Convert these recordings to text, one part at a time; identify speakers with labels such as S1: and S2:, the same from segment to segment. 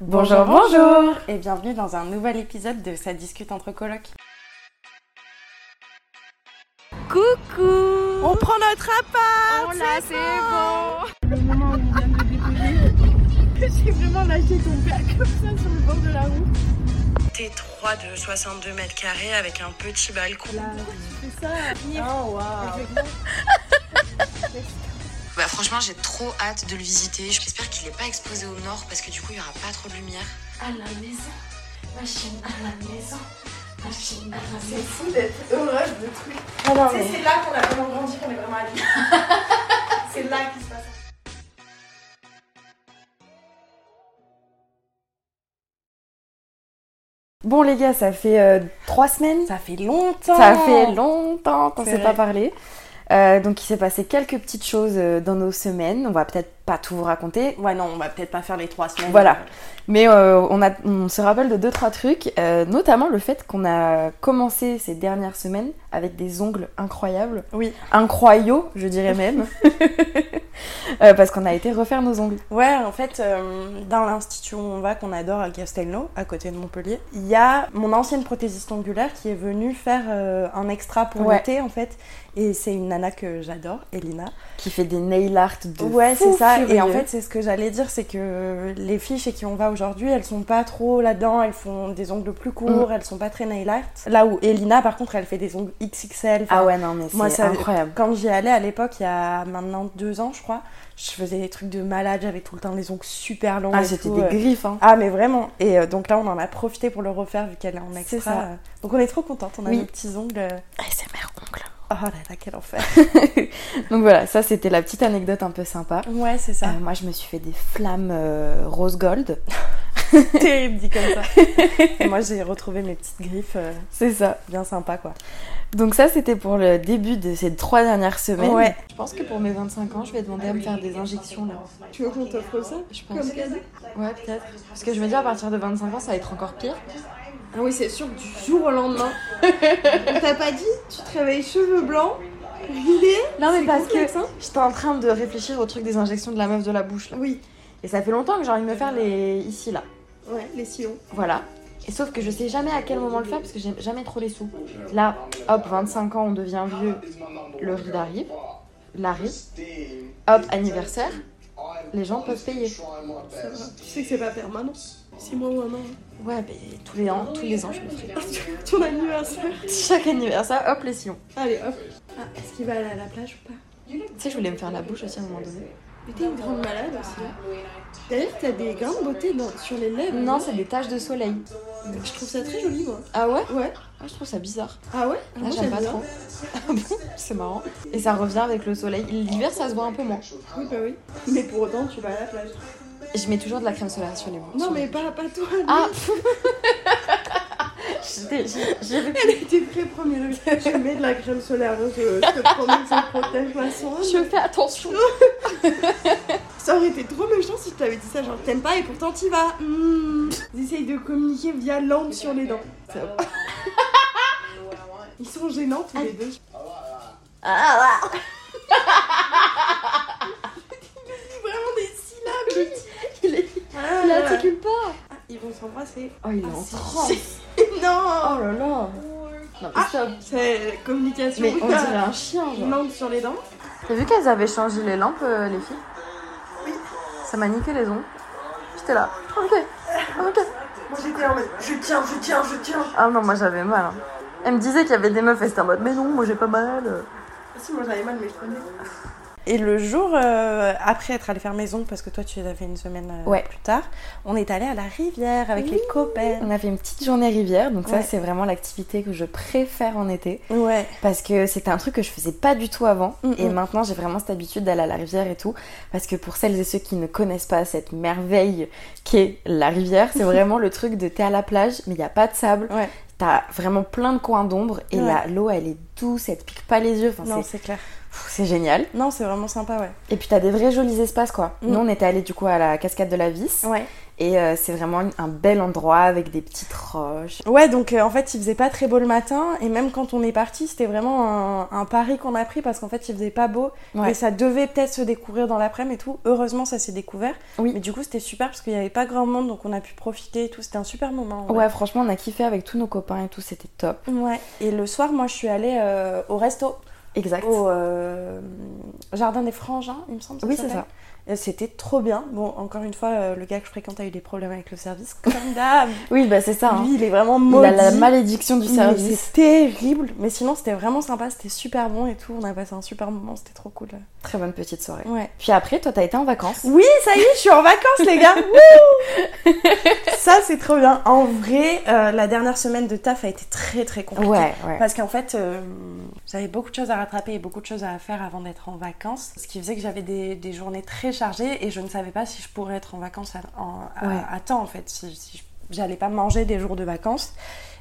S1: Bonjour, bonjour
S2: et bienvenue dans un nouvel épisode de Ça discute entre colocs.
S3: Coucou Oh
S2: On prend notre appart
S3: là, c'est bon
S4: Le moment où on vient de déposer. J'ai vraiment lâché ton père comme ça sur le bord de la route.
S2: T3 de 62 mètres carrés avec un petit balcon.
S4: Là, tu fais ça. Oh waouh.
S5: Bah franchement j'ai trop hâte de le visiter. J'espère qu'il n'est pas exposé au nord parce que du coup il n'y aura pas trop de lumière.
S6: à la maison, machine à la maison, machine à la maison.
S1: Ah
S7: C'est là qu'on a vraiment grandi, qu'on est vraiment amis. c'est là qu'il se passe.
S1: Bon les gars, ça fait euh, trois semaines.
S2: Ça fait longtemps
S1: Ça fait longtemps qu'on
S2: C'est
S1: s'est
S2: vrai.
S1: pas parlé. Euh, donc il s'est passé quelques petites choses euh, dans nos semaines. On va peut-être pas tout vous raconter,
S2: Ouais, non, on va peut-être pas faire les trois semaines.
S1: Voilà. mais euh, on, a- on se rappelle de deux trois trucs, euh, notamment le fait qu'on a commencé ces dernières semaines avec des ongles incroyables,
S2: Oui.
S1: incroyaux, je dirais même, Euh, parce qu'on a été refaire nos ongles.
S2: Ouais, en fait, euh, dans l'institut où on va, qu'on adore à Castelnau, à côté de Montpellier, il y a mon ancienne prothésiste angulaire qui est venue faire euh, un extra pour
S1: Ouais.
S2: l'été, en fait. Et c'est une nana que j'adore, Elina.
S1: qui fait des nail art de
S2: ouais,
S1: fou
S2: c'est ça.
S1: furieux.
S2: Et en fait, c'est ce que j'allais dire, c'est que les filles chez qui on va aujourd'hui, elles sont pas trop là-dedans. Elles font des ongles plus
S1: Mm.
S2: courts, elles sont pas très nail art. Là où Elina, par contre, elle fait des ongles XXL. Enfin,
S1: ah ouais non mais
S2: Moi,
S1: c'est
S2: ça-
S1: incroyable.
S2: Quand j'y allais à l'époque, il y a maintenant deux ans, je crois, je faisais des trucs de malade. J'avais tout le temps les ongles super longs.
S1: Ah
S2: et
S1: c'était
S2: tout,
S1: des
S2: euh.
S1: griffes hein.
S2: Ah mais vraiment. Et euh, donc là, on en a profité pour le refaire vu qu'elle est en
S1: C'est
S2: extra.
S1: ça.
S2: euh. Donc on est trop contente. On a
S1: Oui.
S2: nos petits ongles. euh.
S1: ASMR ongle.
S2: Oh là là, quel enfer.
S1: Donc voilà ça c'était la petite anecdote un peu sympa.
S2: ouais, c'est ça.
S1: Euh, moi je me suis fait des flammes euh, rose gold.
S2: Terrible dit comme ça. Et moi, j'ai retrouvé mes petites griffes euh,
S1: C'est ça.
S2: bien sympas quoi.
S1: Donc ça c'était pour le début de ces trois dernières semaines.
S2: Ouais.
S1: Je pense que pour mes 25 ans je vais demander à me faire des injections là.
S4: Tu veux qu'on t'offre ça
S1: Je
S4: comme cadeau
S1: Ouais peut-être. Parce que je me dis à partir de 25 ans ça va être encore pire.
S4: Ah oui, c'est sûr, du jour au lendemain. on t'a pas dit Tu te réveilles cheveux blancs, ridés
S1: Non mais
S4: C'est
S1: parce que
S4: complexe, hein.
S1: j'étais en train de réfléchir au truc des injections de la meuf de la bouche là.
S4: Oui,
S1: Et ça fait longtemps que j'ai envie de me faire les ici là.
S4: ouais, les sillons.
S1: Voilà. Et sauf que je sais jamais à quel moment le faire parce que j'ai jamais trop les sous. Là, hop, 25 ans, on devient vieux, le ride arrive, l'arrêt, hop, anniversaire, les gens peuvent payer.
S4: Ça va. Tu sais que c'est pas permanent. 6 mois ou un an. hein.
S1: Ouais, mais tous les ans, tous les ans, je me ferai.
S4: Ton anniversaire.
S1: Chaque anniversaire, hop, les sillons.
S4: Allez, hop. Ah, est-ce qu'il va aller à la plage ou pas
S1: Tu sais, je voulais me faire la bouche aussi à un moment donné.
S4: Mais t'es une grande malade aussi. hein. D'ailleurs, t'as des grains de beauté dans- sur les lèvres.
S1: Non, c'est des taches de soleil.
S4: Je trouve ça très joli, moi.
S1: Ah ouais
S4: Ouais.
S1: Ah, Je trouve ça bizarre.
S4: Ah ouais
S1: Là, j'aime pas trop. Ah bon c'est marrant. Et ça revient avec le soleil. L'hiver, ça se voit un peu moins.
S4: Oui, bah oui. Mais pour autant, tu vas à la plage.
S1: Et Je mets toujours de la crème solaire sur les bras.
S4: Non, mais pas, pas toi.
S1: Ah J'étais- j'ai- j'ai vu
S4: Elle était très premier degré. Je mets de la crème solaire. Je, je te promets que ça protège ma soeur.
S1: Je fais attention.
S4: Ça aurait été trop méchant si je t'avais dit ça. Genre, t'aimes pas et pourtant t'y vas. Hmm. Ils essayent de communiquer via l'angle sur les dents. Ça va. Ils sont gênants tous les deux. Ils disent vraiment des syllabes.
S1: Il est-
S4: Ah,
S1: il articule pas.
S4: Ah, ils vont s'embrasser.
S1: Oh, il est en transe.
S4: Non
S1: Oh là là. Non, mais
S4: Ah.
S1: stop.
S4: C'est la communication.
S1: Mais on dirait un chien, genre.
S4: Langue sur les dents.
S1: T'as vu qu'elles avaient changé les lampes, euh, les filles Ça m'a niqué les ongles. J'étais là. Ok. Ok.
S7: Moi j'étais en mode je tiens, je tiens, je tiens.
S1: Ah non, moi j'avais mal. hein. Elle me disait qu'il y avait des meufs et c'était en mode mais non, moi j'ai pas mal.
S4: Ah Si, moi j'avais mal, mais je prenais.
S2: Et le jour euh, après être allé faire maison, parce que toi tu les avais une semaine euh,
S1: Ouais.
S2: plus tard, on est allé à la rivière avec les copains.
S1: On a fait une petite journée rivière, donc
S2: ça,
S1: c'est vraiment l'activité que je préfère en été.
S2: Ouais.
S1: parce que c'était un truc que je faisais pas du tout avant
S2: Mm,
S1: et
S2: mm.
S1: maintenant j'ai vraiment cette habitude d'aller à la rivière et tout parce que pour celles et ceux qui ne connaissent pas cette merveille qu'est la rivière c'est vraiment le truc de t'es à la plage mais il y a pas de sable
S2: Ouais.
S1: t'as vraiment plein de coins d'ombre et
S2: Ouais.
S1: la- l'eau elle est douce elle te pique pas les yeux enfin,
S2: Non,
S1: c'est-
S2: c'est clair.
S1: pff, c'est génial
S2: Non, c'est vraiment sympa, ouais.
S1: et puis t'as des vrais jolis espaces quoi
S2: Mm.
S1: nous on était allés du coup à la cascade de la Vis
S2: Ouais.
S1: Et euh, c'est vraiment une- un bel endroit avec des petites roches.
S2: Ouais, donc euh, en fait, il faisait pas très beau le matin, et même quand on est parti, c'était vraiment un, un pari qu'on a pris parce qu'en fait, il faisait pas beau,
S1: Ouais.
S2: et ça devait peut-être se découvrir dans l'après-midi et tout. Heureusement, ça s'est découvert.
S1: Oui.
S2: Mais du coup, c'était super parce qu'il y avait pas grand monde, donc on a pu profiter et tout. C'était un super moment. en
S1: Ouais.
S2: vrai.
S1: franchement, on a kiffé avec tous nos copains et tout, c'était top.
S2: Ouais. Et le soir, moi, je suis allée euh, au resto,
S1: Exact.
S2: au euh, jardin des frangins, il me semble.
S1: oui, c'est
S2: s'appelle.
S1: ça.
S2: Et C'était trop bien. Bon, encore une fois, euh, le gars que je fréquente a eu des problèmes avec le service, comme d'hab.
S1: Oui, bah c'est ça. hein.
S2: Lui, il est vraiment
S1: Il
S2: maudit.
S1: a la malédiction du
S2: Mais
S1: service.
S2: C'est terrible, mais sinon c'était vraiment sympa, c'était super bon et tout. On a passé un super moment, c'était trop cool.
S1: Très bonne petite soirée.
S2: Ouais.
S1: Puis après, toi, t'as été en vacances.
S2: Oui, ça y est, je suis en vacances les gars. Wouh ça c'est trop bien. En vrai, euh, la dernière semaine de taf a été très très compliquée.
S1: Ouais, ouais.
S2: Parce qu'en fait, euh, j'avais beaucoup de choses à rattraper et beaucoup de choses à faire avant d'être en vacances. Ce qui faisait que j'avais des, des journées très chargées et je ne savais pas si je pourrais être en vacances à, en- à-
S1: Ouais.
S2: à temps, en fait, si, si je- j'allais pas manger des jours de vacances.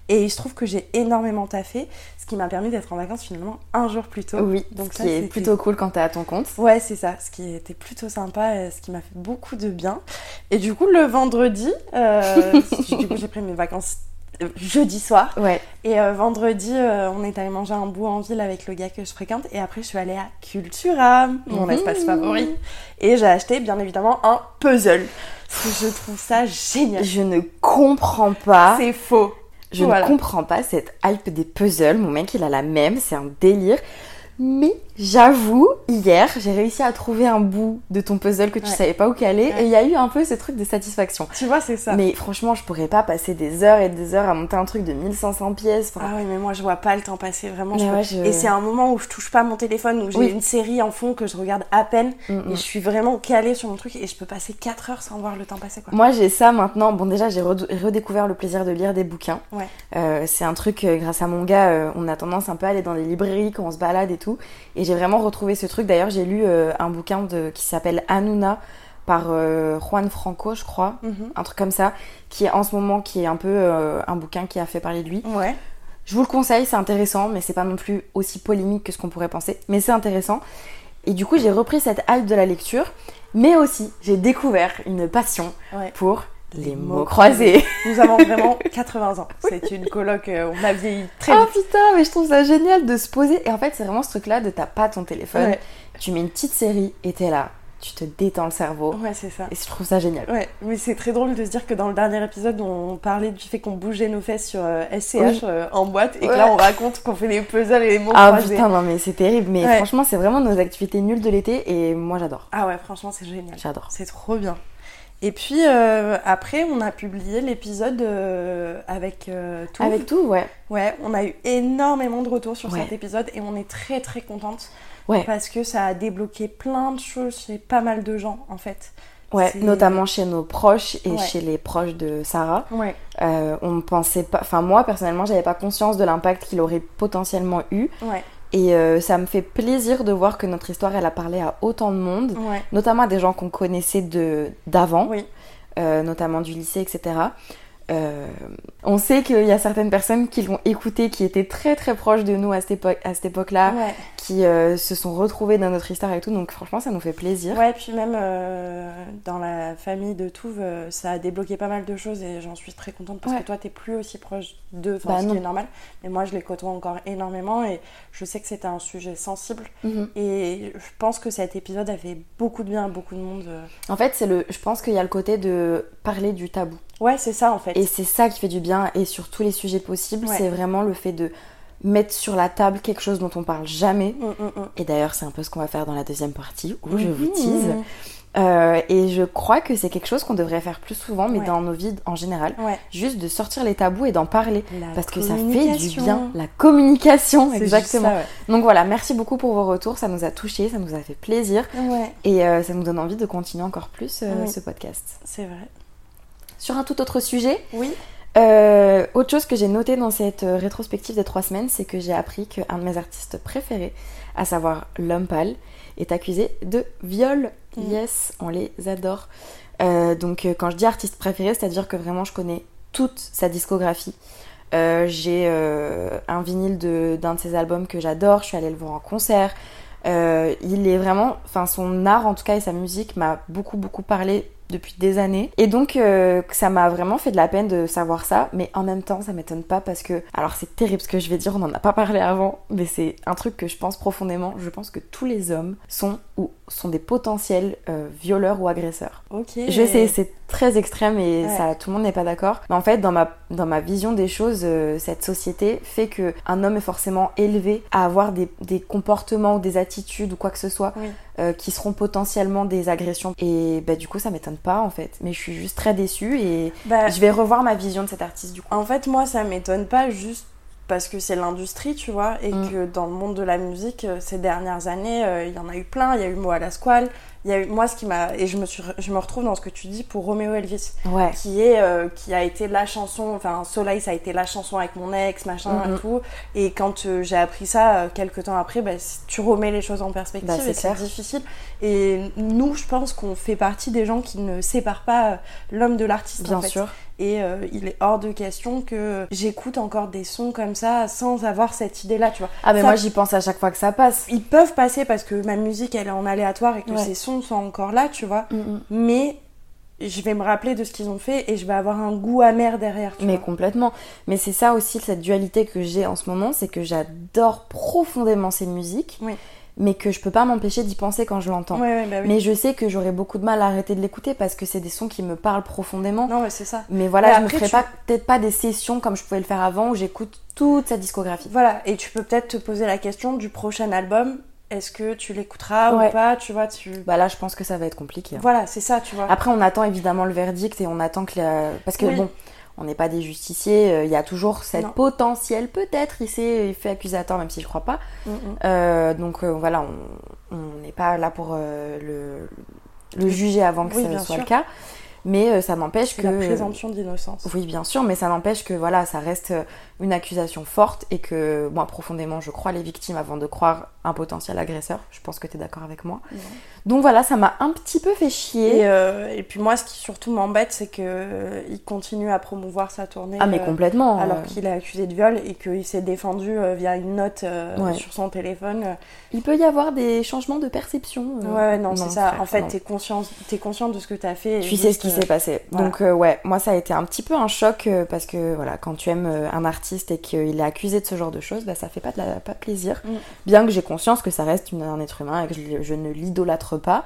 S2: Et il se trouve que j'ai énormément taffé, ce qui m'a permis d'être en vacances finalement un jour plus tôt.
S1: Ah Oui,
S2: donc
S1: ce
S2: ça,
S1: qui est
S2: c'était-
S1: plutôt cool quand t'es à ton compte.
S2: Ouais, c'est ça, ce qui était plutôt sympa, euh, ce qui m'a fait beaucoup de bien. Et du coup, le vendredi, euh, du coup, j'ai pris mes vacances euh, jeudi soir.
S1: Ouais.
S2: Et euh, vendredi, euh, on est allé manger un bout en ville avec le gars que je fréquente. Et après, je suis allée à Cultura, mon
S1: Mhm.
S2: espace favori. Et j'ai acheté, bien évidemment, un puzzle. Parce que je trouve ça génial.
S1: Je ne comprends pas.
S2: C'est faux.
S1: Je
S2: Voilà.
S1: ne comprends pas cette hype des puzzles. Mon mec, il a la même, c'est un délire. Mais j'avoue, hier, j'ai réussi à trouver un bout de ton puzzle que tu
S2: Ouais.
S1: savais pas où caler
S2: Ouais.
S1: et il y a eu un peu ce truc de satisfaction.
S2: Tu vois, c'est ça.
S1: Mais franchement, je pourrais pas passer des heures et des heures à monter un truc de 1500 pièces. Enfin,
S2: Ah oui, mais moi, je vois pas le temps passer, vraiment. je
S1: Mais
S2: peux-
S1: ouais, je-
S2: Et c'est un moment où je touche pas mon téléphone, où j'ai
S1: Oui.
S2: une série en fond que je regarde à peine.
S1: mm,
S2: Et
S1: mm.
S2: je suis vraiment calée sur mon truc et je peux passer 4 heures sans voir le temps passer, quoi.
S1: Moi, j'ai ça maintenant. Bon, déjà, j'ai redou- redécouvert le plaisir de lire des bouquins.
S2: Ouais.
S1: Euh, c'est un truc, euh, grâce à mon gars, euh, on a tendance un peu à aller dans les librairies quand on se balade et tout. Et j'ai vraiment retrouvé ce truc. D'ailleurs, j'ai lu euh, un bouquin de... qui s'appelle Hanouna par euh, Juan Franco, je crois.
S2: Mhm.
S1: Un truc comme ça, qui est en ce moment, qui est un peu euh, un bouquin qui a fait parler de lui.
S2: Ouais.
S1: Je vous le conseille, c'est intéressant, mais c'est pas non plus aussi polémique que ce qu'on pourrait penser, mais c'est intéressant. Et du coup, j'ai repris cette hype de la lecture, mais aussi j'ai découvert une passion
S2: Ouais.
S1: pour les mots croisés.
S2: Nous avons vraiment 80 ans. C'est une coloc, euh, on a vieilli très
S1: Oh
S2: vite.
S1: putain, mais je trouve ça génial de se poser. Et en fait, c'est vraiment ce truc-là de t'as pas ton téléphone,
S2: Ouais.
S1: tu mets une petite série et t'es là, tu te détends le cerveau.
S2: Ouais, c'est ça.
S1: Et je trouve ça génial.
S2: Ouais, mais c'est très drôle de se dire que dans le dernier épisode, on parlait du fait qu'on bougeait nos fesses sur euh, SCH
S1: Oui.
S2: euh, en boîte et que
S1: Ouais.
S2: là on raconte qu'on fait des puzzles et des mots
S1: Ah
S2: croisés.
S1: putain, non mais c'est terrible, mais
S2: Ouais.
S1: franchement, c'est vraiment nos activités nulles de l'été et moi j'adore.
S2: Ah ouais, franchement, c'est génial.
S1: J'adore.
S2: C'est trop bien. Et puis euh, après, on a publié l'épisode euh, avec euh, tout.
S1: Avec tout, ouais.
S2: Ouais, on a eu énormément de retours sur
S1: Ouais.
S2: cet épisode et on est très très contente.
S1: Ouais.
S2: Parce que ça a débloqué plein de choses chez pas mal de gens en fait.
S1: Ouais,
S2: C'est-
S1: notamment chez nos proches et
S2: Ouais.
S1: chez les proches de Sarah.
S2: Ouais.
S1: Euh, on pensait pas, enfin moi personnellement, j'avais pas conscience de l'impact qu'il aurait potentiellement eu.
S2: Ouais.
S1: Et euh, ça me fait plaisir de voir que notre histoire, elle a parlé à autant de monde,
S2: Ouais.
S1: notamment à des gens qu'on connaissait de d'avant,
S2: Oui.
S1: euh, notamment du lycée, etc. Euh, on sait qu'il y a certaines personnes qui l'ont écouté, qui étaient très très proches de nous à cette époque, à cette époque-là,
S2: Ouais.
S1: qui euh, se sont retrouvées dans notre histoire et tout. Donc franchement, ça nous fait plaisir.
S2: Ouais, puis même euh, dans la famille de Touve, euh, ça a débloqué pas mal de choses et j'en suis très contente parce
S1: Ouais.
S2: que toi, t'es plus aussi proche d'eux,
S1: Bah
S2: enfin, ce
S1: non.
S2: qui est normal. Mais moi, je les côtoie encore énormément et je sais que c'était un sujet sensible.
S1: Mhm.
S2: Et je pense que cet épisode a fait beaucoup de bien à beaucoup de monde. euh.
S1: En fait, c'est le, je pense qu'il y a le côté de parler du tabou.
S2: Ouais, c'est ça en fait.
S1: Et c'est ça qui fait du bien, et sur tous les sujets possibles,
S2: Ouais.
S1: c'est vraiment le fait de mettre sur la table quelque chose dont on parle jamais.
S2: Mm, mm, mm.
S1: Et d'ailleurs, c'est un peu ce qu'on va faire dans la deuxième partie, où je vous
S2: Mhm.
S1: tease. Euh, et je crois que c'est quelque chose qu'on devrait faire plus souvent, mais
S2: Ouais.
S1: dans nos vies en général.
S2: mmh. Ouais.
S1: Juste de sortir les tabous et d'en parler.
S2: La
S1: Parce que ça fait du
S2: communication.
S1: bien. La communication,
S2: C'est juste
S1: exactement.
S2: ça,
S1: Donc voilà, merci beaucoup pour vos retours, ça nous a touchés, ça nous a fait plaisir,
S2: ouais. Ouais,
S1: et euh, ça nous donne envie de continuer encore plus euh,
S2: Oui.
S1: ce podcast.
S2: c'est vrai.
S1: Sur un tout autre sujet,
S2: Oui.
S1: Euh, autre chose que j'ai noté dans cette euh, rétrospective des trois semaines, c'est que j'ai appris qu'un de mes artistes préférés, à savoir L'Homme Pâle, est accusé de viol.
S2: Mhm.
S1: Yes, on les adore. Euh, donc euh, quand je dis artiste préféré, c'est-à-dire que vraiment je connais toute sa discographie. Euh, j'ai euh, un vinyle de- d'un de, ses albums que j'adore, je suis allée le voir en concert. Euh, il est vraiment, enfin son art en tout cas et sa musique m'a beaucoup beaucoup parlé depuis des années. Et donc, euh, ça m'a vraiment fait de la peine de savoir ça, mais en même temps, ça m'étonne pas parce que. Alors, c'est terrible ce que je vais dire, on n'en a pas parlé avant, mais c'est un truc que je pense profondément. Je pense que tous les hommes sont ou sont des potentiels euh, violeurs ou agresseurs.
S2: Ok.
S1: Je sais, c'est très extrême et
S2: Ouais.
S1: ça, tout le monde n'est pas d'accord. Mais en fait, dans ma, dans ma vision des choses, euh, cette société fait que un homme est forcément élevé à avoir des, des comportements ou des attitudes ou quoi que ce soit
S2: Oui.
S1: euh, qui seront potentiellement des agressions. Et bah, du coup, ça m'étonne pas en fait. Mais je suis juste très déçue et
S2: Bah,
S1: je vais revoir ma vision de cet artiste du coup.
S2: En fait, moi, ça m'étonne pas juste parce que c'est l'industrie, tu vois, et
S1: Mm.
S2: que dans le monde de la musique, euh, ces dernières années, euh, il y en a eu plein. Il y a eu Moa la Squale. Il y a eu moi ce qui m'a et je me suis, re- je me retrouve dans ce que tu dis pour Romeo Elvis,
S1: Ouais.
S2: qui est euh, qui a été la chanson, enfin Soleil, ça a été la chanson avec mon ex, machin
S1: Mm,
S2: et
S1: mm.
S2: tout. Et quand euh, j'ai appris ça euh, quelques temps après, bah, c- tu remets les choses en perspective
S1: Bah, c'est
S2: et c'est
S1: clair.
S2: difficile. Et nous, je pense qu'on fait partie des gens qui ne séparent pas euh, l'homme de l'artiste.
S1: Bien
S2: en fait.
S1: sûr.
S2: Et euh, il est hors de question que j'écoute encore des sons comme ça sans avoir cette idée-là, tu vois.
S1: Ah mais
S2: Ça-
S1: moi j'y pense à chaque fois que ça passe.
S2: Ils peuvent passer parce que ma musique, elle est en aléatoire et que
S1: Ouais.
S2: ces sons sont encore là, tu vois.
S1: Mm,
S2: Mais je vais me rappeler de ce qu'ils ont fait et je vais avoir un goût amer derrière, tu
S1: Mais
S2: vois.
S1: complètement. Mais c'est ça aussi cette dualité que j'ai en ce moment, c'est que j'adore profondément ces musiques,
S2: Oui.
S1: mais que je peux pas m'empêcher d'y penser quand je l'entends.
S2: Ouais, ouais, bah oui.
S1: Mais je sais que j'aurais beaucoup de mal à arrêter de l'écouter parce que c'est des sons qui me parlent profondément.
S2: Non, mais c'est ça.
S1: Mais voilà,
S2: Mais
S1: je
S2: après,
S1: me ferai
S2: tu-
S1: pas peut-être pas des sessions comme je pouvais le faire avant où j'écoute toute sa discographie.
S2: Voilà, et tu peux peut-être te poser la question du prochain album, est-ce que tu l'écouteras ou
S1: Ouais.
S2: pas, tu vois, tu...
S1: Bah là, je pense que ça va être compliqué. hein.
S2: Voilà, c'est ça, tu vois.
S1: Après, on attend évidemment le verdict et on attend que la... Parce que
S2: Oui.
S1: bon, on n'est pas des justiciers, euh, il y a toujours cette
S2: Non.
S1: potentiel, peut-être, il s'est il fait accusateur, même si je crois pas.
S2: Mm, mm.
S1: Euh, donc euh, voilà, on- on n'est pas là pour euh, le, le juger avant que
S2: Oui, bien
S1: ça soit
S2: sûr.
S1: le cas. Mais euh, ça n'empêche
S2: C'est
S1: que...
S2: la présomption d'innocence.
S1: Oui, bien sûr, mais ça n'empêche que voilà, ça reste euh, une accusation forte et que moi, profondément, je crois les victimes avant de croire un potentiel agresseur. Je pense que tu es d'accord avec moi.
S2: Ouais.
S1: Donc voilà, ça m'a un petit peu fait chier.
S2: Et, euh, et puis moi, ce qui surtout m'embête, c'est que euh, il continue à promouvoir sa tournée.
S1: ah, mais
S2: euh,
S1: complètement. euh,
S2: alors qu'il est accusé de viol et qu'il s'est défendu euh, via une note euh,
S1: Ouais.
S2: sur son téléphone.
S1: Il peut y avoir des changements de perception. euh.
S2: ouais, ouais, non,
S1: non,
S2: c'est ça.
S1: frère,
S2: en fait,
S1: non.
S2: t'es conscient, t'es conscient de ce que t'as fait. et
S1: Tu sais ce
S2: juste,
S1: qui
S2: euh,
S1: s'est passé.
S2: voilà.
S1: Donc euh, ouais, moi ça a été un petit peu un choc euh, parce que voilà, quand tu aimes euh, un artiste et qu'il est accusé de ce genre de choses, bah ça fait pas de la, pas plaisir.
S2: Mm.
S1: Bien que j'ai conscience que ça reste une- un être humain et que je, je ne l'idolâtre pas.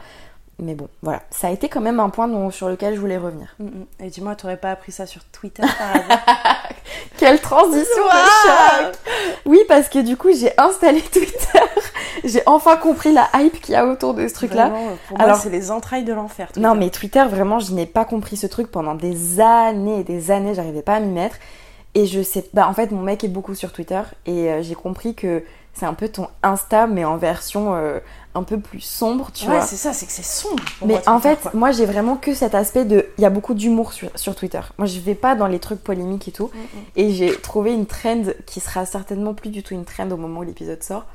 S1: Mais bon, voilà, ça a été quand même un point dont- sur lequel je voulais revenir.
S2: Mm, mm. Et dis-moi, t'aurais pas appris ça sur Twitter par hasard
S1: Quelle transition de choc Oui, parce que du coup j'ai installé Twitter. j'ai enfin compris la hype qu'il y a autour de ce truc-là.
S2: Vraiment, euh, pour moi,
S1: Alors-
S2: c'est les entrailles de l'enfer. Twitter.
S1: Non, mais Twitter, vraiment, je n'ai pas compris ce truc pendant des années et des années, j'arrivais pas à m'y mettre. Et je sais bah en fait, mon mec est beaucoup sur Twitter et euh, j'ai compris que c'est un peu ton Insta, mais en version euh, un peu plus sombre, tu
S2: ouais,
S1: vois.
S2: c'est ça, c'est que c'est sombre. pour
S1: Mais
S2: moi,
S1: en
S2: Twitter,
S1: fait,
S2: quoi.
S1: moi j'ai vraiment que cet aspect de. Il y a beaucoup d'humour sur, sur Twitter. Moi je vais pas dans les trucs polémiques et tout.
S2: Mm, mm.
S1: Et j'ai trouvé une trend qui sera certainement plus du tout une trend au moment où l'épisode sort.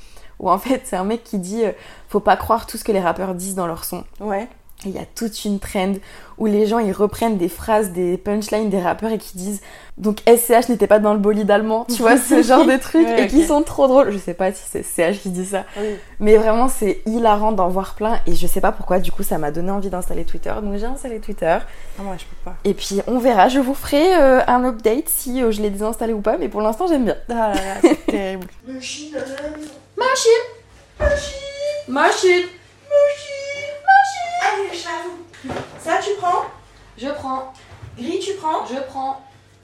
S1: Où en fait, c'est un mec qui dit euh, Faut pas croire tout ce que les rappeurs disent dans leur son.
S2: ouais.
S1: Et Il y a toute une trend où les gens ils reprennent des phrases, des punchlines des rappeurs et qui disent donc SCH n'était pas dans le bolide allemand, tu vois ce genre de trucs
S2: Ouais,
S1: et qui
S2: ok.
S1: sont trop drôles. Je sais pas si c'est CH qui dit ça,
S2: Oui.
S1: mais vraiment c'est hilarant d'en voir plein et je sais pas pourquoi du coup ça m'a donné envie d'installer Twitter donc j'ai installé Twitter
S2: Ah, moi, je peux pas.
S1: et puis on verra, je vous ferai euh, un update si euh, je l'ai désinstallé ou pas, mais pour l'instant j'aime bien.
S2: Ah là là, c'est terrible.
S4: Machine
S8: Machine
S4: Allez, je l'avoue. Ça, tu prends.
S8: Je prends,
S4: Gris, tu prends.
S8: je prends,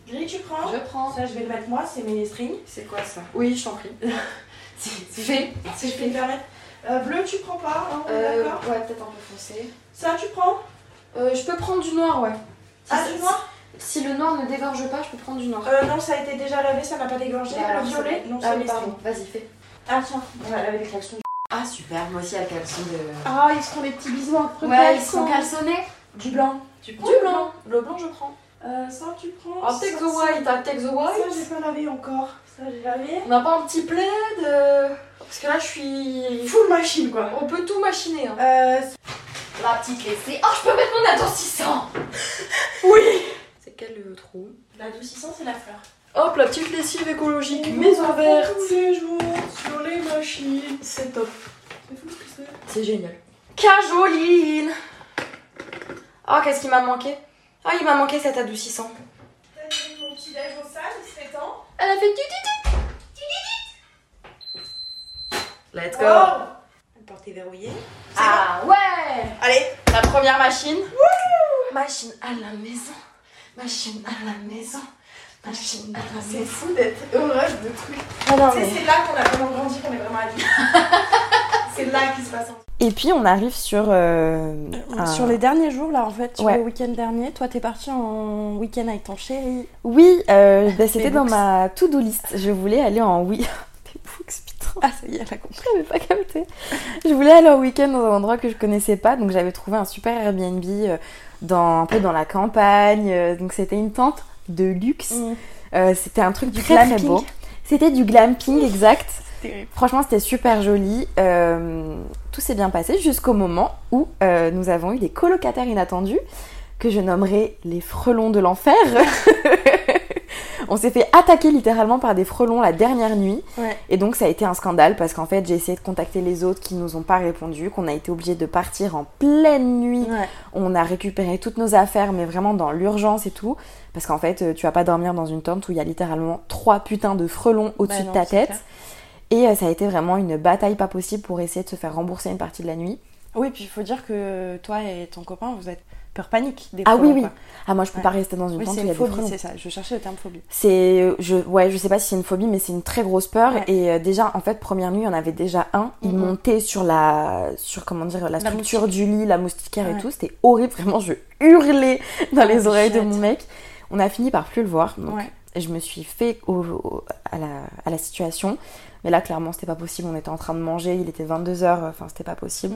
S4: Gris, tu prends.
S8: je prends.
S4: Ça, je vais le mettre moi, c'est mes strings.
S8: C'est quoi ça Oui, je t'en prie.
S4: Si, si je
S8: Fais,
S4: si
S8: c'est
S4: je peux me
S8: fait.
S4: permettre. Euh, bleu, tu prends pas, hein, on est
S8: Euh,
S4: d'accord
S8: ouais, peut-être un peu foncé.
S4: Ça, tu prends
S8: Euh, je peux prendre du noir, ouais. Si
S4: Ah,
S8: ça-
S4: du noir
S8: Si le noir ne dégorge pas, je peux prendre du noir.
S4: euh, Non, ça a été déjà lavé, ça n'a pas dégorgé.
S8: Bah, alors,
S4: le violet Non,
S8: Ah
S4: c'est
S8: oui,
S4: mes
S8: pardon,
S4: strings.
S8: vas-y, fais.
S4: Ah, tiens, on va laver les caleçons.
S8: Ah super, moi aussi, à caleçon de...
S4: Ah, ils seront les petits bisous entre
S8: euh, Ouais, ils
S4: caleçons.
S8: sont calçonnés.
S4: Du blanc.
S8: Du
S4: prends le blanc
S8: Le blanc, je prends.
S4: Euh, ça, tu prends.
S8: Ah, take the
S4: Ça,
S8: white, ah, take the
S4: Ça, ça, j'ai
S8: white.
S4: pas lavé encore. Ça, j'ai lavé.
S8: On n'a pas un petit plaid euh, Parce que là, je suis...
S4: Full machine, quoi.
S8: On peut tout machiner, hein.
S4: Euh,
S8: La petite laissée. Oh, je peux mettre mon adoucissant
S4: oui
S8: C'est quel
S4: euh,
S8: le trou
S4: L'adoucissant, c'est la fleur.
S8: Hop, la petite lessive écologique, maison verte.
S4: Tous les jours, sur les machines. C'est top. C'est fou ce que c'est.
S8: C'est génial. Cajoline Oh, qu'est-ce qui m'a manqué Oh, il m'a manqué cet adoucissant.
S4: T'as fait mon petit déj au sale, il serait temps.
S8: Elle a fait du Let's go
S4: Oh Une porte est verrouillée. C'est
S8: Ah ouais
S4: Allez,
S8: La première machine
S6: Machine à la maison. Machine à la maison. Machine à la
S4: c'est
S6: maison.
S4: fou d'être heureuse de trucs.
S8: Ah non,
S4: Tu sais, c'est là qu'on a vraiment grandi, qu'on est vraiment adulte. c'est là qu'il se passe un truc.
S1: Et puis on arrive sur. euh, un-
S2: Sur les derniers jours, là, en fait, sur
S1: Ouais.
S2: le week-end dernier, toi, t'es parti en week-end avec ton chéri.
S1: Oui, euh, ben, c'était
S2: Tes
S1: dans
S2: Ah, books.
S1: ma to-do list. Je voulais aller en. Oui. Tes books, putain.
S2: Ah, ça y est, elle a compris.
S1: J'avais pas capté. Je voulais aller en week-end dans un endroit que je connaissais pas, donc j'avais trouvé un super Airbnb euh, dans, un peu dans la campagne. euh, Donc c'était une tente de luxe.
S4: Mm.
S1: Euh, c'était un truc du très très
S2: Mm. glamping.
S1: beau. C'était du glamping, exact.
S2: terrible.
S1: Franchement, c'était super joli. Euh, tout s'est bien passé jusqu'au moment où euh, nous avons eu des colocataires inattendus que je nommerai les frelons de l'enfer. On s'est fait attaquer littéralement par des frelons la dernière nuit.
S2: Ouais.
S1: Et donc ça a été un scandale parce qu'en fait j'ai essayé de contacter les autres qui nous ont pas répondu, qu'on a été obligé de partir en pleine nuit
S2: Ouais.
S1: on a récupéré toutes nos affaires, mais vraiment dans l'urgence et tout. Parce qu'en fait, euh, tu vas pas dormir dans une tente où il y a littéralement trois putains de frelons au-dessus
S2: Bah non,
S1: de ta
S2: c'est
S1: tête. Et euh, ça a été vraiment une bataille pas possible pour essayer de se faire rembourser une partie de la nuit.
S2: Oui, puis il faut dire que toi et ton copain, vous êtes peur panique des
S1: Ah
S2: frelons,
S1: oui, oui.
S2: quoi.
S1: Ah, moi, je peux
S2: Ouais.
S1: pas rester dans une
S2: Oui,
S1: tente où
S2: c'est
S1: il y a
S2: une
S1: des
S2: phobie,
S1: frelons.
S2: c'est ça. Je cherchais le terme phobie.
S1: C'est, je, ouais, je sais pas si c'est une phobie, mais c'est une très grosse peur.
S2: Ouais.
S1: Et euh, déjà, en fait, première nuit, il y en avait déjà un. Il
S2: Mhm.
S1: montait sur la, sur comment dire, la
S2: La
S1: structure du lit, la moustiquaire
S2: Ouais.
S1: et tout. C'était horrible, vraiment. Je hurlais dans les
S2: Oh,
S1: oreilles de
S2: bichette.
S1: mon mec. On a fini par plus le voir. Donc,
S2: Ouais.
S1: je me suis fait au- au- à, la, à la situation. Mais là, clairement, c'était pas possible. On était en train de manger, il était 22h, enfin, c'était pas possible.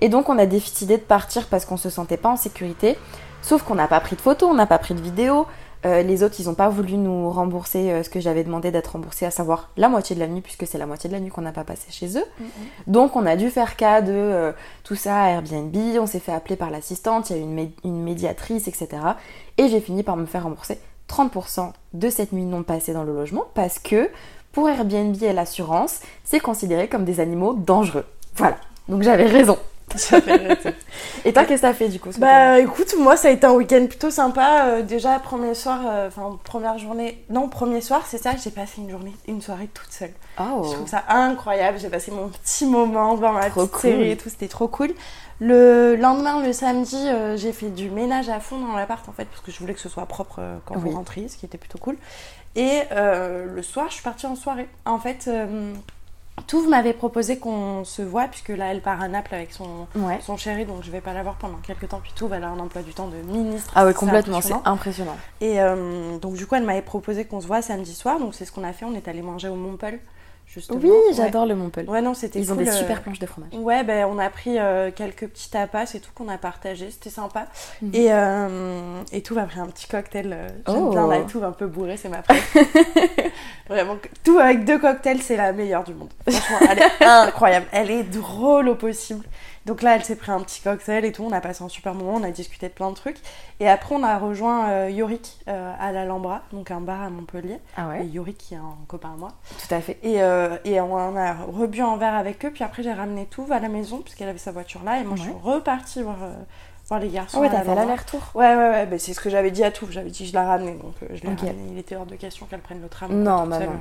S1: Et donc, on a décidé de partir parce qu'on se sentait pas en sécurité. Sauf qu'on n'a pas pris de photos, on n'a pas pris de vidéos. Euh, les autres, ils ont pas voulu nous rembourser euh, ce que j'avais demandé d'être remboursé, à savoir la moitié de la nuit, puisque c'est la moitié de la nuit qu'on n'a pas passé chez eux. Donc, on a dû faire cas de euh, tout ça à Airbnb. On s'est fait appeler par l'assistante, il y a eu une, mé- une médiatrice, etc. Et j'ai fini par me faire rembourser 30% de cette nuit non passée dans le logement parce que pour Airbnb et l'assurance, c'est considéré comme des animaux dangereux. Voilà. Donc j'avais raison. Et toi, qu'est-ce que t'as fait du coup ce week-end
S2: Bah écoute, moi ça a été un week-end plutôt sympa. Euh, déjà, premier soir, euh, enfin première journée, non, premier soir, c'est ça, j'ai passé une journée, une soirée toute seule. Je
S1: Oh.
S2: trouve ça incroyable, j'ai passé mon petit moment devant ma
S1: Trop
S2: petite
S1: cool.
S2: série et tout, c'était trop cool. Le lendemain, le samedi, euh, j'ai fait du ménage à fond dans l'appart en fait, parce que je voulais que ce soit propre euh, quand
S1: Oui.
S2: vous rentriez, ce qui était plutôt cool. Et euh, le soir, je suis partie en soirée. En fait, euh, Touve m'avait proposé qu'on se voit, puisque là elle part à Naples avec son
S1: Ouais.
S2: son chéri, donc je vais pas l'avoir pendant quelques temps. Puis tout va avoir un emploi du temps de ministre.
S1: Ah ouais,
S2: c'est
S1: complètement, c'est
S2: impressionnant.
S1: impressionnant.
S2: Et euh, donc, du coup, elle m'avait proposé qu'on se voit samedi soir, donc c'est ce qu'on a fait. On est allé manger au Montpel, justement.
S1: Oui,
S2: Ouais.
S1: j'adore le Montpellier.
S2: Ouais, non, c'était
S1: Ils ont
S2: cool,
S1: des
S2: euh,
S1: super planches de fromage.
S2: Ouais, ben on a pris euh, quelques petits tapas et tout qu'on a partagé, c'était sympa.
S1: Mhm.
S2: Et, euh, et tout a pris un petit cocktail. euh, J'aime
S1: Oh.
S2: bien la tout un peu bourrée, c'est ma préf. Vraiment, tout avec deux cocktails, c'est la meilleure du monde. Franchement, elle est incroyable. Elle est drôle au possible. Donc là, elle s'est pris un petit cocktail et tout. On a passé un super moment, on a discuté de plein de trucs. Et après, on a rejoint euh, Yorick euh, à l'Alhambra, donc un bar à Montpellier.
S1: Ah
S2: Et Yorick, qui est un copain à moi.
S1: Tout à fait.
S2: Et, euh, et on en a rebu un verre avec eux, puis après j'ai ramené tout à la maison, puisqu'elle avait sa voiture là, et moi je suis
S1: Ouais.
S2: repartie voir, euh, voir les garçons.
S1: Ah ouais,
S2: à
S1: t'as fait
S2: Valence.
S1: l'aller-retour.
S2: Ouais, ouais, ouais, bah, c'est ce que j'avais dit à tout, j'avais dit je la ramenais, donc euh, je l'ai
S1: Ok.
S2: ramenée. Il était hors de question qu'elle prenne le tram.
S1: Non,
S2: toute
S1: bah
S2: seule.
S1: non.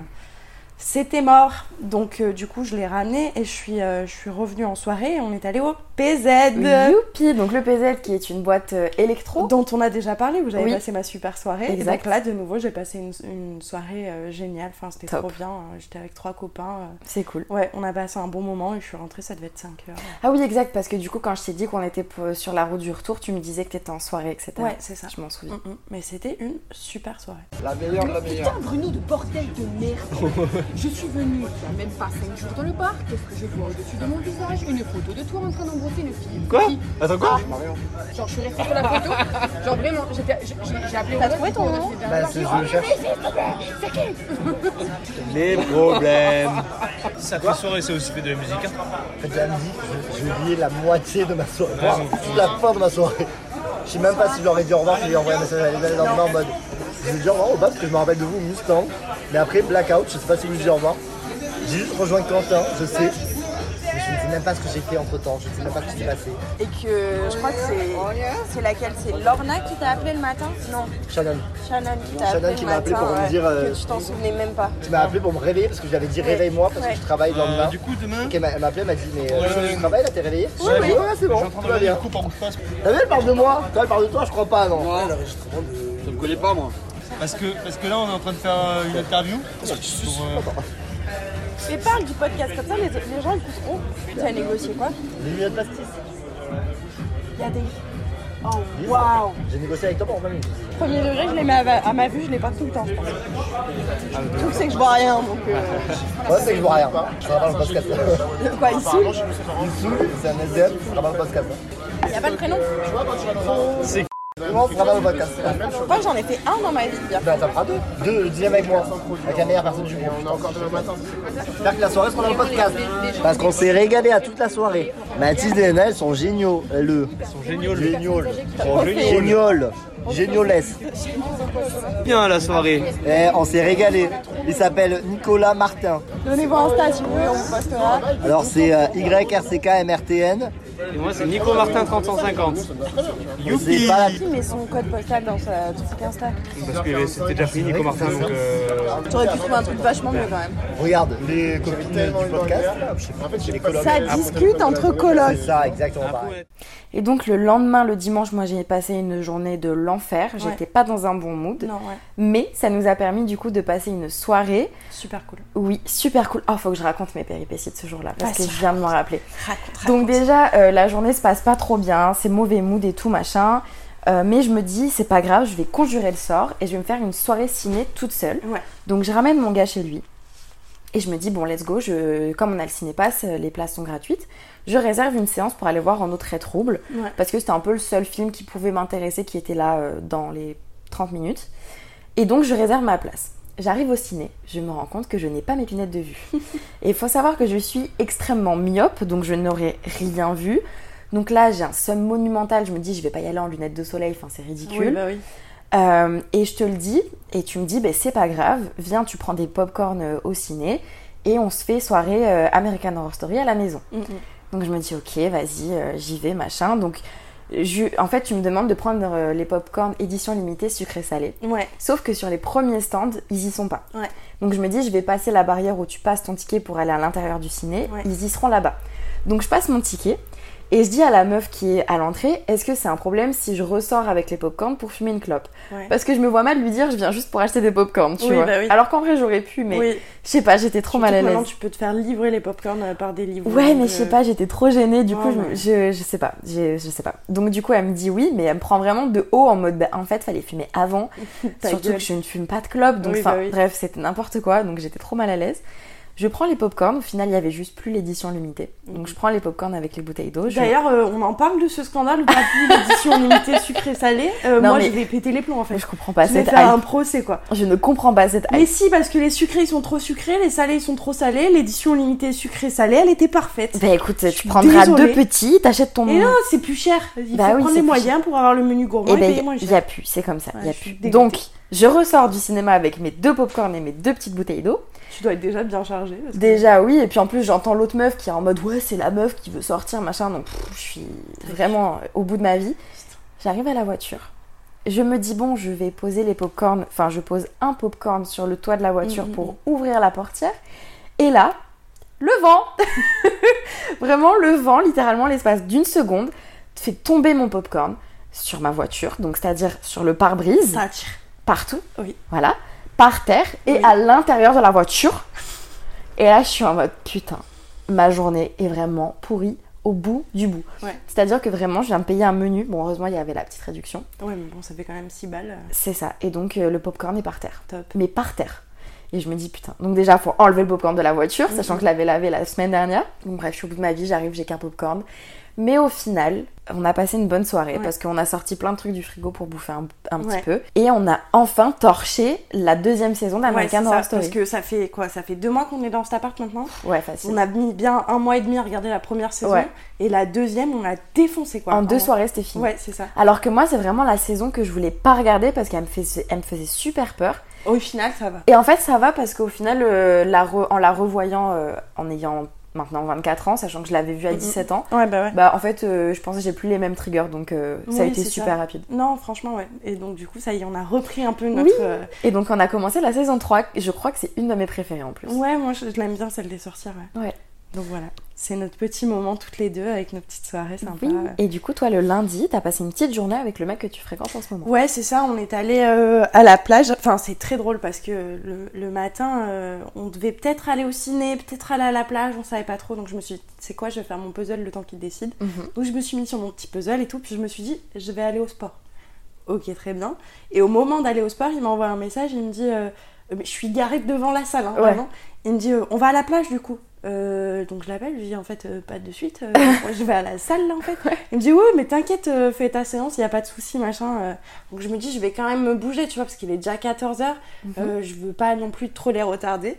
S2: C'était mort, donc euh, du coup je l'ai ramenée, et je suis, euh, je suis revenue en soirée, et on est allé au PZ,
S1: Youpi Donc le PZ qui est une boîte euh, électro.
S2: dont on a déjà parlé, où j'avais
S1: Oui.
S2: passé ma super soirée. Et
S1: Exact.
S2: donc là, de nouveau, j'ai passé une, une soirée euh, géniale, enfin c'était
S1: Top.
S2: trop bien, hein. j'étais avec trois copains. euh,
S1: C'est cool.
S2: Ouais, on a passé un bon moment et je suis rentrée, ça devait être 5 heures.
S1: Ah oui, exact, parce que du coup, quand je t'ai dit qu'on était p- sur la route du retour, tu me disais que t'étais en soirée, etc.
S2: Ouais, c'est ça.
S1: Je m'en souviens.
S2: Mm, mm. Mais c'était une super soirée.
S9: La meilleure de la meilleure.
S10: Putain, Bruno, de bordel de merde Je suis venue, il y a même pas 5 jours dans le parc, qu'est-ce que je vois au-dessus de mon visage Une photo de toi en train d'embrasser une fille.
S9: Quoi
S10: Qui Ah,
S9: Attends quoi
S10: Genre, je suis restée sur la photo, genre vraiment, j'étais- j'ai j'ai appelé... T'as trouvé ton nom
S9: Bah c'est
S10: Oh,
S9: je le cherche. Les problèmes.
S11: Sacrée soirée, c'est aussi fait de la musique. hein.
S9: En fait la musique, je- je liais la moitié de ma soirée. Enfin, toute la fin de ma soirée. Je sais même pas si je leur ai dit au revoir, si j'ai envoyé un message à les le lendemain en mode. Je vous dis au revoir au bas parce que je me rappelle de vous Mustang. Mais après blackout, je sais pas si vous dis au revoir. J'ai juste rejoint Quentin, je sais. Mais je ne sais même pas ce que j'ai fait entre temps, je ne sais même pas ce qui s'est passé.
S12: Et que Euh, je crois que c'est. C'est laquelle C'est Lorna qui t'a appelé le matin Non,
S9: Shannon,
S12: Shannon qui t'a
S9: Shannon
S12: appelé
S9: qui
S12: le
S9: m'a appelé
S12: matin.
S9: pour me
S12: ouais,
S9: dire, euh,
S12: Que tu t'en souvenais même pas.
S9: tu m'as appelé pour me réveiller parce que je lui avais dit
S12: Ouais.
S9: réveille-moi parce
S12: Ouais.
S9: que je travaille le lendemain.
S11: Euh, du coup, demain,
S9: Donc elle m'a elle m'a appelé, elle m'a dit mais
S11: Ouais,
S9: euh,
S11: ouais.
S9: tu travailles là, t'es réveillé
S11: je suis-
S9: Ouais, ouais, c'est
S11: Je suis
S9: bon,
S11: en train
S9: tout
S11: de
S9: va
S11: regarder le
S9: bien.
S11: coup par où je passe.
S9: Ah oui, elle parle de moi Toi, elle parle de toi, je crois pas, non
S13: Non, ça me connaît pas moi.
S11: Parce que, parce que là, on est en train de faire euh, une interview. Pour, euh,
S12: Mais parle du podcast comme ça, les, les gens écouteront. Tu as négocié quoi
S9: Les lunettes plastiques.
S12: Il y a des. Oh
S9: Dis-le.
S12: waouh
S9: J'ai négocié avec toi pour 20 minutes.
S12: Premier degré, je les mets à, ma- à ma vue, je les porte tout le temps. je pense. Le truc, c'est que je vois rien donc. euh,
S9: Ouais, c'est que je vois rien. Je travaille dans le podcast.
S12: Quoi, il saoule
S9: Sous, c'est un SDM, je travaille dans le podcast.
S12: Il n'y a pas le prénom
S11: C'est
S9: Comment on travaille dans le podcast
S12: Moi, j'en ai fait un dans ma vie. bien.
S9: Bah, ça fera deux. Deux, le dixième avec moi. Avec la meilleure personne du monde. On a encore demain matin. C'est-à-dire que la soirée sera dans le podcast. Parce qu'on s'est régalé à toute la soirée. Mathilde et Lena, elles sont géniaux. euh, Le.
S11: Son génial.
S9: Génial.
S11: Son génial.
S9: Génial. Géniolès.
S13: Bien à Ah, la soirée.
S9: Eh, on s'est régalé. Il s'appelle Nicolas Martin.
S12: Donnez-vous un stage, si vous voulez, on vous postera.
S9: Alors c'est euh, YRCKMRTN.
S13: Et moi c'est Nico Martin 350.
S9: C'est pas la
S12: Il met son code postal dans sa dans son truc Insta.
S13: Parce que c'était déjà fini Nico Martin donc. euh,
S12: T'aurais pu trouver un truc vachement mieux quand même.
S9: Regarde, les copines du podcast.
S12: Ça discute entre
S9: C'est
S12: colocs.
S9: ça, exactement pareil.
S1: Et donc le lendemain, le dimanche, moi j'ai passé une journée de l'enfer. J'étais pas dans un bon mood.
S2: Non, ouais.
S1: Mais ça nous a permis du coup de passer une soirée.
S2: Super cool.
S1: Oui, super cool. Oh, faut que je raconte mes péripéties de ce jour-là parce
S2: Vas-y,
S1: que je viens de m'en rappeler.
S2: Raconte, raconte.
S1: Donc déjà, euh, la journée se passe pas trop bien, c'est mauvais mood et tout machin. Euh, mais je me dis, c'est pas grave, je vais conjurer le sort et je vais me faire une soirée ciné toute seule.
S2: Ouais.
S1: Donc je ramène mon gars chez lui. Et je me dis, bon, let's go, je... comme on a le ciné-pass, euh, les places sont gratuites. Je réserve une séance pour aller voir En eau très trouble.
S2: Ouais.
S1: Parce que c'était un peu le seul film qui pouvait m'intéresser qui était là euh, dans les 30 minutes. Et donc je réserve ma place. J'arrive au ciné, je me rends compte que je n'ai pas mes lunettes de vue. Et il faut savoir que je suis extrêmement myope, donc je n'aurais rien vu. Donc là, j'ai un somme monumental, je me dis, je vais pas y aller en lunettes de soleil, enfin c'est ridicule.
S2: Oui, bah oui.
S1: Euh, et je te le dis, et tu me dis, ben c'est pas grave, viens, tu prends des pop-corn euh, au ciné, et on se fait soirée euh, American Horror Story à la maison.
S2: Mm,
S1: Donc je me dis, ok, vas-y, euh, j'y vais, machin. Donc, je- en fait, tu me demandes de prendre euh, les pop-corn édition limitée sucré-salé.
S2: Ouais.
S1: Sauf que sur les premiers stands, ils y sont pas.
S2: Ouais.
S1: Donc je me dis, je vais passer la barrière où tu passes ton ticket pour aller à l'intérieur du ciné.
S2: Ouais.
S1: Ils y seront là-bas. Donc je passe mon ticket et je dis à la meuf qui est à l'entrée, est-ce que c'est un problème si je ressors avec les pop-corn pour fumer une clope
S2: Ouais.
S1: Parce que je me vois mal lui dire, je viens juste pour acheter des pop-corn, tu
S2: Oui,
S1: vois.
S2: bah oui.
S1: Alors qu'en vrai, j'aurais pu, mais
S2: oui.
S1: je sais pas, j'étais trop
S2: Surtout
S1: mal à
S2: que
S1: l'aise.
S2: Maintenant, tu peux te faire livrer les popcorn par des livres. euh,
S1: Ouais, mais je sais pas, j'étais trop gênée, du
S2: Ouais,
S1: coup, je, me-
S2: ouais.
S1: je, je sais pas, je, je sais pas. Donc, du coup, elle me dit oui, mais elle me prend vraiment de haut en mode, bah, en fait, fallait fumer avant,
S2: Ta
S1: surtout
S2: gueule.
S1: que je ne fume pas de clope, donc,
S2: Oui,
S1: enfin,
S2: bah oui.
S1: bref, c'était n'importe quoi, donc j'étais trop mal à l'aise. Je prends les popcorn, au final, il y avait juste plus l'édition limitée. Donc, je prends les popcorn avec les bouteilles d'eau. je-
S2: Mhm. D'ailleurs, euh, on en parle de ce scandale ou pas plus l'édition limitée sucrée-salée. Euh,
S1: Non,
S2: moi,
S1: mais-
S2: je vais péter les plombs en fait.
S1: je comprends pas
S2: Je vais
S1: cette
S2: faire un
S1: hype.
S2: procès quoi.
S1: Je ne comprends pas cette
S2: Mais
S1: hype.
S2: si, parce que les sucrés ils sont trop sucrés, les salés ils sont trop salés, l'édition limitée sucrée-salée elle était parfaite.
S1: Bah, écoute, tu
S2: suis
S1: prendras
S2: désolée.
S1: deux petits, t'achètes ton.
S2: Et non, c'est plus cher. Il
S1: Mmh. Bah oui,
S2: faut
S1: c'est
S2: prendre les
S1: plus
S2: moyens pour avoir le menu gourmand
S1: Et
S2: et, payer
S1: ben,
S2: moins
S1: il y
S2: cher.
S1: a plus, c'est comme ça,
S2: Ouais,
S1: y a
S2: je suis
S1: plus.
S2: dégoûtée.
S1: Donc, je ressors du cinéma avec mes deux popcorn et mes deux petites bouteilles d'eau.
S2: Tu dois être déjà bien chargé. parce que-
S1: Déjà oui, et puis en plus j'entends l'autre meuf qui est en mode ouais c'est la meuf qui veut sortir machin, donc pff, je suis vraiment au bout de ma vie. J'arrive à la voiture. Je me dis bon je vais poser les popcorn, enfin je pose un popcorn sur le toit de la voiture
S2: Mm, mm,
S1: pour ouvrir la portière. Et là, le vent Vraiment le vent, littéralement l'espace d'une seconde, fait tomber mon popcorn sur ma voiture, donc c'est-à-dire sur le pare-brise
S2: Ça attire.
S1: partout,
S2: Oui.
S1: voilà, par terre et
S2: Oui.
S1: à l'intérieur de la voiture. Et là, je suis en mode putain, ma journée est vraiment pourrie au bout du bout.
S2: Ouais.
S1: C'est-à-dire que vraiment, je viens de payer un menu. Bon, heureusement, il y avait la petite réduction.
S2: Ouais, mais bon, ça fait quand même 6 balles. euh,
S1: C'est ça. Et donc, euh, le popcorn est par terre.
S2: Top.
S1: Mais par terre. Et je me dis putain. Donc, déjà, faut enlever le popcorn de la voiture,
S2: Mm-hmm.
S1: sachant que je l'avais lavé la semaine dernière. Donc, bref, je suis au bout de ma vie, j'arrive, j'ai qu'un popcorn. Mais au final, on a passé une bonne soirée
S2: Ouais.
S1: parce qu'on a sorti plein de trucs du frigo pour bouffer un, un petit
S2: Ouais.
S1: peu. Et on a enfin torché la deuxième saison
S2: Ouais, c'est
S1: d'American
S2: ça,
S1: Horror Story.
S2: parce que ça fait quoi Ça fait deux mois qu'on est dans cet appart maintenant.
S1: Ouais, facile.
S2: On a mis bien un mois et demi à regarder la première saison.
S1: Ouais.
S2: Et la deuxième, on l'a défoncée quoi.
S1: en deux
S2: Vraiment.
S1: soirées, c'était fini.
S2: Ouais, c'est ça.
S1: Alors que moi, c'est vraiment la saison que je voulais pas regarder parce qu'elle me, faisait- elle me faisait super peur.
S2: Au final, ça va.
S1: Et en fait, ça va parce qu'au final, euh, la re- en la revoyant, euh, en ayant maintenant 24 ans, sachant que je l'avais vu à
S2: Mhm.
S1: 17 ans.
S2: Ouais, bah ouais.
S1: en fait, euh, je pense que j'ai plus les mêmes triggers, donc euh, ça a
S2: Oui,
S1: été
S2: c'est
S1: super rapide.
S2: Non, franchement, ouais. Et donc, du coup, ça y est, on a repris un peu notre.
S1: Oui.
S2: euh,
S1: Et donc on a commencé la saison 3, je crois que c'est une de mes préférées en plus.
S2: Ouais, moi, je, je l'aime bien, celle des sorcières, ouais. Donc voilà. C'est notre petit moment toutes les deux avec nos petites soirées sympas.
S1: Oui. Et du coup, toi, le lundi, t'as passé une petite journée avec le mec que tu fréquentes en ce moment.
S2: Ouais, c'est ça, on est allé euh, à la plage. Enfin, c'est très drôle parce que le, le matin, euh, on devait peut-être aller au ciné, peut-être aller à la plage, on savait pas trop. Donc je me suis dit, c'est quoi, je vais faire mon puzzle le temps qu'il décide.
S1: Mhm.
S2: Donc je me suis mis sur mon petit puzzle et tout, puis je me suis dit, je vais aller au sport. Ok, très bien. Et au moment d'aller au sport, il m'envoie un message, il me dit, euh, Euh, mais je suis garée devant la salle, hein,
S1: Ouais.
S2: vraiment. Il me dit, euh, on va à la plage du coup. Euh, donc je l'appelle, je lui dis en fait euh, pas de suite, euh, moi, je vais à la salle là en fait. Il me dit ouais mais t'inquiète, euh, fais ta séance, il n'y a pas de souci machin. euh. Donc je me dis je vais quand même me bouger tu vois parce qu'il est déjà 14h,
S1: Mhm.
S2: euh, je veux pas non plus trop les retarder.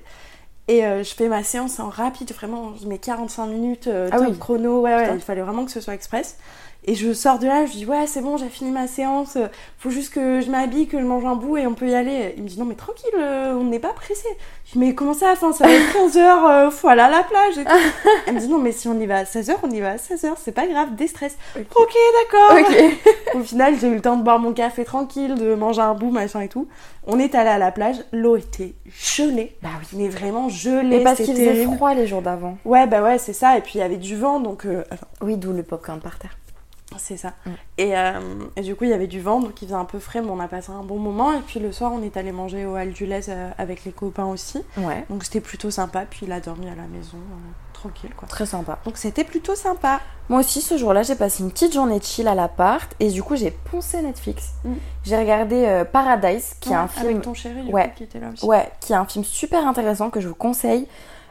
S2: Et euh, je fais ma séance en rapide, vraiment je mets 45 minutes, euh,
S1: Ah
S2: top
S1: oui.
S2: chrono, ouais, ouais,
S1: Putain.
S2: il fallait vraiment que ce soit express. Et je sors de là, je dis ouais c'est bon, j'ai fini ma séance, euh, faut juste que je m'habille, que je mange un bout et on peut y aller. Il me dit non mais tranquille, euh, on n'est pas pressé. Je dis mais comment ça, enfin ça va être 15h, euh, faut aller à la plage et tout. Elle me dit non mais si on y va à 16h, on y va à 16h, c'est pas grave, déstresse. Ok, d'accord. Au final j'ai eu le temps de boire mon café tranquille, de manger un bout, machin et tout. On est allé à la plage, l'eau était gelée. Bah oui. Mais vraiment gelée.
S1: Et parce qu'il
S2: c'était
S1: faisait
S2: horrible.
S1: froid les jours d'avant.
S2: Ouais, bah ouais, c'est ça. Et puis il y avait du vent, donc. euh, attends,
S1: Oui, d'où le popcorn par terre.
S2: c'est ça.
S1: Mm.
S2: Et, euh, et du coup, il y avait du vent, donc il faisait un peu frais, mais on a passé un bon moment. Et puis le soir, on est allé manger au Aldulez euh, avec les copains aussi.
S1: Ouais.
S2: Donc c'était plutôt sympa. Puis il a dormi à la maison, euh, tranquille quoi.
S1: Très sympa.
S2: Donc c'était plutôt sympa.
S1: Moi aussi, ce jour-là, j'ai passé une petite journée de chill à l'appart et du coup, j'ai poncé Netflix. J'ai regardé euh, Paradise, qui est
S2: Ouais,
S1: un film.
S2: Mm. Ah, Avec ton chéri, du
S1: ouais.
S2: coup, qui était là aussi.
S1: Ouais, qui est un film super intéressant que je vous conseille.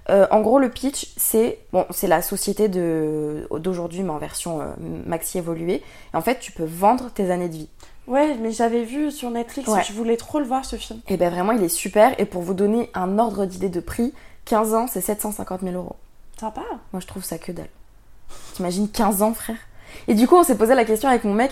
S1: Euh, en gros, le pitch, c'est bon, c'est la société de d'aujourd'hui, mais en version euh, maxi évoluée. Et en fait, tu peux vendre tes années de vie.
S2: Ouais, mais j'avais vu sur Netflix,
S1: Ouais.
S2: et je voulais trop le voir ce film.
S1: Et ben vraiment, il est super. Et pour vous donner un ordre d'idée de prix, 15 ans, c'est 750 000 euros.
S2: Sympa.
S1: Moi, je trouve ça que dalle. T'imagines 15 ans, frère Et du coup, on s'est posé la question avec mon mec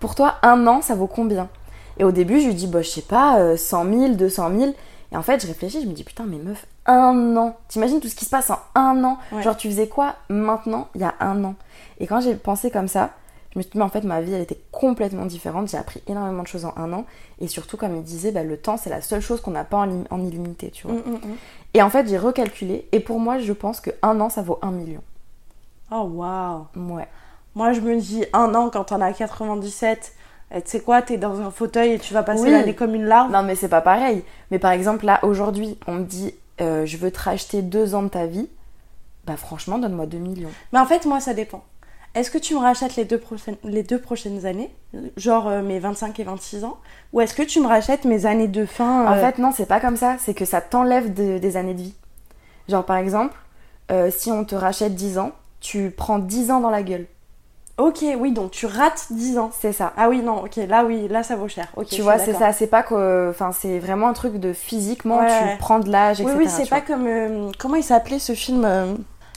S1: pour toi, un an, ça vaut combien Et au début, je lui dis, bah, je sais pas, euh, 100 000, 200 000. Et en fait, je réfléchis, je me dis, putain, mais meuf, un an. T'imagines tout ce qui se passe en un an
S2: Ouais.
S1: Genre, tu faisais quoi maintenant, il y a un an Et quand j'ai pensé comme ça, je me suis dit, mais en fait, ma vie, elle était complètement différente. J'ai appris énormément de choses en un an. Et surtout, comme il disait, bah, le temps, c'est la seule chose qu'on n'a pas en, lim- en illimité, tu vois.
S2: Mm, mm, mm.
S1: Et en fait, j'ai recalculé. Et pour moi, je pense que un an, ça vaut un million.
S2: Oh waouh.
S1: Ouais.
S2: Moi, je me dis un an quand t'en as 97. euh, Tu sais quoi, t'es dans un fauteuil et tu vas passer
S1: Oui.
S2: l'année comme une larve.
S1: Non, mais c'est pas pareil. Mais par exemple, là, aujourd'hui, on me dit euh, je veux te racheter deux ans de ta vie. Bah, franchement, donne-moi 2 millions.
S2: Mais en fait, moi, ça dépend. Est-ce que tu me rachètes les deux prochaines, les deux prochaines années, genre euh, mes 25 et 26 ans, ou est-ce que tu me rachètes mes années de fin
S1: En
S2: euh,
S1: fait, non, c'est pas comme ça. C'est que ça t'enlève de- des années de vie. Genre, par exemple, euh, si on te rachète 10 ans, tu prends 10 ans dans la gueule.
S2: Ok, oui, donc tu rates 10 ans.
S1: C'est ça.
S2: Ah oui, non, ok, là, oui, là, ça vaut cher. Ok, je
S1: tu
S2: suis
S1: vois, c'est
S2: d'accord.
S1: ça. C'est pas que. Enfin, c'est vraiment un truc de physiquement,
S2: Ouais,
S1: tu
S2: ouais.
S1: prends de l'âge,
S2: Oui,
S1: etc.
S2: oui, c'est
S1: tu
S2: pas
S1: vois.
S2: comme. euh, comment il s'appelait ce film euh,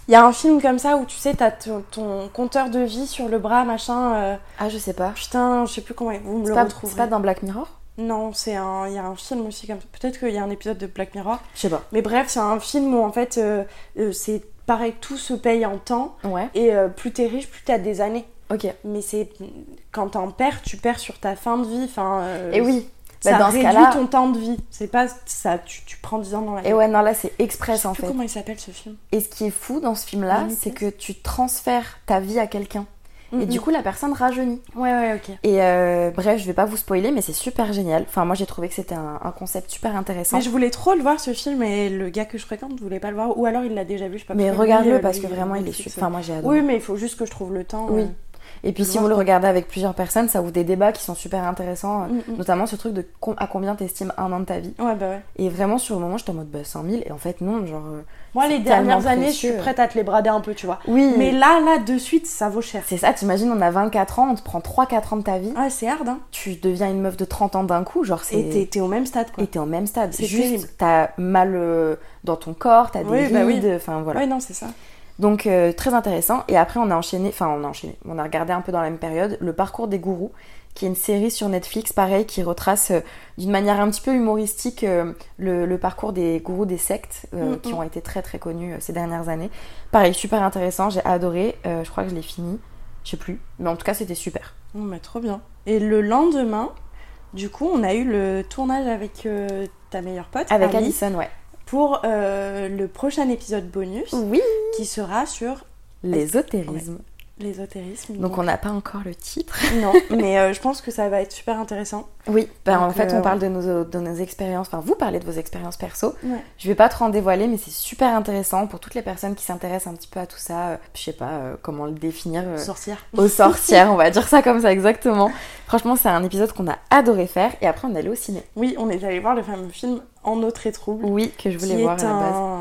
S2: Il y a un film comme ça où tu sais, t'as ton, ton compteur de vie sur le bras, machin. euh,
S1: Ah, je sais pas.
S2: putain, je sais plus comment. Vous me
S1: C'est
S2: le
S1: pas,
S2: retrouverez.
S1: c'est pas dans Black Mirror
S2: Non, c'est un. Il y a un film aussi comme ça. Peut-être qu'il y a un épisode de Black Mirror.
S1: Je sais pas.
S2: Mais bref, c'est un film où en fait, euh, euh, c'est pareil, tout se paye en temps.
S1: Ouais.
S2: Et euh, plus t'es riche, plus t'as des années.
S1: Ok.
S2: Mais c'est quand t'en perds, tu perds sur ta fin de vie. Enfin, euh,
S1: Et oui.
S2: ça
S1: Bah, dans ce
S2: réduit
S1: cas-là-
S2: ton temps de vie. C'est pas ça, tu, tu prends 10 ans dans la
S1: Et ouais, non, là, c'est express en
S2: Je sais plus
S1: fait.
S2: comment il s'appelle ce film.
S1: Et ce qui est fou dans ce film-là,
S2: Limitless.
S1: c'est que tu transfères ta vie à quelqu'un. Et
S2: Mhm.
S1: du coup, la personne rajeunit.
S2: Ouais, ouais, ok.
S1: Et euh, bref, je vais pas vous spoiler, mais c'est super génial. Enfin, moi, j'ai trouvé que c'était un, un concept super intéressant.
S2: Mais je voulais trop le voir ce film et le gars que je fréquente voulait pas le voir. Ou alors il l'a déjà vu, je sais pas.
S1: Mais
S2: parce que
S1: regarde-le
S2: lui, euh,
S1: parce
S2: lui,
S1: que vraiment, il est
S2: Netflix, euh.
S1: super. Enfin, moi, j'ai
S2: Oui,
S1: adoré.
S2: mais il faut juste que je trouve le temps.
S1: Oui.
S2: euh.
S1: Et puis, si
S2: voir
S1: vous le
S2: quoi.
S1: regardez avec plusieurs personnes, ça vous des débats qui sont super intéressants, euh,
S2: Mhm.
S1: notamment ce truc de com- à combien t'estimes un an de ta vie.
S2: Ouais, bah ouais.
S1: Et vraiment, sur le moment, j'étais en mode bah, 100 000, et en fait, non, genre. euh,
S2: Moi,
S1: c'est
S2: les dernières
S1: tellement
S2: années, je suis
S1: précieux. Mm.
S2: prête à te les brader un peu, tu vois.
S1: Oui.
S2: Mais là, là, de suite, ça vaut cher.
S1: C'est ça, t'imagines, on a 24 ans, on te prend 3-4 ans de ta vie,
S2: Ouais, c'est hard, hein.
S1: tu deviens une meuf de 30 ans d'un coup, genre, c'est.
S2: Et t'es- t'es au même stade, quoi.
S1: Et t'es au même stade.
S2: C'est terrible.
S1: Juste, t'as mal euh, dans ton corps, t'as des
S2: Oui, bah oui.
S1: rides, enfin voilà.
S2: Ouais, non, c'est ça.
S1: Donc euh, très intéressant. Et après, on a enchaîné, enfin on a enchaîné, on a regardé un peu dans la même période le parcours des gourous, qui est une série sur Netflix, pareil, qui retrace euh, d'une manière un petit peu humoristique euh, le, le parcours des gourous des sectes euh,
S2: Mm,
S1: qui
S2: mm.
S1: ont été très très connus euh, ces dernières années. Pareil, super intéressant, j'ai adoré, euh, je crois que je l'ai fini, je sais plus, mais en tout cas c'était super.
S2: Non, mais trop bien. Et le lendemain, du coup, on a eu le tournage avec euh, ta meilleure pote.
S1: Avec Alison, ouais.
S2: Pour euh, le prochain épisode bonus.
S1: Oui.
S2: Qui sera sur
S1: L'ésotérisme.
S2: l'ésotérisme.
S1: Donc on n'a pas encore le titre.
S2: Non, mais euh, je pense que ça va être super intéressant.
S1: Oui, ben, en
S2: Donc,
S1: fait
S2: euh,
S1: on parle de nos, de nos expériences, enfin vous parlez de vos expériences perso.
S2: Ouais.
S1: Je vais pas trop en dévoiler, mais c'est super intéressant pour toutes les personnes qui s'intéressent un petit peu à tout ça. euh, je sais pas euh, comment le définir. euh,
S2: Sorcière.
S1: Aux sorcières, on va dire ça comme ça exactement. Franchement, c'est un épisode qu'on a adoré faire et après on est allé au ciné.
S2: Oui, on est allé voir le fameux film En autre et trouble.
S1: Oui, que je voulais
S2: qui
S1: voir
S2: est
S1: à la base.
S2: un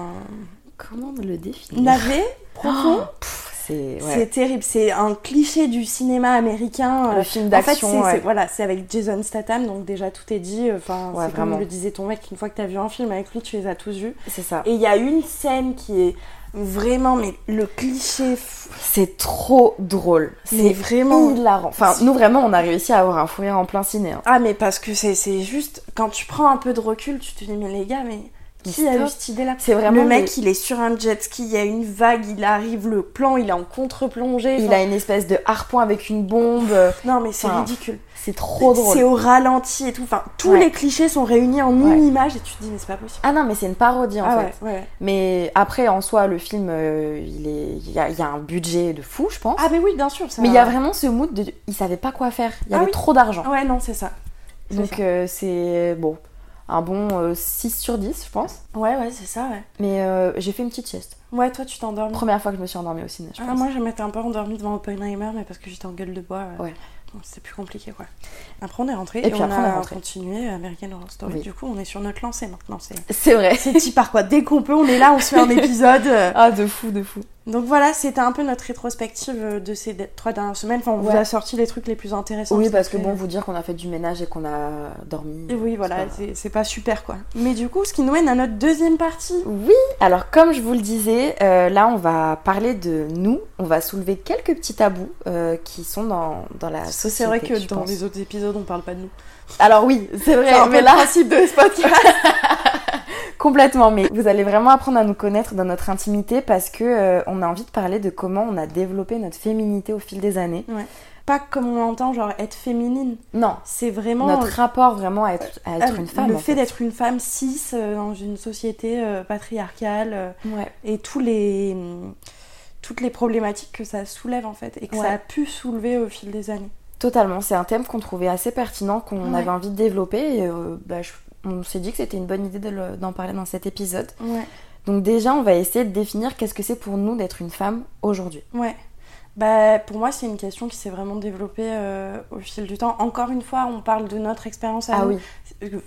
S1: Comment le définir
S2: navet profond.
S1: Oh, pff, C'est ouais.
S2: C'est terrible, c'est un cliché du cinéma américain.
S1: Le
S2: Euh,
S1: film
S2: en fait,
S1: d'action,
S2: c'est- c'est-
S1: ouais.
S2: voilà, c'est avec Jason Statham, donc déjà tout est dit. euh, Enfin,
S1: Ouais,
S2: c'est comme
S1: vraiment.
S2: le disait ton mec, une fois que t'as vu un film avec lui, tu les as tous vus.
S1: C'est ça.
S2: Et il y a une scène qui est vraiment, mais le cliché. f-
S1: C'est trop drôle.
S2: Mais
S1: C'est
S2: vraiment.
S1: hilarant. Enfin, nous vraiment, on a réussi à avoir un fou rire en plein ciné. hein.
S2: Ah, mais parce que c'est c'est juste, quand tu prends un peu de recul, tu te dis, mais les gars, mais. Qui
S1: Mais
S2: a
S1: stop.
S2: eu cette idée-là
S1: C'est vraiment
S2: le mec,
S1: les-
S2: il est sur un jet ski, il y a une vague, il arrive, le plan, il est en contre-plongée.
S1: Il
S2: enfin,
S1: a une espèce de harpon avec une bombe. euh,
S2: Non, mais c'est
S1: Enfin,
S2: ridicule.
S1: C'est trop drôle.
S2: C'est au ralenti et tout. Enfin, tous
S1: Ouais.
S2: les clichés sont réunis en
S1: Ouais.
S2: une image et tu te dis, mais c'est pas possible.
S1: Ah non, mais c'est une parodie en
S2: Ah
S1: fait.
S2: ouais, ouais, ouais.
S1: Mais après, en soi, le film, euh, il est, il y, a, il y a un budget de fou, je pense.
S2: Ah, mais oui, bien sûr. ça-
S1: mais il y a vraiment ce mood de, il savait pas quoi faire. Il y
S2: Ah
S1: avait
S2: oui.
S1: trop d'argent.
S2: Ouais, non, c'est ça. c'est
S1: Donc euh, c'est bon, un bon euh, 6 sur 10, je pense.
S2: Ouais, ouais, c'est ça, ouais.
S1: Mais euh, j'ai fait une petite sieste.
S2: Ouais, toi, tu t'endormis.
S1: Première fois que je me suis endormie au ciné, je
S2: Mm. Ah,
S1: pense.
S2: moi, je m'étais un peu endormie devant Oppenheimer, mais parce que j'étais en gueule de bois. euh,
S1: Ouais.
S2: donc C'était plus compliqué, quoi. Après, on est rentré
S1: Et puis
S2: on
S1: après, on est
S2: a
S1: rentré.
S2: continué euh, American Horror Story.
S1: Oui.
S2: Du coup, on est sur notre lancée maintenant. C'est
S1: C'est vrai.
S2: c'est petit par quoi. Dès qu'on peut, on est là, on se fait un épisode. euh.
S1: Ah, de fou, de fou.
S2: Donc voilà, c'était un peu notre rétrospective euh, de ces de- trois dernières semaines. Enfin, on vous
S1: Ouais.
S2: a sorti les trucs les plus intéressants.
S1: Oui, parce que
S2: Après,
S1: bon, vous dire qu'on a fait du ménage et qu'on a dormi. euh,
S2: Et oui, voilà,
S1: c'est pas-
S2: c'est c'est pas super quoi. Mais du coup, ce qui nous mène à notre deuxième partie.
S1: Oui, alors comme je vous le disais, euh, là on va parler de nous, on va soulever quelques petits tabous euh, qui sont dans, dans la société.
S2: C'est vrai que
S1: je
S2: dans
S1: pense.
S2: les autres épisodes, on parle pas de nous.
S1: Alors oui, c'est vrai,
S2: C'est un peu
S1: mais
S2: le
S1: là...
S2: principe de ce podcast.
S1: Complètement, mais vous allez vraiment apprendre à nous connaître dans notre intimité parce que euh, on a envie de parler de comment on a développé notre féminité au fil des années.
S2: pas comme on l'entend, genre être féminine.
S1: Non,
S2: C'est vraiment
S1: notre rapport vraiment à être, à
S2: euh,
S1: être une femme.
S2: le
S1: en
S2: fait d'être une femme cis euh, dans une société euh, patriarcale euh,
S1: Ouais.
S2: et tous les hum, toutes les problématiques que ça soulève en fait et que ça
S1: Ouais.
S2: a pu soulever au fil des années.
S1: Totalement, c'est un thème qu'on trouvait assez pertinent, qu'on
S2: Ouais.
S1: avait envie de développer et euh, bah, je- on s'est dit que c'était une bonne idée de le- d'en parler dans cet épisode.
S2: Ouais.
S1: Donc déjà, on va essayer de définir qu'est-ce que c'est pour nous d'être une femme aujourd'hui.
S2: Ouais. Bah, pour moi, c'est une question qui s'est vraiment développée euh, au fil du temps. Encore une fois, on parle de notre expérience à
S1: Ah
S2: nous.
S1: oui,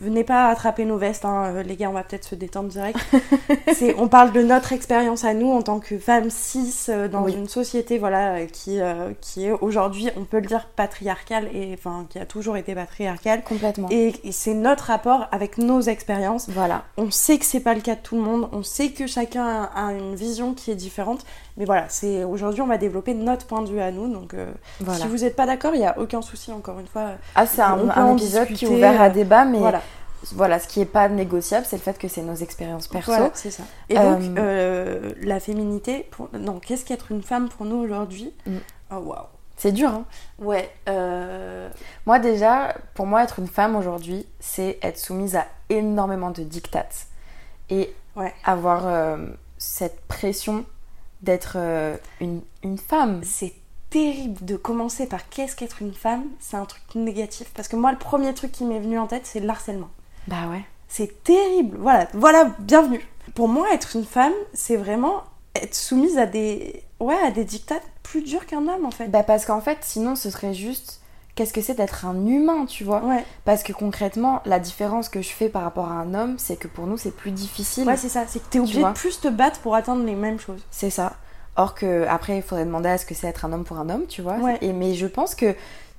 S2: Venez pas attraper nos vestes, hein, euh, les gars, on va peut-être se détendre direct. C'est- on parle de notre expérience à nous en tant que femmes cis euh, dans
S1: Oui.
S2: une société voilà, euh, qui, euh, qui est aujourd'hui, on peut le dire, patriarcale, et, enfin, qui a toujours été patriarcale.
S1: complètement.
S2: Et, et c'est notre rapport avec nos expériences.
S1: Voilà,
S2: On sait que c'est pas le cas de tout le monde, on sait que chacun a a une vision qui est différente, mais voilà, c'est aujourd'hui on va développer notre point de vue à nous, donc euh,
S1: voilà.
S2: si vous n'êtes pas d'accord, il n'y a aucun souci, encore une fois.
S1: Ah, c'est
S2: on
S1: un,
S2: peut
S1: un
S2: en
S1: épisode qui
S2: discuter,
S1: est ouvert
S2: euh,
S1: à débat, mais voilà.
S2: voilà,
S1: ce qui n'est pas négociable, c'est le fait que c'est nos expériences perso.
S2: Voilà, c'est ça. Et
S1: Euh,
S2: donc, euh, la féminité, pour... non, qu'est-ce qu'être une femme pour nous aujourd'hui
S1: Mm.
S2: Oh waouh
S1: C'est dur, hein
S2: Ouais, euh,
S1: Moi déjà, pour moi, être une femme aujourd'hui, c'est être soumise à énormément de dictates. Et
S2: Ouais.
S1: avoir euh, cette pression d'être euh, une, une femme.
S2: c'est terrible de commencer par qu'est-ce qu'être une femme, c'est un truc négatif, parce que moi, le premier truc qui m'est venu en tête, c'est le harcèlement.
S1: Bah ouais.
S2: C'est terrible. Voilà, voilà, bienvenue. Pour moi, être une femme, c'est vraiment être soumise à des, ouais, à des dictats plus durs qu'un homme en fait.
S1: Bah parce qu'en fait, sinon, ce serait juste... Qu'est-ce que c'est d'être un humain, tu vois
S2: Ouais,
S1: Parce que concrètement, la différence que je fais par rapport à un homme, c'est que pour nous, c'est plus difficile.
S2: ouais c'est ça. C'est que t'es obligé
S1: vois.
S2: de plus te battre pour atteindre les mêmes choses.
S1: c'est ça. Or que après, il faudrait demander à ce que c'est être un homme pour un homme, tu vois.
S2: Ouais.
S1: Et mais je pense que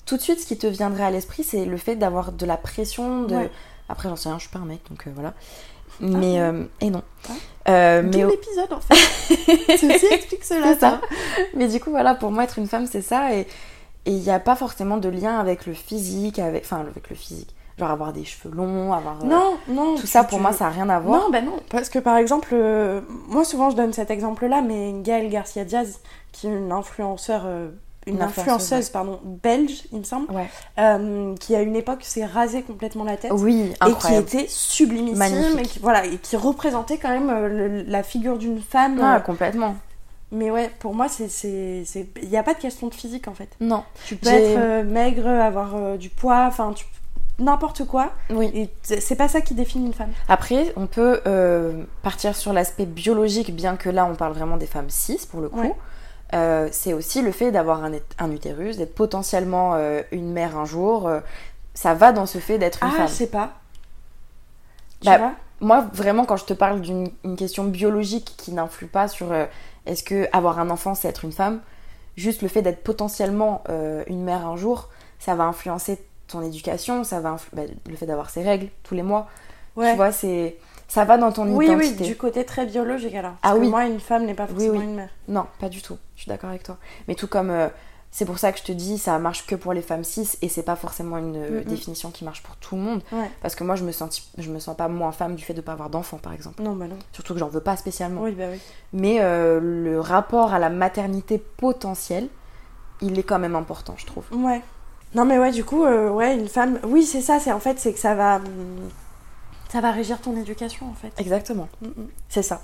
S1: tout de suite, ce qui te viendrait à l'esprit, c'est le fait d'avoir de la pression. De...
S2: Ouais.
S1: Après, j'en sais rien, je suis pas un mec, donc euh, voilà. Mais euh, et non.
S2: Ah.
S1: Euh, mais
S2: D'où
S1: au-
S2: l'épisode en fait. Ceci explique cela.
S1: C'est ça. Mais du coup, voilà, pour moi, être une femme, c'est ça. Et, Et il n'y a pas forcément de lien avec le physique, avec... enfin avec le physique. Genre avoir des cheveux longs, avoir... euh,
S2: Non, non.
S1: Tout
S2: tu-
S1: ça, pour
S2: tu-
S1: moi, ça n'a rien à voir.
S2: Non, bah non. Parce que par exemple, euh, moi souvent je donne cet exemple-là, mais Gaëlle Garcia Diaz, qui est une influenceur, euh, une,
S1: Une influenceuse,
S2: influenceuse, pardon, belge, il me semble, euh, qui à une époque s'est rasée complètement la tête.
S1: Oui,
S2: Et
S1: incroyable.
S2: qui était sublimissime,
S1: Magnifique.
S2: et qui, voilà, et qui représentait quand même euh, le- la figure d'une femme.
S1: Ah,
S2: euh,
S1: complètement.
S2: mais ouais, pour moi, c'est, c'est, c'est- il n'y a pas de question de physique en fait.
S1: Non.
S2: Tu peux
S1: J'ai-
S2: être euh, maigre, avoir euh, du poids, enfin, tu... n'importe quoi.
S1: Oui.
S2: Et c'est c'est pas ça qui définit une femme.
S1: Après, on peut euh, partir sur l'aspect biologique, bien que là, on parle vraiment des femmes cis, pour le coup.
S2: Ouais.
S1: Euh, c'est aussi le fait d'avoir un, ut- un utérus, d'être potentiellement euh, une mère un jour. euh, ça va dans ce fait d'être une
S2: Ah,
S1: femme.
S2: je sais pas. Tu
S1: Bah,
S2: vois
S1: moi, vraiment, quand je te parle d'une une question biologique qui n'influe pas sur euh, est-ce que avoir un enfant, c'est être une femme, juste le fait d'être potentiellement euh, une mère un jour, ça va influencer ton éducation, ça va influ- bah, le fait d'avoir ses règles tous les mois.
S2: Ouais.
S1: Tu vois, c'est ça va dans ton
S2: Oui, oui,
S1: identité.
S2: du côté très biologique alors.
S1: Ah
S2: Parce que
S1: oui.
S2: moi, une femme n'est pas forcément
S1: oui.
S2: une mère.
S1: Non, pas du tout. Je suis d'accord avec toi. Mais tout comme euh, c'est pour ça que je te dis, ça marche que pour les femmes cis et c'est pas forcément une euh,
S2: Mhm.
S1: définition qui marche pour tout le monde.
S2: Ouais.
S1: Parce que moi, je me sens, je me sens pas moins femme du fait de pas avoir d'enfant, par exemple.
S2: Non, bah non.
S1: Surtout que j'en veux pas spécialement.
S2: Oui, bah oui.
S1: Mais euh, le rapport à la maternité potentielle, il est quand même important, je trouve.
S2: Ouais. Non, mais ouais, du coup, euh, ouais, une femme. Oui, c'est ça, c'est en fait, c'est que ça va. hum, Ça va régir ton éducation en fait.
S1: Exactement.
S2: Mhm.
S1: C'est ça.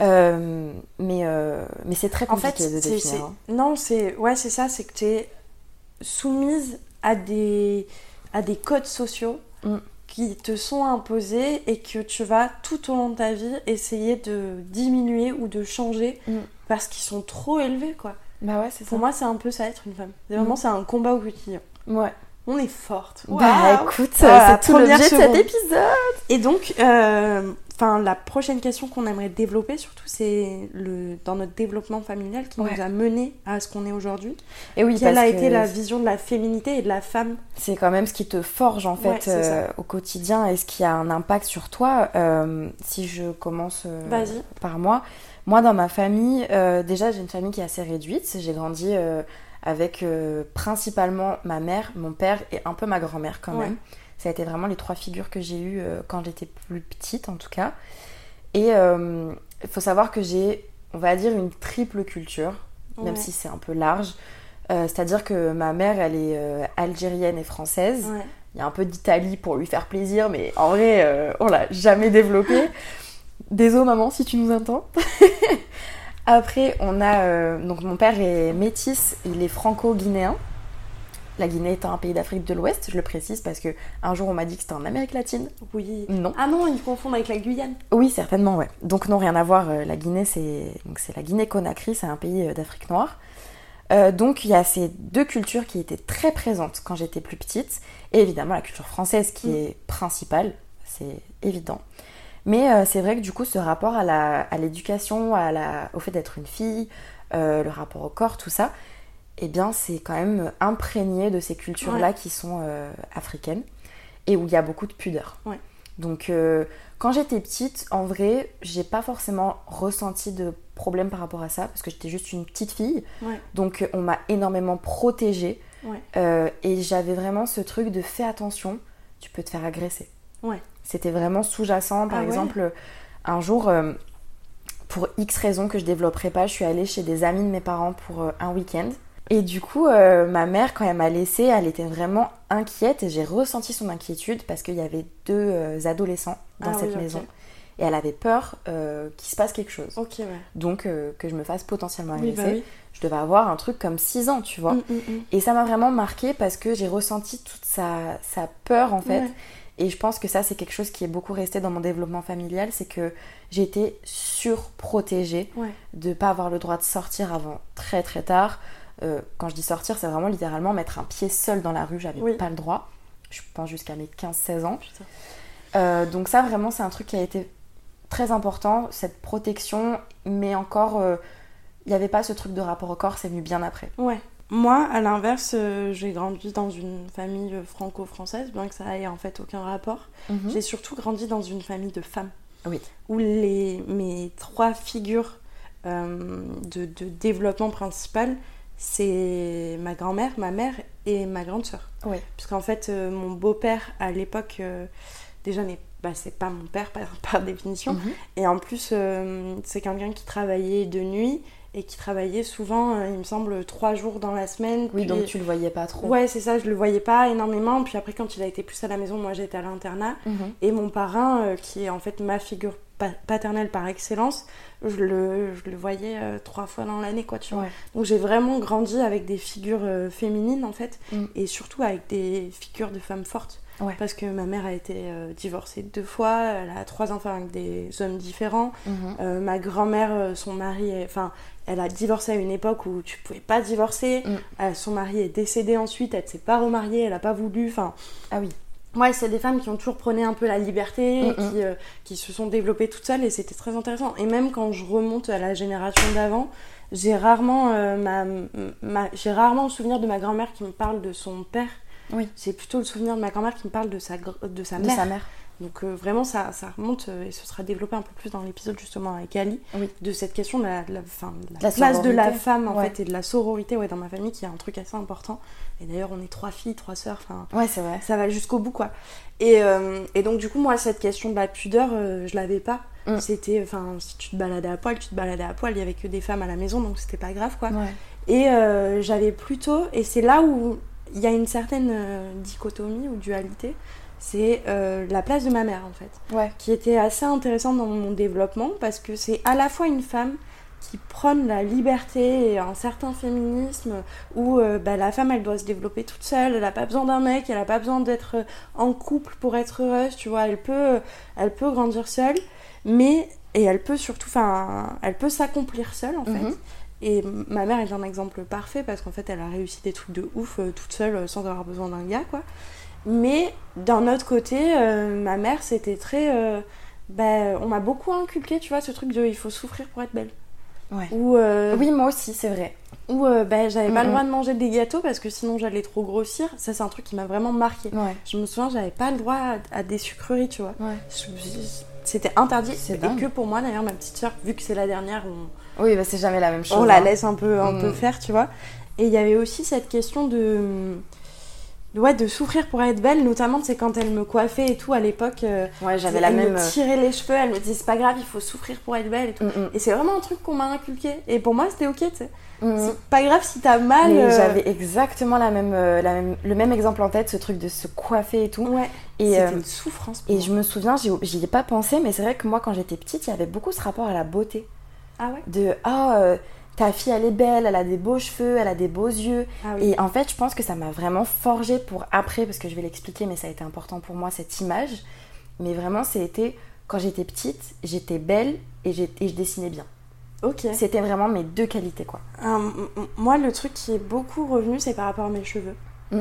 S1: Euh, mais euh, mais c'est très
S2: En
S1: compliqué
S2: fait,
S1: de
S2: c'est- c'est-
S1: définir. hein.
S2: non, c'est ouais, c'est ça, c'est que tu es soumise à des à des codes sociaux
S1: Mm.
S2: qui te sont imposés et que tu vas tout au long de ta vie essayer de diminuer ou de changer
S1: Mm.
S2: parce qu'ils sont trop élevés quoi.
S1: Bah ouais, c'est ça.
S2: Pour moi, c'est un peu ça être une femme.
S1: Mm.
S2: Vraiment, c'est un combat au quotidien.
S1: Ouais.
S2: On est forte.
S1: Bah
S2: Waouh.
S1: écoute,
S2: Ah, la
S1: c'est tout
S2: première
S1: l'objet de cet
S2: seconde.
S1: épisode.
S2: Et donc, euh, enfin, la prochaine question qu'on aimerait développer, surtout, c'est le dans notre développement familial qui
S1: Ouais.
S2: nous a mené à ce qu'on est aujourd'hui.
S1: Et oui,
S2: Quelle
S1: parce
S2: a
S1: que
S2: été la vision de la féminité et de la femme
S1: c'est quand même ce qui te forge en fait
S2: Ouais, c'est ça.
S1: euh, au quotidien et ce qui a un impact sur toi. Euh, si je commence euh,
S2: Vas-y.
S1: par moi, moi dans ma famille, euh, déjà j'ai une famille qui est assez réduite. J'ai grandi euh, avec euh, principalement ma mère, mon père et un peu ma grand-mère quand
S2: Ouais.
S1: même. Ça a été vraiment les trois figures que j'ai eues euh, quand j'étais plus petite en tout cas. Et il faut savoir que j'ai, on va dire, une triple culture, même
S2: Ouais.
S1: si c'est un peu large. Euh, C'est-à-dire que ma mère, elle est euh, algérienne et française.
S2: Ouais.
S1: Il y a un peu d'Italie pour lui faire plaisir, mais en vrai, euh, on l'a jamais développé. Désolée maman si tu nous entends. Après, on a euh, donc mon père est métis, il est franco-guinéen. La Guinée étant un pays d'Afrique de l'Ouest, je le précise parce que un jour on m'a dit que c'était en Amérique latine.
S2: Oui.
S1: Non.
S2: Ah non, ils confondent avec la Guyane.
S1: Oui, certainement, ouais. Donc non, rien à voir. euh, La Guinée, c'est donc c'est la Guinée-Conakry, c'est un pays euh, d'Afrique noire. Euh, donc il y a ces deux cultures qui étaient très présentes quand j'étais plus petite, et évidemment la culture française qui
S2: Mm.
S1: est principale, c'est évident. Mais euh, c'est vrai que du coup, ce rapport à la- à l'éducation, à la- au fait d'être une fille, euh, le rapport au corps, tout ça, eh bien c'est quand même imprégné de ces cultures-là
S2: Ouais.
S1: qui sont euh, africaines et où il y a beaucoup de pudeur.
S2: Ouais.
S1: Donc euh, quand j'étais petite, en vrai, j'ai pas forcément ressenti de problème par rapport à ça parce que j'étais juste une petite fille.
S2: Ouais.
S1: Donc euh, on m'a énormément protégée
S2: Ouais.
S1: Euh, et j'avais vraiment ce truc de fais attention, tu peux te faire agresser.
S2: Ouais.
S1: C'était vraiment sous-jacent. Par
S2: Ah ouais.
S1: exemple, euh, un jour, euh, pour X raisons que je développerai pas, je suis allée chez des amis de mes parents pour euh, un week-end. Et du coup, euh, ma mère, quand elle m'a laissée, elle était vraiment inquiète et j'ai ressenti son inquiétude parce qu'il y avait deux euh, adolescents dans
S2: Ah oui,
S1: cette
S2: ok.
S1: maison. Et elle avait peur euh, qu'il se passe quelque chose.
S2: Ok, ouais.
S1: Donc, euh, que je me fasse potentiellement
S2: Oui,
S1: agresser.
S2: bah oui.
S1: Je devais avoir un truc comme 6 ans, tu vois.
S2: Mm, mm, mm.
S1: Et ça m'a vraiment marqué parce que j'ai ressenti toute sa, sa peur en fait.
S2: Ouais.
S1: Et je pense que ça, c'est quelque chose qui est beaucoup resté dans mon développement familial, c'est que j'ai été surprotégée
S2: Ouais.
S1: de pas avoir le droit de sortir avant très très tard. Euh, quand je dis sortir, c'est vraiment littéralement mettre un pied seul dans la rue, j'avais
S2: Oui.
S1: pas le droit. Je pense jusqu'à mes 15-16 ans.
S2: Putain.
S1: Euh, donc ça, vraiment, c'est un truc qui a été très important, cette protection, mais encore, euh, il n'y avait pas ce truc de rapport au corps, c'est venu bien après.
S2: Ouais. Moi, à l'inverse, euh, j'ai grandi dans une famille euh, franco-française, bien que ça ait en fait aucun rapport.
S1: Mhm.
S2: J'ai surtout grandi dans une famille de femmes.
S1: Oui.
S2: Où les, mes trois figures euh, de, de développement principal, c'est ma grand-mère, ma mère et ma grande sœur.
S1: Ouais.
S2: Parce qu'en fait, euh, mon beau-père, à l'époque, euh, déjà, n'est bah, c'est pas mon père par, par définition.
S1: Mhm.
S2: Et en plus, euh, c'est quelqu'un qui travaillait de nuit et qui travaillait souvent, euh, il me semble, trois jours dans la semaine.
S1: Oui,
S2: puis-
S1: donc tu le voyais pas trop.
S2: Ouais, c'est ça, je le voyais pas énormément. Puis après, quand il a été plus à la maison, moi j'étais à l'internat.
S1: Mhm.
S2: Et mon parrain, euh, qui est en fait ma figure pa- paternelle par excellence, je le, je le voyais euh, trois fois dans l'année, quoi, tu vois.
S1: Ouais.
S2: Donc j'ai vraiment grandi avec des figures euh, féminines, en fait,
S1: Mm.
S2: et surtout avec des figures de femmes fortes.
S1: Ouais.
S2: Parce que ma mère a été euh, divorcée deux fois, elle a trois enfants avec des hommes différents.
S1: Mhm.
S2: Euh, ma grand-mère, euh, son mari, est- enfin, elle a divorcé à une époque où tu pouvais pas divorcer.
S1: Mm.
S2: Euh, son mari est décédé ensuite, elle s'est pas remariée, elle a pas voulu. Enfin,
S1: ah oui.
S2: Ouais, c'est des femmes qui ont toujours prôné un peu la liberté,
S1: Mm, mm.
S2: qui, euh, qui se sont développées toutes seules et c'était très intéressant. Et même quand je remonte à la génération d'avant, j'ai rarement euh, ma, ma- j'ai rarement le souvenir de ma grand-mère qui me parle de son père.
S1: Oui.
S2: J'ai plutôt le souvenir de ma grand-mère qui me parle de sa gr- de sa
S1: De
S2: mère.
S1: sa mère.
S2: Donc euh, vraiment, ça, ça remonte euh, et ce sera développé un peu plus dans l'épisode justement avec Ali, de cette question de la, de la- enfin, de la
S1: De la
S2: place de la
S1: sororité.
S2: femme en
S1: Ouais.
S2: fait et de la sororité ouais, dans ma famille qui est un truc assez important. Et d'ailleurs, on est trois filles, trois sœurs. Enfin,
S1: Ouais, c'est vrai.
S2: ça va jusqu'au bout, quoi. Et, euh, et donc, du coup, moi, cette question de la pudeur, euh, je l'avais pas.
S1: Mm.
S2: C'était, enfin, si tu te baladais à poil, tu te baladais à poil. Il y avait que des femmes à la maison, donc c'était pas grave, quoi.
S1: Ouais.
S2: Et euh, j'avais plutôt, et c'est là où il y a une certaine euh, dichotomie ou dualité, c'est euh, la place de ma mère, en fait. Qui était assez intéressante dans mon développement, parce que c'est à la fois une femme qui prône la liberté et un certain féminisme où euh, bah, la femme elle doit se développer toute seule, elle n'a pas besoin d'un mec, elle n'a pas besoin d'être euh, en couple pour être heureuse, tu vois, elle peut, elle peut grandir seule, mais et elle peut surtout, enfin, elle peut s'accomplir seule en
S1: Mhm.
S2: fait. Et m- ma mère est un exemple parfait parce qu'en fait elle a réussi des trucs de ouf euh, toute seule euh, sans avoir besoin d'un gars quoi. Mais d'un autre côté, euh, ma mère c'était très, euh, bah, on m'a beaucoup inculqué, tu vois, ce truc de il faut souffrir pour être belle. Ou, euh,
S1: Euh, Oui, moi aussi, c'est vrai.
S2: Ou euh, bah, j'avais pas
S1: Mm,
S2: le
S1: mm.
S2: droit de manger des gâteaux parce que sinon j'allais trop grossir. Ça, c'est un truc qui m'a vraiment marqué. Je me souviens, j'avais pas le droit à, à des sucreries, tu vois. Je- je- C'était interdit. Et
S1: dingue.
S2: que pour moi, d'ailleurs, ma petite soeur, vu que c'est la dernière, on,
S1: Oui, bah, c'est jamais la même chose.
S2: on la
S1: hein.
S2: laisse un peu, un
S1: Mm.
S2: peu faire, tu vois. Et il y avait aussi cette question de. de- Ouais, de souffrir pour être belle, notamment, c'est quand elle me coiffait et tout à l'époque. ouais,
S1: j'avais la même,
S2: Me
S1: euh, Mm,
S2: tirait les cheveux, elle me disait c'est pas grave, il faut souffrir pour être belle et tout. Et c'est vraiment un truc qu'on m'a inculqué. Et pour moi, c'était ok, tu sais. C'est pas grave si t'as mal.
S1: Mm. Mais
S2: euh,
S1: J'avais exactement la même, euh, la même, le même exemple en tête, ce truc de se coiffer et tout. Et, euh,
S2: C'était une souffrance.
S1: Et je me souviens, j'y- j'y ai pas pensé, mais c'est vrai que moi, quand j'étais petite, il y avait beaucoup ce rapport à la beauté.
S2: Ah ouais
S1: De ah, euh, ta fille, elle est belle, elle a des beaux cheveux, elle a des beaux yeux.
S2: Ah oui.
S1: Et en fait, je pense que ça m'a vraiment forgé pour après, parce que je vais l'expliquer, mais ça a été important pour moi, cette image. Mais vraiment, c'était quand j'étais petite, j'étais belle et, j'ai- et je dessinais bien.
S2: Ok.
S1: C'était vraiment mes deux qualités, quoi.
S2: Euh, m- m- moi, le truc qui est beaucoup revenu, c'est par rapport à mes cheveux.
S1: Mm.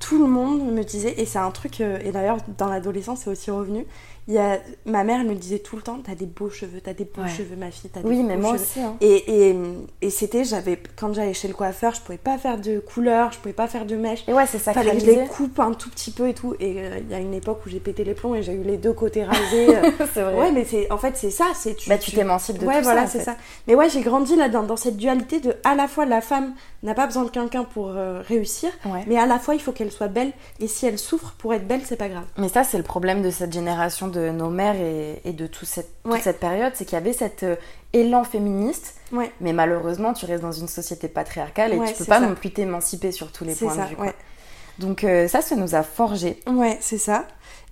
S2: Tout le monde me disait, et c'est un truc, euh, et d'ailleurs dans l'adolescence c'est aussi revenu, il y a, ma mère elle me disait tout le temps, t'as des beaux cheveux, t'as des beaux
S1: Ouais.
S2: cheveux ma fille, t'as
S1: Oui,
S2: des
S1: mais
S2: beaux
S1: moi
S2: cheveux.
S1: aussi, hein.
S2: Et, et, et c'était, j'avais, quand j'allais chez le coiffeur, je pouvais pas faire de couleur, je pouvais pas faire de mèche.
S1: Et ouais, c'est
S2: hein. Fallait que je
S1: sacralisé.
S2: les coupe un tout petit peu et tout. Et euh, il y a une époque où j'ai pété les plombs et j'ai eu les deux côtés rasés. euh.
S1: C'est vrai.
S2: Ouais, mais c'est, en fait c'est ça, c'est tu.
S1: Bah, tu t'émancipes de
S2: ouais,
S1: tout ça,
S2: voilà,
S1: en
S2: c'est
S1: fait.
S2: ça. Mais ouais, j'ai grandi là dans, dans cette dualité de à la fois la femme n'a pas besoin de quelqu'un pour euh, réussir, mais à la fois il faut qu'elle soit belle et si elle souffre pour être belle, c'est pas grave.
S1: Mais ça, c'est le problème de cette génération de nos mères et, et de tout cette, toute
S2: Ouais.
S1: cette période, c'est qu'il y avait cet euh, élan féministe.
S2: Ouais.
S1: Mais malheureusement, tu restes dans une société patriarcale et
S2: Ouais,
S1: tu peux
S2: c'est
S1: pas
S2: ça.
S1: non plus t'émanciper sur tous les
S2: C'est
S1: points
S2: ça,
S1: de vue. quoi.
S2: ouais.
S1: Donc euh, ça, ça nous a forgé.
S2: Ouais, c'est ça.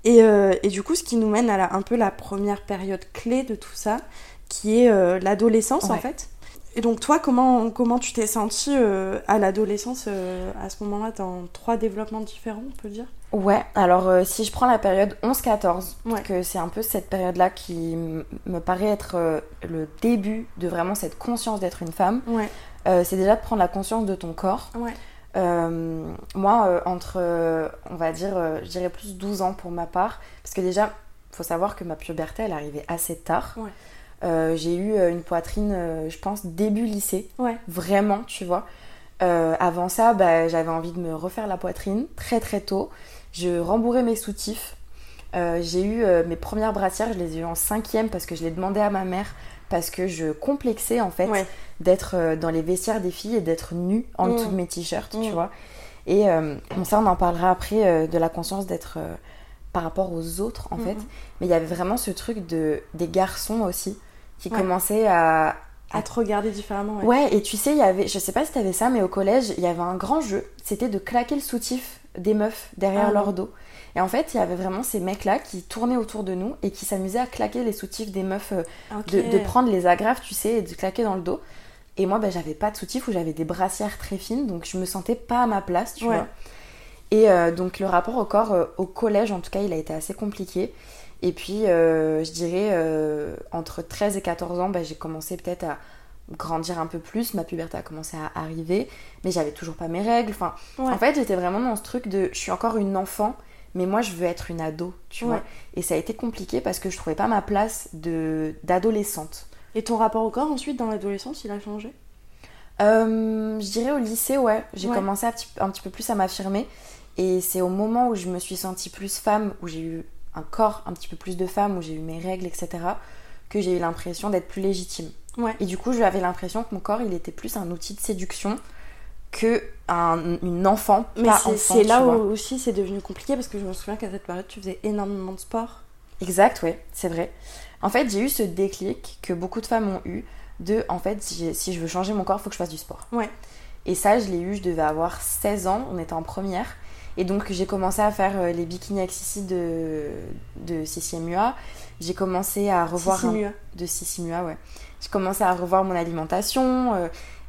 S2: Et, euh, et du coup, ce qui nous mène à la- un peu la première période clé de tout ça, qui est euh, l'adolescence en
S1: Ouais.
S2: fait. Et donc toi, comment, comment tu t'es sentie euh, à l'adolescence euh, à ce moment-là, dans trois développements différents, on peut dire
S1: Ouais, alors euh, si je prends la période 11-14,
S2: Ouais.
S1: que c'est un peu cette période-là qui m- me paraît être euh, le début de vraiment cette conscience d'être une femme,
S2: Ouais.
S1: euh, c'est déjà de prendre la conscience de ton corps.
S2: Ouais.
S1: Euh, moi, euh, entre, euh, on va dire, euh, je dirais plus 12 ans pour ma part, parce que déjà, faut savoir que ma puberté, elle arrivait assez tard.
S2: Ouais.
S1: Euh, j'ai eu euh, une poitrine, euh, je pense, début lycée.
S2: Ouais.
S1: Vraiment, tu vois. Euh, avant ça, bah, j'avais envie de me refaire la poitrine très très tôt. Je rembourrais mes soutifs. Euh, j'ai eu euh, mes premières brassières, je les ai eues en cinquième parce que je les demandais à ma mère parce que je complexais en fait
S2: Ouais.
S1: d'être euh, dans les vestiaires des filles et d'être nue en dessous
S2: Mm.
S1: de mes t-shirts, tu
S2: Mm.
S1: vois. Et euh, bon, ça, on en parlera après euh, de la conscience d'être euh, par rapport aux autres en
S2: Mm,
S1: fait.
S2: mm.
S1: Mais il y avait vraiment ce truc de des garçons aussi qui
S2: Ouais.
S1: commençaient à
S2: À te regarder différemment.
S1: Ouais, et tu sais, il y avait, je sais pas si t'avais ça, mais au collège, il y avait un grand jeu, c'était de claquer le soutif des meufs derrière
S2: Ah
S1: leur
S2: non.
S1: dos. Et en fait, il y avait vraiment ces mecs-là qui tournaient autour de nous et qui s'amusaient à claquer les soutifs des meufs, euh,
S2: Ok.
S1: de, de prendre les agrafes, tu sais, et de claquer dans le dos. Et moi, ben, j'avais pas de soutif ou j'avais des brassières très fines, donc je me sentais pas à ma place, tu
S2: Ouais.
S1: vois. Et euh, donc le rapport au corps euh, au collège, en tout cas, il a été assez compliqué. Et puis, euh, je dirais, euh, entre 13 et 14 ans, bah, j'ai commencé peut-être à grandir un peu plus, ma puberté a commencé à arriver, mais j'avais toujours pas mes règles. Enfin,
S2: Ouais.
S1: En fait, j'étais vraiment dans ce truc de, je suis encore une enfant, mais moi, je veux être une ado, tu
S2: Ouais.
S1: vois. Et ça a été compliqué parce que je trouvais pas ma place de d'adolescente.
S2: Et ton rapport au corps ensuite dans l'adolescence, il a changé
S1: Euh, je dirais au lycée, ouais. J'ai
S2: Ouais.
S1: commencé à petit- un petit peu plus à m'affirmer. Et c'est au moment où je me suis sentie plus femme, où j'ai eu un corps un petit peu plus de femme, où j'ai eu mes règles, etc., que j'ai eu l'impression d'être plus légitime.
S2: Ouais.
S1: Et du coup, j'avais l'impression que mon corps, il était plus un outil de séduction que un, une enfant,
S2: Mais
S1: pas
S2: c'est-
S1: enfant,
S2: c'est
S1: tu
S2: là où
S1: vois.
S2: aussi c'est devenu compliqué parce que je me souviens qu'à cette période tu faisais énormément de sport.
S1: Exact, ouais, c'est vrai. En fait, j'ai eu ce déclic que beaucoup de femmes ont eu de, en fait, j'ai- si je veux changer mon corps, il faut que je fasse du sport.
S2: Ouais.
S1: Et ça, je l'ai eu, je devais avoir 16 ans, on était en première. Et donc, j'ai commencé à faire euh, les bikinis accessibles de, de Sissi Mua. J'ai commencé à revoir...
S2: Sissi
S1: un-
S2: Mua.
S1: De Sissi Mua, ouais. J'ai commencé à revoir mon alimentation. euh,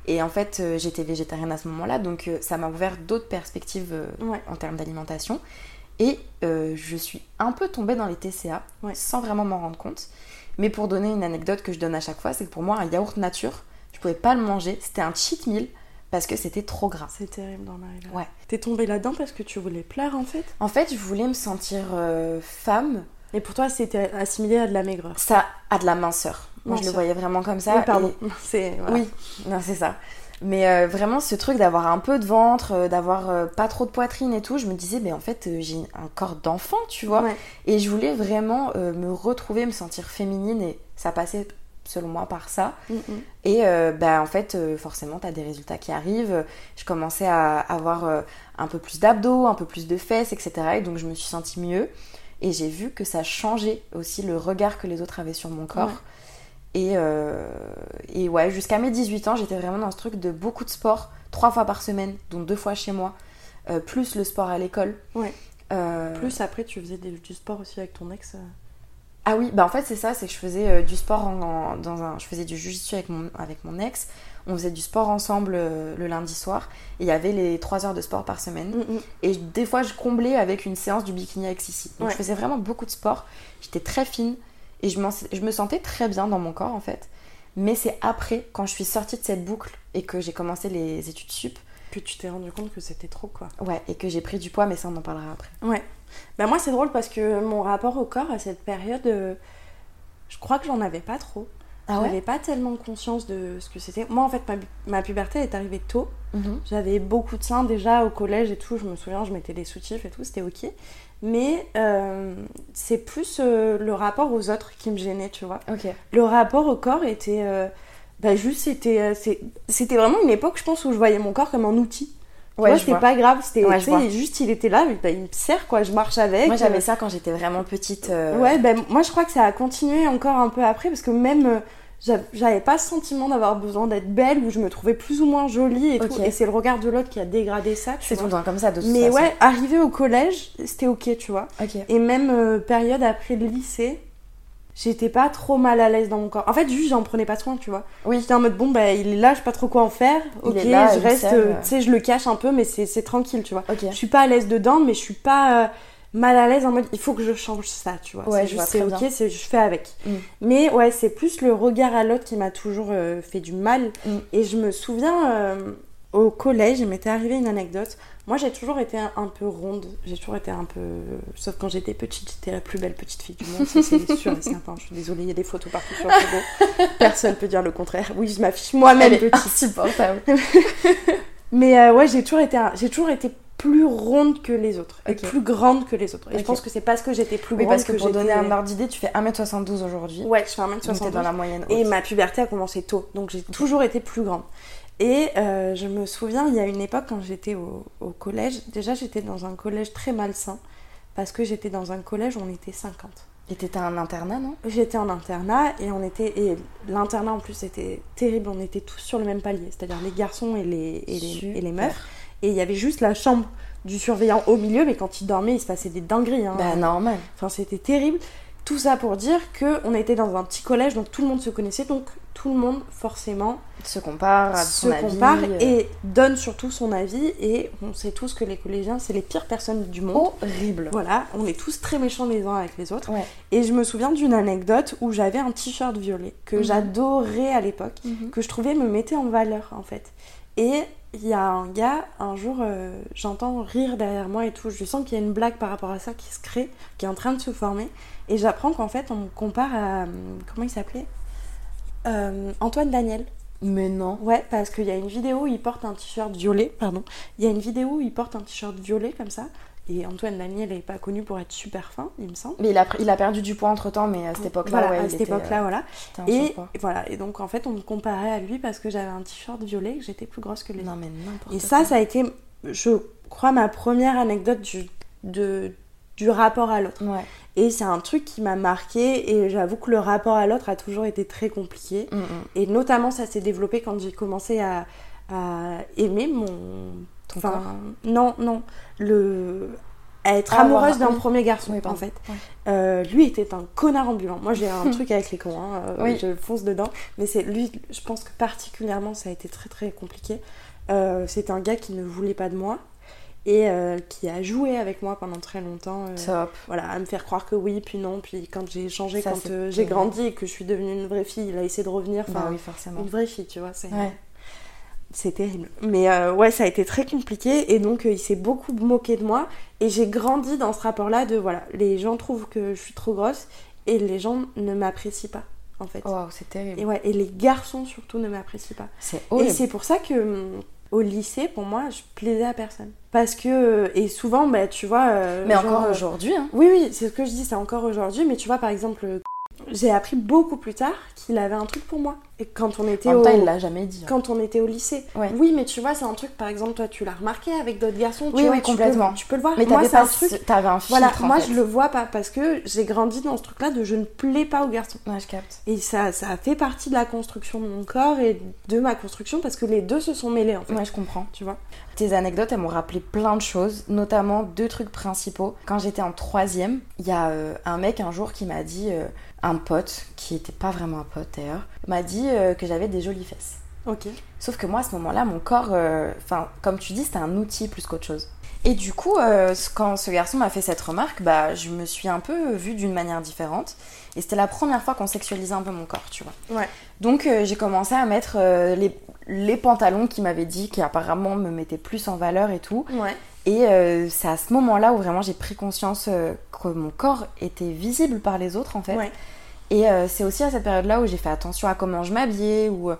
S1: et en fait, euh, j'étais végétarienne à ce moment-là. Donc, euh, ça m'a ouvert d'autres perspectives euh,
S2: Ouais.
S1: en termes d'alimentation. Et euh, je suis un peu tombée dans les TCA, sans vraiment m'en rendre compte. Mais pour donner une anecdote que je donne à chaque fois, c'est que pour moi, un yaourt nature, je pouvais pas le manger. C'était un cheat meal parce que c'était trop gras.
S2: C'est terrible d'en arriver. là.
S1: Ouais.
S2: T'es tombée là-dedans parce que tu voulais plaire en fait.
S1: En fait, je voulais me sentir euh, femme.
S2: Et pour toi, c'était assimilé à de la maigreur.
S1: Ça a de la minceur. Moi, je le
S2: Minceur.
S1: voyais vraiment comme ça.
S2: Oui, pardon.
S1: et-
S2: C'est voilà.
S1: Oui, non, c'est ça. Mais euh, vraiment, ce truc d'avoir un peu de ventre, euh, d'avoir euh, pas trop de poitrine et tout, je me disais, mais en fait, euh, j'ai un corps d'enfant, tu vois.
S2: Ouais.
S1: Et je voulais vraiment euh, me retrouver, me sentir féminine, et ça passait, selon moi, par ça.
S2: Mhm.
S1: Et euh, bah, en fait, euh, forcément, t'as des résultats qui arrivent. Je commençais à avoir euh, un peu plus d'abdos, un peu plus de fesses, etc. Et donc, je me suis sentie mieux. Et j'ai vu que ça changeait aussi le regard que les autres avaient sur mon corps.
S2: Ouais.
S1: Et, euh, et ouais, jusqu'à mes 18 ans, j'étais vraiment dans ce truc de beaucoup de sport, trois fois par semaine, dont deux fois chez moi, euh, plus le sport à l'école.
S2: Ouais.
S1: Euh,
S2: Plus après, tu faisais des- du sport aussi avec ton ex. euh.
S1: ah oui, bah en fait c'est ça, c'est que je faisais euh, du sport en, en- dans un, je faisais du jiu-jitsu avec mon avec mon ex. On faisait du sport ensemble euh, le lundi soir. Et il y avait les 3 heures de sport par semaine.
S2: Mm,
S1: Et je- des fois je comblais avec une séance du bikini avec Sissi. Donc
S2: Ouais.
S1: je faisais vraiment beaucoup de sport. J'étais très fine et je, m'en- je me sentais très bien dans mon corps en fait. Mais c'est après, quand je suis sortie de cette boucle et que j'ai commencé les études sup,
S2: Que tu t'es rendu compte que c'était trop quoi.
S1: ouais, et que j'ai pris du poids, mais ça on en parlera après.
S2: Ouais. Bah moi c'est drôle parce que mon rapport au corps à cette période, euh, je crois que j'en avais pas trop.
S1: Ah ouais
S2: J'avais pas tellement conscience de ce que c'était. Moi en fait ma, ma puberté est arrivée tôt.
S1: Mhm.
S2: J'avais beaucoup de seins déjà au collège et tout. Je me souviens, je mettais des soutifs et tout, c'était ok. Mais euh, c'est plus euh, le rapport aux autres qui me gênait, tu vois.
S1: Ok.
S2: Le rapport au corps était, euh, bah juste c'était, euh, c'est- c'était vraiment une époque je pense où je voyais mon corps comme un outil. Tu
S1: Ouais,
S2: vois,
S1: je
S2: c'était
S1: vois.
S2: pas grave, c'était
S1: Ouais, je
S2: tu sais,
S1: vois.
S2: juste il était là, mais bah, il me sert quoi, je marche avec.
S1: Moi j'avais
S2: euh,
S1: ça quand j'étais vraiment petite. euh,
S2: Ouais, ben moi je crois que ça a continué encore un peu après parce que même euh, j'a- j'avais pas ce sentiment d'avoir besoin d'être belle ou je me trouvais plus ou moins jolie et
S1: Ok.
S2: tout. Et c'est le regard de l'autre qui a dégradé ça. tu
S1: C'est tout
S2: vois.
S1: le temps comme ça de toute
S2: Mais
S1: façon.
S2: ouais, arrivé au collège, c'était ok, tu vois.
S1: Ok.
S2: Et même euh, période après le lycée, j'étais pas trop mal à l'aise dans mon corps. En fait, juste j'en prenais pas soin, tu vois.
S1: Oui.
S2: J'étais en mode bon, bah il est là, je sais pas trop quoi en faire.
S1: Il
S2: Ok,
S1: est là, il me
S2: je reste,
S1: sert,
S2: euh,
S1: euh.
S2: tu sais, je le cache un peu, mais c'est c'est tranquille, tu vois.
S1: Ok.
S2: Je suis pas à l'aise dedans, mais je suis pas euh, mal à l'aise en mode il faut que je change ça, tu vois.
S1: Ouais,
S2: C'est
S1: je vois
S2: juste, c'est
S1: très bien.
S2: ok, c'est- je fais avec.
S1: Mm.
S2: Mais ouais, c'est plus le regard à l'autre qui m'a toujours euh, fait du mal.
S1: Mm.
S2: Et je me souviens euh, au collège, il m'était arrivé une anecdote. Moi, j'ai toujours été un, un peu ronde. J'ai toujours été un peu. Sauf quand j'étais petite, j'étais la plus belle petite fille du monde. Ça, c'est sûr et certain. Je suis désolée, il y a des photos partout sur Facebook. Personne peut dire le contraire. Oui, je m'affiche moi-même
S1: Elle est
S2: petite.
S1: insupportable.
S2: Mais euh, ouais, j'ai toujours été, un- j'ai toujours été plus ronde que les autres et
S1: Ok.
S2: plus grande que les autres. Et
S1: Ok.
S2: je pense que c'est parce que j'étais plus
S1: Oui,
S2: grande
S1: parce que, pour
S2: j'étais-
S1: donner un ordre d'idée, tu fais 1m72 aujourd'hui.
S2: Ouais, je fais
S1: Donc, t'es
S2: 1m72.
S1: dans la moyenne.
S2: Et
S1: haute.
S2: ma puberté a commencé tôt, donc j'ai toujours été plus grande. Et euh, je me souviens, il y a une époque quand j'étais au, au collège, déjà j'étais dans un collège très malsain, parce que j'étais dans un collège où on était 50.
S1: Et t'étais un internat, non
S2: J'étais en internat et on était et l'internat en plus c'était terrible, on était tous sur le même palier, c'est-à-dire les garçons et les, et les, et les meufs. Et il y avait juste la chambre du surveillant au milieu, mais quand il dormait, il se passait des dingueries. Hein.
S1: Bah, normal.
S2: Enfin, c'était terrible. Tout ça pour dire que on était dans un petit collège, donc tout le monde se connaissait, donc tout le monde forcément
S1: Se compare, à
S2: se
S1: Ah, son avis,
S2: compare
S1: euh.
S2: et donne surtout son avis. Et on sait tous que les collégiens, c'est les pires personnes du monde.
S1: Horrible.
S2: Voilà, on est tous très méchants les uns avec les autres. Et je me souviens d'une anecdote où j'avais un t-shirt violet que
S1: Mhm.
S2: j'adorais à l'époque, que je trouvais me mettait en valeur en fait. Et il y a un gars, un jour, euh, j'entends rire derrière moi et tout. Je sens qu'il y a une blague par rapport à ça qui se crée, qui est en train de se former. Et j'apprends qu'en fait, on me compare à. hum, Comment il s'appelait Euh, Antoine Daniel.
S1: Mais non.
S2: Ouais, parce qu'il y a une vidéo où il porte un t-shirt violet, pardon. Il y a une vidéo où il porte un t-shirt violet comme ça. Et Antoine Daniel n'est pas connu pour être super fin, il me semble.
S1: Mais il a, pr- il a perdu du poids entre temps, mais à cette époque-là,
S2: Voilà,
S1: ouais,
S2: à
S1: il
S2: cette
S1: était, euh,
S2: époque-là, voilà.
S1: c'était un
S2: Et
S1: surpoids.
S2: voilà, et donc en fait, on me comparait à lui parce que j'avais un t-shirt violet et que j'étais plus grosse que lui.
S1: Non, mais n'importe
S2: Mm. Et ça, ça a été, je crois, ma première anecdote du, de, du rapport à l'autre. Et c'est un truc qui m'a marqué et j'avoue que le rapport à l'autre a toujours été très compliqué.
S1: Mm, mm.
S2: Et notamment, ça s'est développé quand j'ai commencé à, à aimer mon.
S1: Ton
S2: enfin,
S1: corps. euh,
S2: Non, non. Le... À être
S1: Ah,
S2: amoureuse
S1: avoir-
S2: d'un
S1: oui.
S2: premier garçon,
S1: Oui,
S2: en
S1: pardon.
S2: fait.
S1: Ouais.
S2: Euh, lui était un connard ambulant. Moi, j'ai un truc avec les cons. hein, euh,
S1: Oui.
S2: Je fonce dedans. Mais c'est lui, je pense que particulièrement, ça a été très très compliqué. Euh, c'est un gars qui ne voulait pas de moi et euh, qui a joué avec moi pendant très longtemps. euh,
S1: Top.
S2: Voilà, à me faire croire que oui, puis non, puis quand j'ai changé,
S1: Ça,
S2: quand
S1: c'est
S2: euh, j'ai
S1: terrible.
S2: grandi et que je suis devenue une vraie fille, il a essayé de revenir.
S1: Bah
S2: Enfin,
S1: oui, forcément.
S2: Une vraie fille, tu vois. C'est
S1: Ouais.
S2: c'est terrible. Mais euh, ouais, ça a été très compliqué et donc euh, il s'est beaucoup moqué de moi et j'ai grandi dans ce rapport-là de voilà, les gens trouvent que je suis trop grosse et les gens ne m'apprécient pas en fait.
S1: Waouh, c'est terrible.
S2: Et ouais, et les garçons surtout ne m'apprécient pas.
S1: C'est
S2: Et
S1: horrible.
S2: c'est pour ça que hum, au lycée, pour moi, je plaisais à personne. Parce que et souvent, bah tu vois. euh,
S1: Mais
S2: genre,
S1: encore
S2: euh,
S1: aujourd'hui, hein.
S2: Oui, oui, c'est ce que je dis, c'est encore aujourd'hui. Mais tu vois, par exemple, euh, j'ai appris beaucoup plus tard qu'il avait un truc pour moi. Et quand on était
S1: En même
S2: au
S1: temps, il l'a jamais dit. hein.
S2: quand on était au lycée. Oui, mais tu vois, c'est un truc, par exemple, toi, tu l'as remarqué avec d'autres garçons. tu
S1: Oui,
S2: vois,
S1: oui,
S2: tu peux-
S1: complètement.
S2: Tu peux, le voir.
S1: Mais
S2: moi,
S1: t'avais
S2: c'est un
S1: pas ce-
S2: truc.
S1: t'avais un filtre,
S2: Voilà,
S1: en
S2: moi,
S1: fait.
S2: je le vois pas parce que j'ai grandi dans ce truc-là de je ne plais pas aux garçons.
S1: Ouais, je capte.
S2: Et ça, ça a fait partie de la construction de mon corps et de ma construction parce que les deux se sont mêlés, en fait.
S1: Ouais, je comprends.
S2: Tu vois
S1: Tes anecdotes, elles m'ont rappelé plein de choses, notamment deux trucs principaux. Quand j'étais en troisième, il y a euh, un mec un jour qui m'a dit, euh, un pote, qui n'était pas vraiment un pote d'ailleurs, m'a dit euh, que j'avais des jolies fesses.
S2: Ok.
S1: Sauf que moi, à ce moment-là, mon corps, euh, enfin, comme tu dis, c'était un outil plus qu'autre chose. Et du coup, euh, ce- quand ce garçon m'a fait cette remarque, bah, je me suis un peu vue d'une manière différente. Et c'était la première fois qu'on sexualisait un peu mon corps, tu vois.
S2: Ouais.
S1: Donc euh, j'ai commencé à mettre euh, les, les pantalons qu'il m'avait dit, qui apparemment me mettaient plus en valeur et tout.
S2: Ouais.
S1: Et euh, c'est à ce moment-là où vraiment j'ai pris conscience euh, que mon corps était visible par les autres en fait.
S2: Ouais.
S1: Et euh, c'est aussi à cette période-là où j'ai fait attention à comment je m'habillais, où euh,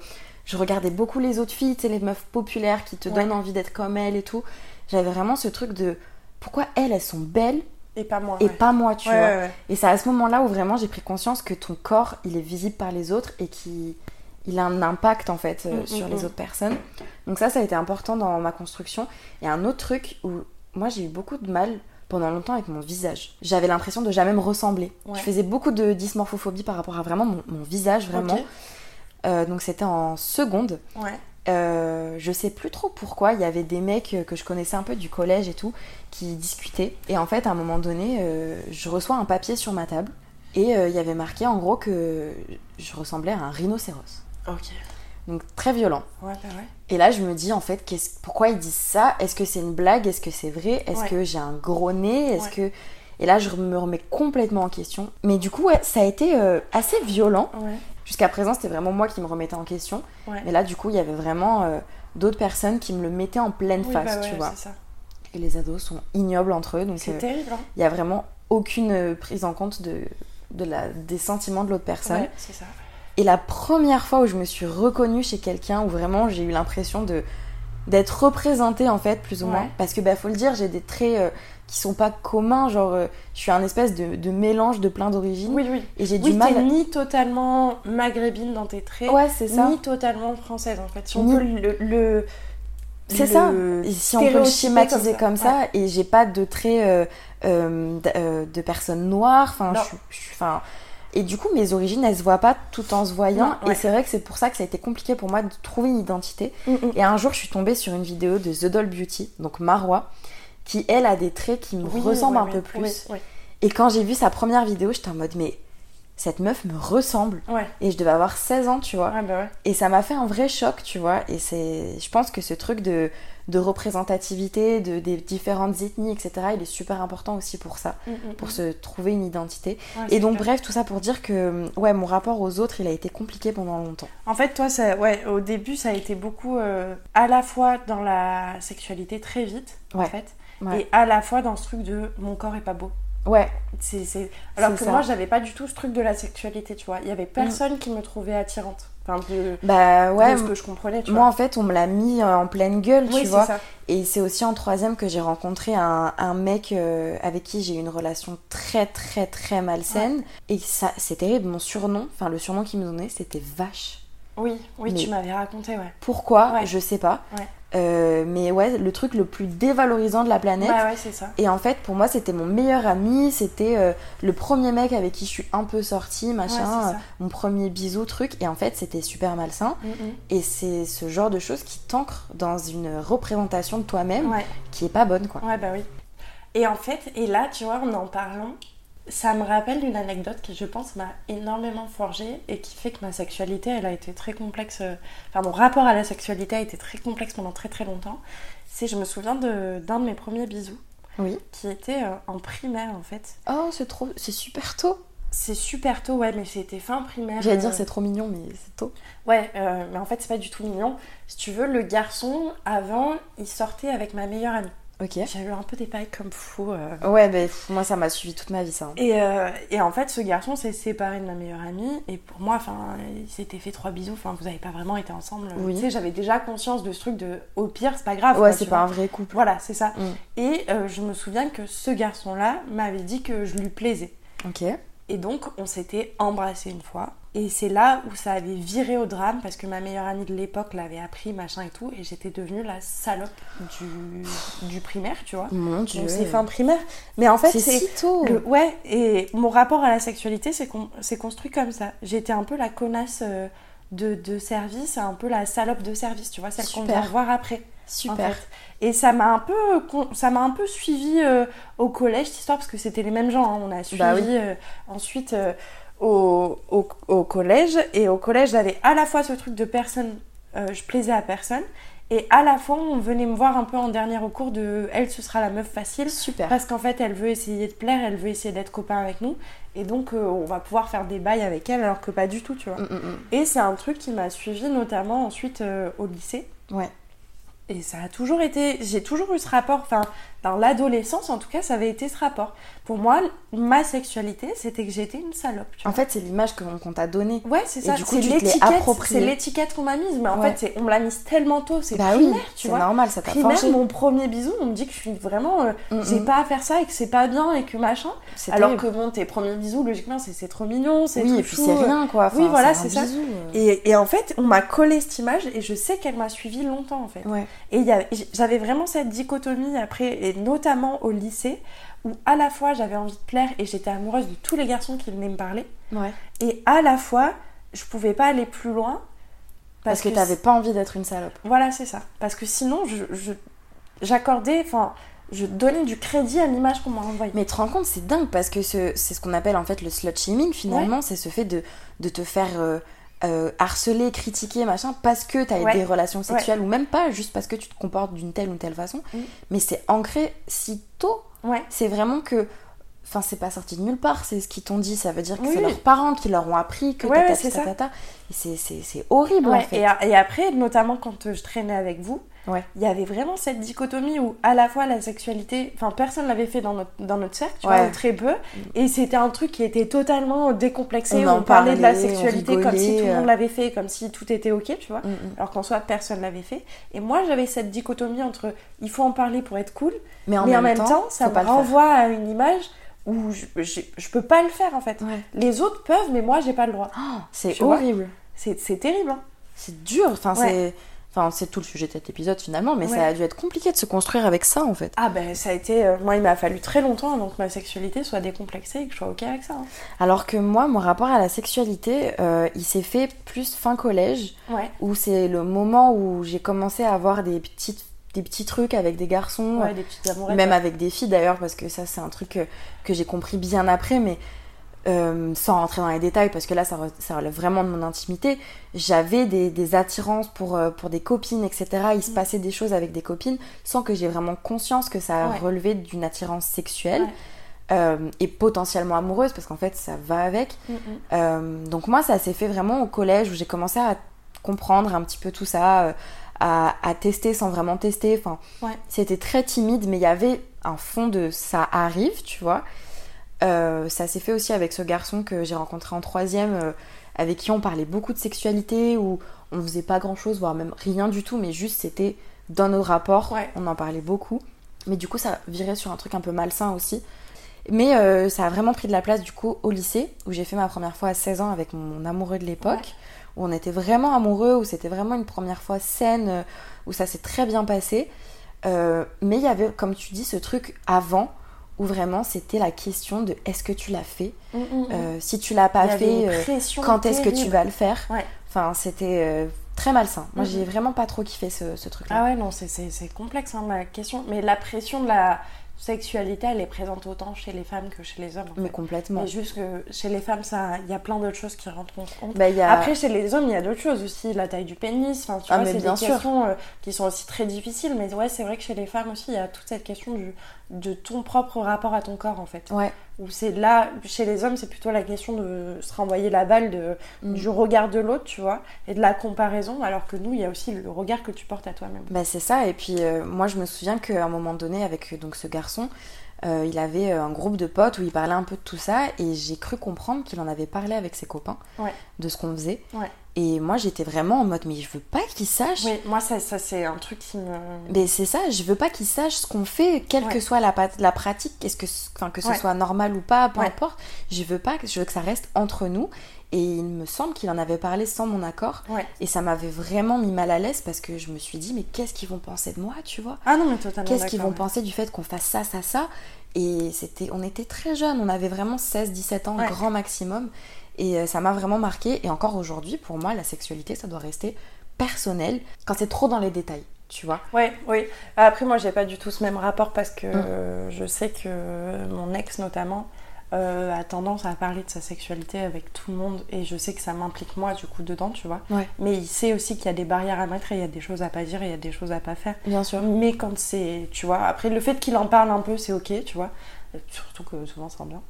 S1: je regardais beaucoup les autres filles, tu sais, les meufs populaires qui te
S2: Ouais.
S1: donnent envie d'être comme elles et tout. J'avais vraiment ce truc de pourquoi elles, elles sont belles
S2: Et pas moi.
S1: et
S2: ouais.
S1: pas moi, tu
S2: Ouais,
S1: vois.
S2: ouais, ouais.
S1: Et c'est à ce moment-là où vraiment j'ai pris conscience que ton corps, il est visible par les autres et qu'il il a un impact en fait euh,
S2: Mm,
S1: sur
S2: mm,
S1: les
S2: mm.
S1: autres personnes. Donc ça, ça a été important dans ma construction. Et un autre truc où moi j'ai eu beaucoup de mal pendant longtemps avec mon visage. J'avais l'impression de jamais me ressembler.
S2: Ouais.
S1: Je faisais beaucoup de dysmorphophobie par rapport à vraiment mon, mon visage, vraiment.
S2: Ok.
S1: Euh, donc c'était en seconde.
S2: Ouais.
S1: Euh, je sais plus trop pourquoi, il y avait des mecs euh, que je connaissais un peu du collège et tout qui discutaient. Et en fait, à un moment donné, euh, je reçois un papier sur ma table et euh, il y avait marqué en gros que je ressemblais à un rhinocéros.
S2: Ok.
S1: Donc très violent.
S2: Ouais, bah ouais.
S1: Et là, je me dis en fait, qu'est-ce- pourquoi ils disent ça Est-ce que c'est une blague Est-ce que c'est vrai Est-ce
S2: Ouais.
S1: que j'ai un gros nez Est-ce
S2: Ouais.
S1: que et là, je me remets complètement en question. Mais du coup, ouais, ça a été euh, assez violent.
S2: Ouais.
S1: Jusqu'à présent, c'était vraiment moi qui me remettais en question.
S2: Ouais.
S1: Mais là, du coup, il y avait vraiment euh, d'autres personnes qui me le mettaient en pleine
S2: Oui,
S1: face,
S2: bah ouais,
S1: tu vois.
S2: c'est ça.
S1: Et les ados sont ignobles entre eux, donc
S2: C'est
S1: euh,
S2: terrible, hein.
S1: Il y a vraiment aucune euh, prise en compte de, de la, des sentiments de l'autre personne.
S2: Ouais, c'est ça.
S1: Et la première fois où je me suis reconnue chez quelqu'un, où vraiment j'ai eu l'impression de d'être représentée en fait plus ou moins
S2: Ouais.
S1: parce que bah faut le dire j'ai des traits euh, qui sont pas communs genre euh, je suis un espèce de, de mélange de plein d'origines
S2: Oui, oui.
S1: et j'ai
S2: Oui,
S1: du mal
S2: t'es ni totalement maghrébine dans tes traits,
S1: Ouais, c'est ça.
S2: ni totalement française en fait. Si on
S1: Ni-
S2: peut le. le-
S1: C'est
S2: le
S1: ça. Et si on peut le
S2: stéréotyper
S1: schématiser comme ça,
S2: ouais.
S1: et j'ai pas de traits euh, euh, d- euh, de personnes noires, enfin,
S2: Non.
S1: je suis- je suis- enfin, et du coup, mes origines, elles se voient pas tout en se voyant.
S2: Non, ouais.
S1: Et c'est vrai que c'est pour ça que ça a été compliqué pour moi de trouver une identité.
S2: Mm, mm.
S1: Et un jour, je suis tombée sur une vidéo de The Doll Beauty, donc Marwa, qui elle a des traits qui me
S2: Oui,
S1: ressemblent
S2: ouais,
S1: un
S2: oui,
S1: peu plus.
S2: oui, oui.
S1: Et quand j'ai vu sa première vidéo, j'étais en mode, mais cette meuf me ressemble.
S2: Ouais.
S1: Et je devais avoir 16 ans, tu vois.
S2: Ouais, bah ouais.
S1: Et ça m'a fait un vrai choc, tu vois. Et c'est, je pense que ce truc de, de représentativité de, des différentes ethnies, etc., il est super important aussi pour ça,
S2: Mm, mm,
S1: pour
S2: mm.
S1: se trouver une identité.
S2: Ouais,
S1: et
S2: c'est
S1: donc,
S2: clair.
S1: bref, tout ça pour dire que, ouais, mon rapport aux autres, il a été compliqué pendant longtemps.
S2: En fait, toi, ça, ouais, au début, ça a été beaucoup euh, à la fois dans la sexualité très vite, en
S1: Ouais.
S2: fait,
S1: Ouais.
S2: et à la fois dans ce truc de mon corps est pas beau.
S1: Ouais.
S2: C'est, c'est- Alors
S1: C'est
S2: que
S1: ça.
S2: moi, j'avais pas du tout ce truc de la sexualité, tu vois. Il y avait personne qui me trouvait attirante. Enfin, de,
S1: Bah ouais.
S2: de ce que je comprenais, tu
S1: Moi,
S2: vois.
S1: en fait, on me l'a mis euh, en pleine gueule,
S2: Oui,
S1: tu
S2: c'est
S1: vois.
S2: ça.
S1: Et c'est aussi en troisième que j'ai rencontré un, un mec euh, avec qui j'ai eu une relation très, très, très malsaine. Et ça, c'est terrible. Mon surnom, enfin, le surnom qu'il me donnait, c'était Vache.
S2: Oui, oui,
S1: Mais-
S2: tu m'avais raconté, ouais.
S1: Pourquoi
S2: Ouais.
S1: Je sais pas.
S2: Ouais.
S1: Euh, mais ouais, le truc le plus dévalorisant de la planète.
S2: Ouais, ouais, c'est ça.
S1: Et en fait, pour moi, c'était mon meilleur ami, c'était euh, le premier mec avec qui je suis un peu sortie,
S2: Ouais,
S1: machin,
S2: c'est ça.
S1: euh, mon premier bisou, truc. Et en fait, c'était super malsain.
S2: Mm, mm.
S1: Et c'est ce genre de choses qui t'ancrent dans une représentation de toi-même
S2: Ouais.
S1: qui est pas bonne, quoi.
S2: Ouais, bah oui. Et en fait, et là, tu vois, en en parlant, ça me rappelle une anecdote qui, je pense, m'a énormément forgée et qui fait que ma sexualité, elle a été très complexe. euh, Enfin, mon rapport à la sexualité a été très complexe pendant très très longtemps. C'est, je me souviens de- d'un de, mes premiers bisous
S1: Oui.
S2: qui était euh, en primaire, en fait.
S1: Oh, c'est trop, c'est super tôt.
S2: C'est super tôt, ouais, mais c'était fin primaire.
S1: J'allais
S2: euh,
S1: dire c'est trop mignon, mais c'est tôt.
S2: Ouais, euh, mais en fait, c'est pas du tout mignon. Si tu veux, le garçon, avant, il sortait avec ma meilleure amie.
S1: Ok.
S2: J'ai eu un peu des pailles comme fou. euh,
S1: Ouais, bah, pff, moi, ça m'a suivi toute ma vie, ça. hein.
S2: Et, euh, et en fait, ce garçon s'est séparé de ma meilleure amie. Et pour moi, enfin, il s'était fait trois bisous. Enfin, vous n'avez pas vraiment été ensemble.
S1: Oui.
S2: Tu sais, j'avais déjà conscience de ce truc de au pire, c'est pas grave.
S1: ouais,
S2: quoi,
S1: c'est
S2: tu
S1: pas un
S2: vois.
S1: vrai couple.
S2: Voilà, c'est ça.
S1: Mm.
S2: Et euh, je me souviens que ce garçon-là m'avait dit que je lui plaisais.
S1: Ok.
S2: Et donc, on s'était embrassé une fois. Et c'est là où ça avait viré au drame parce que ma meilleure amie de l'époque l'avait appris, machin et tout. Et j'étais devenue la salope du, du primaire, tu vois.
S1: Mon Dieu.
S2: Donc, c'est fin primaire. Mais en fait,
S1: C'est
S2: c'est.
S1: si tôt.
S2: Le- ouais, et mon rapport à la sexualité, c'est qu'on c'est construit comme ça. J'étais un peu la connasse euh, de, de service, un peu la salope de service, tu vois, celle qu'on
S1: Super.
S2: vient voir après. en
S1: Super.
S2: fait. Et ça m'a un peu, con- ça m'a un peu suivi euh, au collège, cette histoire, parce que c'était les mêmes gens. hein. On a suivi
S1: Bah oui.
S2: euh, ensuite euh, au, au- au collège. Et au collège, j'avais à la fois ce truc de personne, euh, je plaisais à personne. Et à la fois, on venait me voir un peu en dernier recours de elle, ce sera la meuf facile.
S1: Super.
S2: Parce qu'en fait, elle veut essayer de plaire, elle veut essayer d'être copain avec nous. Et donc, euh, on va pouvoir faire des bails avec elle, alors que pas du tout, tu vois.
S1: Mm, mm,
S2: Et c'est un truc qui m'a suivi notamment ensuite euh, au lycée.
S1: mm. Ouais.
S2: Et ça a toujours été, j'ai toujours eu ce rapport, enfin, dans l'adolescence en tout cas, ça avait été ce rapport. Pour moi, ma sexualité, c'était que j'étais une salope, tu
S1: En
S2: vois.
S1: fait, c'est l'image qu'on qu'on t'a donnée.
S2: Ouais, c'est
S1: et
S2: ça,
S1: du coup,
S2: c'est
S1: tu te l'es
S2: l'étiquette,
S1: appropriée.
S2: c'est l'étiquette qu'on m'a mise, mais en
S1: Ouais.
S2: fait, c'est- on me l'a mise tellement tôt, c'est
S1: Bah oui,
S2: primaire, tu
S1: c'est
S2: vois.
S1: normal, ça t'a
S2: Primaire,
S1: forgé.
S2: mon premier bisou, on me dit que je suis vraiment, euh,
S1: Mm,
S2: j'ai
S1: mm.
S2: pas à faire ça et que c'est pas bien et que machin.
S1: C'est
S2: Alors
S1: terrible.
S2: que bon, tes premiers bisous, logiquement, c'est c'est trop mignon, c'est
S1: Oui,
S2: tout
S1: et puis
S2: chou,
S1: c'est
S2: euh,
S1: rien, quoi.
S2: oui,
S1: Enfin,
S2: voilà,
S1: un
S2: c'est ça.
S1: bisou, euh.
S2: Et, et en fait, on m'a collé cette image et je sais qu'elle m'a suivi longtemps en fait.
S1: Ouais.
S2: Et il y avait- j'avais vraiment cette dichotomie après, et notamment au lycée, où à la fois j'avais envie de plaire et j'étais amoureuse de tous les garçons qui venaient me parler,
S1: Ouais.
S2: et à la fois je pouvais pas aller plus loin
S1: Parce, que, t'avais pas envie d'être une salope.
S2: Voilà, c'est ça. Parce que sinon, je- je- j'accordais, enfin, je donnais du crédit à l'image qu'on m'a envoyée.
S1: Mais tu te rends compte, c'est dingue parce que ce- c'est ce qu'on appelle en fait le slut shaming finalement. C'est ce fait de, de te faire euh, euh, harceler, critiquer, machin, parce que t'as
S2: Ouais.
S1: des relations sexuelles ou même pas, juste parce que tu te comportes d'une telle ou telle façon.
S2: Mm.
S1: Mais c'est ancré si tôt.
S2: Ouais.
S1: C'est vraiment que. Enfin, c'est pas sorti de nulle part, c'est ce qu'ils t'ont dit. Ça veut dire que
S2: Oui.
S1: c'est leurs parents qui leur ont appris que
S2: Ouais,
S1: tata,
S2: ouais,
S1: tata,
S2: c'est ça.
S1: tata. Et c'est- c'est c'est horrible en
S2: Ouais,
S1: fait.
S2: et, a- et après, notamment quand euh, je traînais avec vous,
S1: Ouais.
S2: il y avait vraiment cette dichotomie où à la fois la sexualité, enfin personne l'avait fait dans notre, dans notre cercle, tu
S1: Ouais.
S2: vois, ou très peu, et c'était un truc qui était totalement décomplexé,
S1: On
S2: où
S1: en
S2: on parlait de la
S1: parlait, on
S2: sexualité comme si
S1: rigolait,
S2: tout le
S1: euh.
S2: monde l'avait fait, comme si tout était ok, tu vois,
S1: Mm, mm.
S2: alors qu'en soi personne l'avait fait. Et moi j'avais cette dichotomie entre il faut en parler pour être cool,
S1: Mais en même temps,
S2: ça
S1: faut pas
S2: me
S1: le faire.
S2: renvoie à une image où je, je, je peux pas le faire en fait. Les autres peuvent, mais moi j'ai pas le droit.
S1: C'est
S2: Tu vois
S1: horrible.
S2: C'est c'est terrible. hein.
S1: C'est dur. Enfin,
S2: Ouais.
S1: c'est. Enfin, c'est tout le sujet de cet épisode finalement, mais
S2: Ouais.
S1: ça a dû être compliqué de se construire avec ça en fait.
S2: Ah ben ça a été, euh, moi il m'a fallu très longtemps avant que ma sexualité soit décomplexée et que je sois ok avec ça. hein.
S1: Alors que moi, mon rapport à la sexualité, euh, il s'est fait plus fin collège,
S2: Ouais.
S1: où c'est le moment où j'ai commencé à avoir des petites des petits trucs avec des garçons,
S2: Ouais, des petites amourettes,
S1: même
S2: ouais.
S1: avec des filles d'ailleurs, parce que ça c'est un truc que, que j'ai compris bien après, mais euh, sans rentrer dans les détails, parce que là ça, re- ça relève vraiment de mon intimité, j'avais des, des attirances pour, euh, pour des copines, etc. Il
S2: Mm.
S1: se passait des choses avec des copines sans que j'ai vraiment conscience que ça
S2: Ouais.
S1: relevait d'une attirance sexuelle.
S2: Ouais.
S1: euh, et potentiellement amoureuse parce qu'en fait ça va avec
S2: Mhm.
S1: euh, donc moi, ça s'est fait vraiment au collège où j'ai commencé à comprendre un petit peu tout ça, euh, à, à tester sans vraiment tester. Enfin,
S2: Ouais.
S1: c'était très timide, mais il y avait un fond de ça arrive, tu vois. Euh, ça s'est fait aussi avec ce garçon que j'ai rencontré en troisième, euh, avec qui on parlait beaucoup de sexualité, où on faisait pas grand chose, voire même rien du tout, mais juste c'était dans nos rapports, on en parlait beaucoup. Mais du coup, ça virait sur un truc un peu malsain aussi. Mais euh, ça a vraiment pris de la place du coup au lycée, où j'ai fait ma première fois à 16 ans avec mon amoureux de l'époque, où on était vraiment amoureux, où c'était vraiment une première fois saine, euh, où ça s'est très bien passé. Euh, mais il y avait, comme tu dis, ce truc avant, où vraiment c'était la question de est-ce que tu l'as fait
S2: Mm, mm, mm.
S1: Euh, Si tu l'as
S2: Il y
S1: pas
S2: avait
S1: fait,
S2: une
S1: euh,
S2: pression
S1: quand est-ce que tu
S2: terrible.
S1: vas le faire
S2: Ouais.
S1: Enfin, c'était euh, très malsain. Moi,
S2: Mhm.
S1: j'ai vraiment pas trop kiffé ce, ce truc-là.
S2: Ah ouais, non, c'est- c'est c'est complexe hein, la question. Mais la pression de la sexualité, elle est présente autant chez les femmes que chez les hommes. en
S1: Mais
S2: fait.
S1: complètement.
S2: Mais juste que chez les femmes, ça- il y a plein d'autres choses qui rentrent en compte.
S1: Bah, il y a-
S2: Après, chez les hommes, il y a d'autres choses aussi. La taille du pénis, enfin, tu
S1: Ah,
S2: vois,
S1: mais
S2: c'est des
S1: bien sûr.
S2: questions euh, qui sont aussi très difficiles. Mais ouais, c'est vrai que chez les femmes aussi, il y a toute cette question du, de ton propre rapport à ton corps, en fait.
S1: Ouais.
S2: Où c'est là, chez les hommes, c'est plutôt la question de se renvoyer la balle de,
S1: Mm.
S2: du regard de l'autre, tu vois, et de la comparaison. Alors que nous, il y a aussi le regard que tu portes à toi-même.
S1: Bah, c'est ça, et puis euh, moi je me souviens qu'à un moment donné avec euh, donc ce garçon, euh, il avait euh, un groupe de potes où il parlait un peu de tout ça, et j'ai cru comprendre qu'il en avait parlé avec ses copains,
S2: Ouais.
S1: de ce qu'on faisait.
S2: Ouais.
S1: Et moi j'étais vraiment en mode mais je veux pas qu'il sache.
S2: Oui, moi, ça, ça c'est un truc qui me.
S1: Mais c'est ça, je veux pas qu'ils sachent ce qu'on fait, quelle
S2: Ouais.
S1: que soit la, pat- la pratique, qu'est-ce que, ce- enfin, que ce
S2: Ouais.
S1: soit normal ou pas, peu
S2: Ouais.
S1: importe. Je veux pas, que- je veux que ça reste entre nous. Et il me semble qu'il en avait parlé sans mon accord.
S2: Ouais.
S1: Et ça m'avait vraiment mis mal à l'aise parce que je me suis dit, mais qu'est-ce qu'ils vont penser de moi, tu vois
S2: Ah non, mais totalement.
S1: Qu'est-ce qu'ils
S2: d'accord,
S1: vont
S2: ouais.
S1: penser du fait qu'on fasse ça, ça, ça Et c'était, on était très jeunes, on avait vraiment 16, 17 ans,
S2: Ouais.
S1: grand maximum. Et euh, ça m'a vraiment marqué. Et encore aujourd'hui, pour moi, la sexualité, ça doit rester personnel quand c'est trop dans les détails, tu vois
S2: Ouais, oui. Après, moi, j'ai pas du tout ce même rapport parce que
S1: Mm.
S2: euh, je sais que mon ex, notamment, euh, a tendance à parler de sa sexualité avec tout le monde et je sais que ça m'implique moi, du coup, dedans, tu vois.
S1: Ouais.
S2: Mais il sait aussi qu'il y a des barrières à mettre et il y a des choses à pas dire et il y a des choses à pas faire.
S1: Bien sûr.
S2: Mais quand c'est, tu vois, après, le fait qu'il en parle un peu, c'est ok, tu vois. Euh, Surtout que souvent, ça rend bien.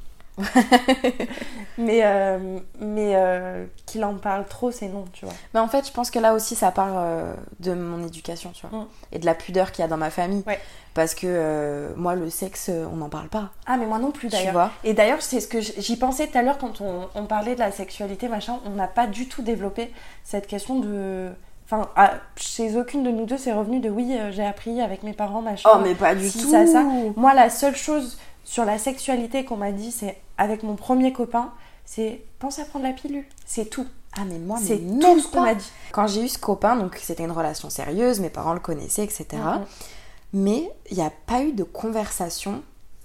S2: mais euh, mais euh, qu'il en parle trop, c'est non, tu vois.
S1: Mais en fait, je pense que là aussi, ça part euh, de mon éducation, tu vois,
S2: Mm.
S1: et de la pudeur qu'il y a dans ma famille.
S2: Ouais.
S1: Parce que euh, moi, le sexe, euh, on n'en parle pas.
S2: Ah mais moi non plus
S1: Tu
S2: d'ailleurs.
S1: vois.
S2: Et d'ailleurs c'est ce que j- j'y pensais tout à l'heure quand on, on parlait de la sexualité machin, on n'a pas du tout développé cette question de, enfin à- chez aucune de nous deux c'est revenu de oui euh, j'ai appris avec mes parents machin.
S1: Oh, mais pas du
S2: si,
S1: tout.
S2: Ça, ça. Moi la seule chose sur la sexualité qu'on m'a dit c'est avec mon premier copain c'est pense à prendre la pilule c'est tout.
S1: Ah, mais moi, mais
S2: C'est tout
S1: même
S2: ce qu'on
S1: pas.
S2: m'a dit.
S1: Quand j'ai eu ce copain, donc c'était une relation sérieuse, mes parents le connaissaient, etc.
S2: Mhm.
S1: Mais il n'y a pas eu de conversation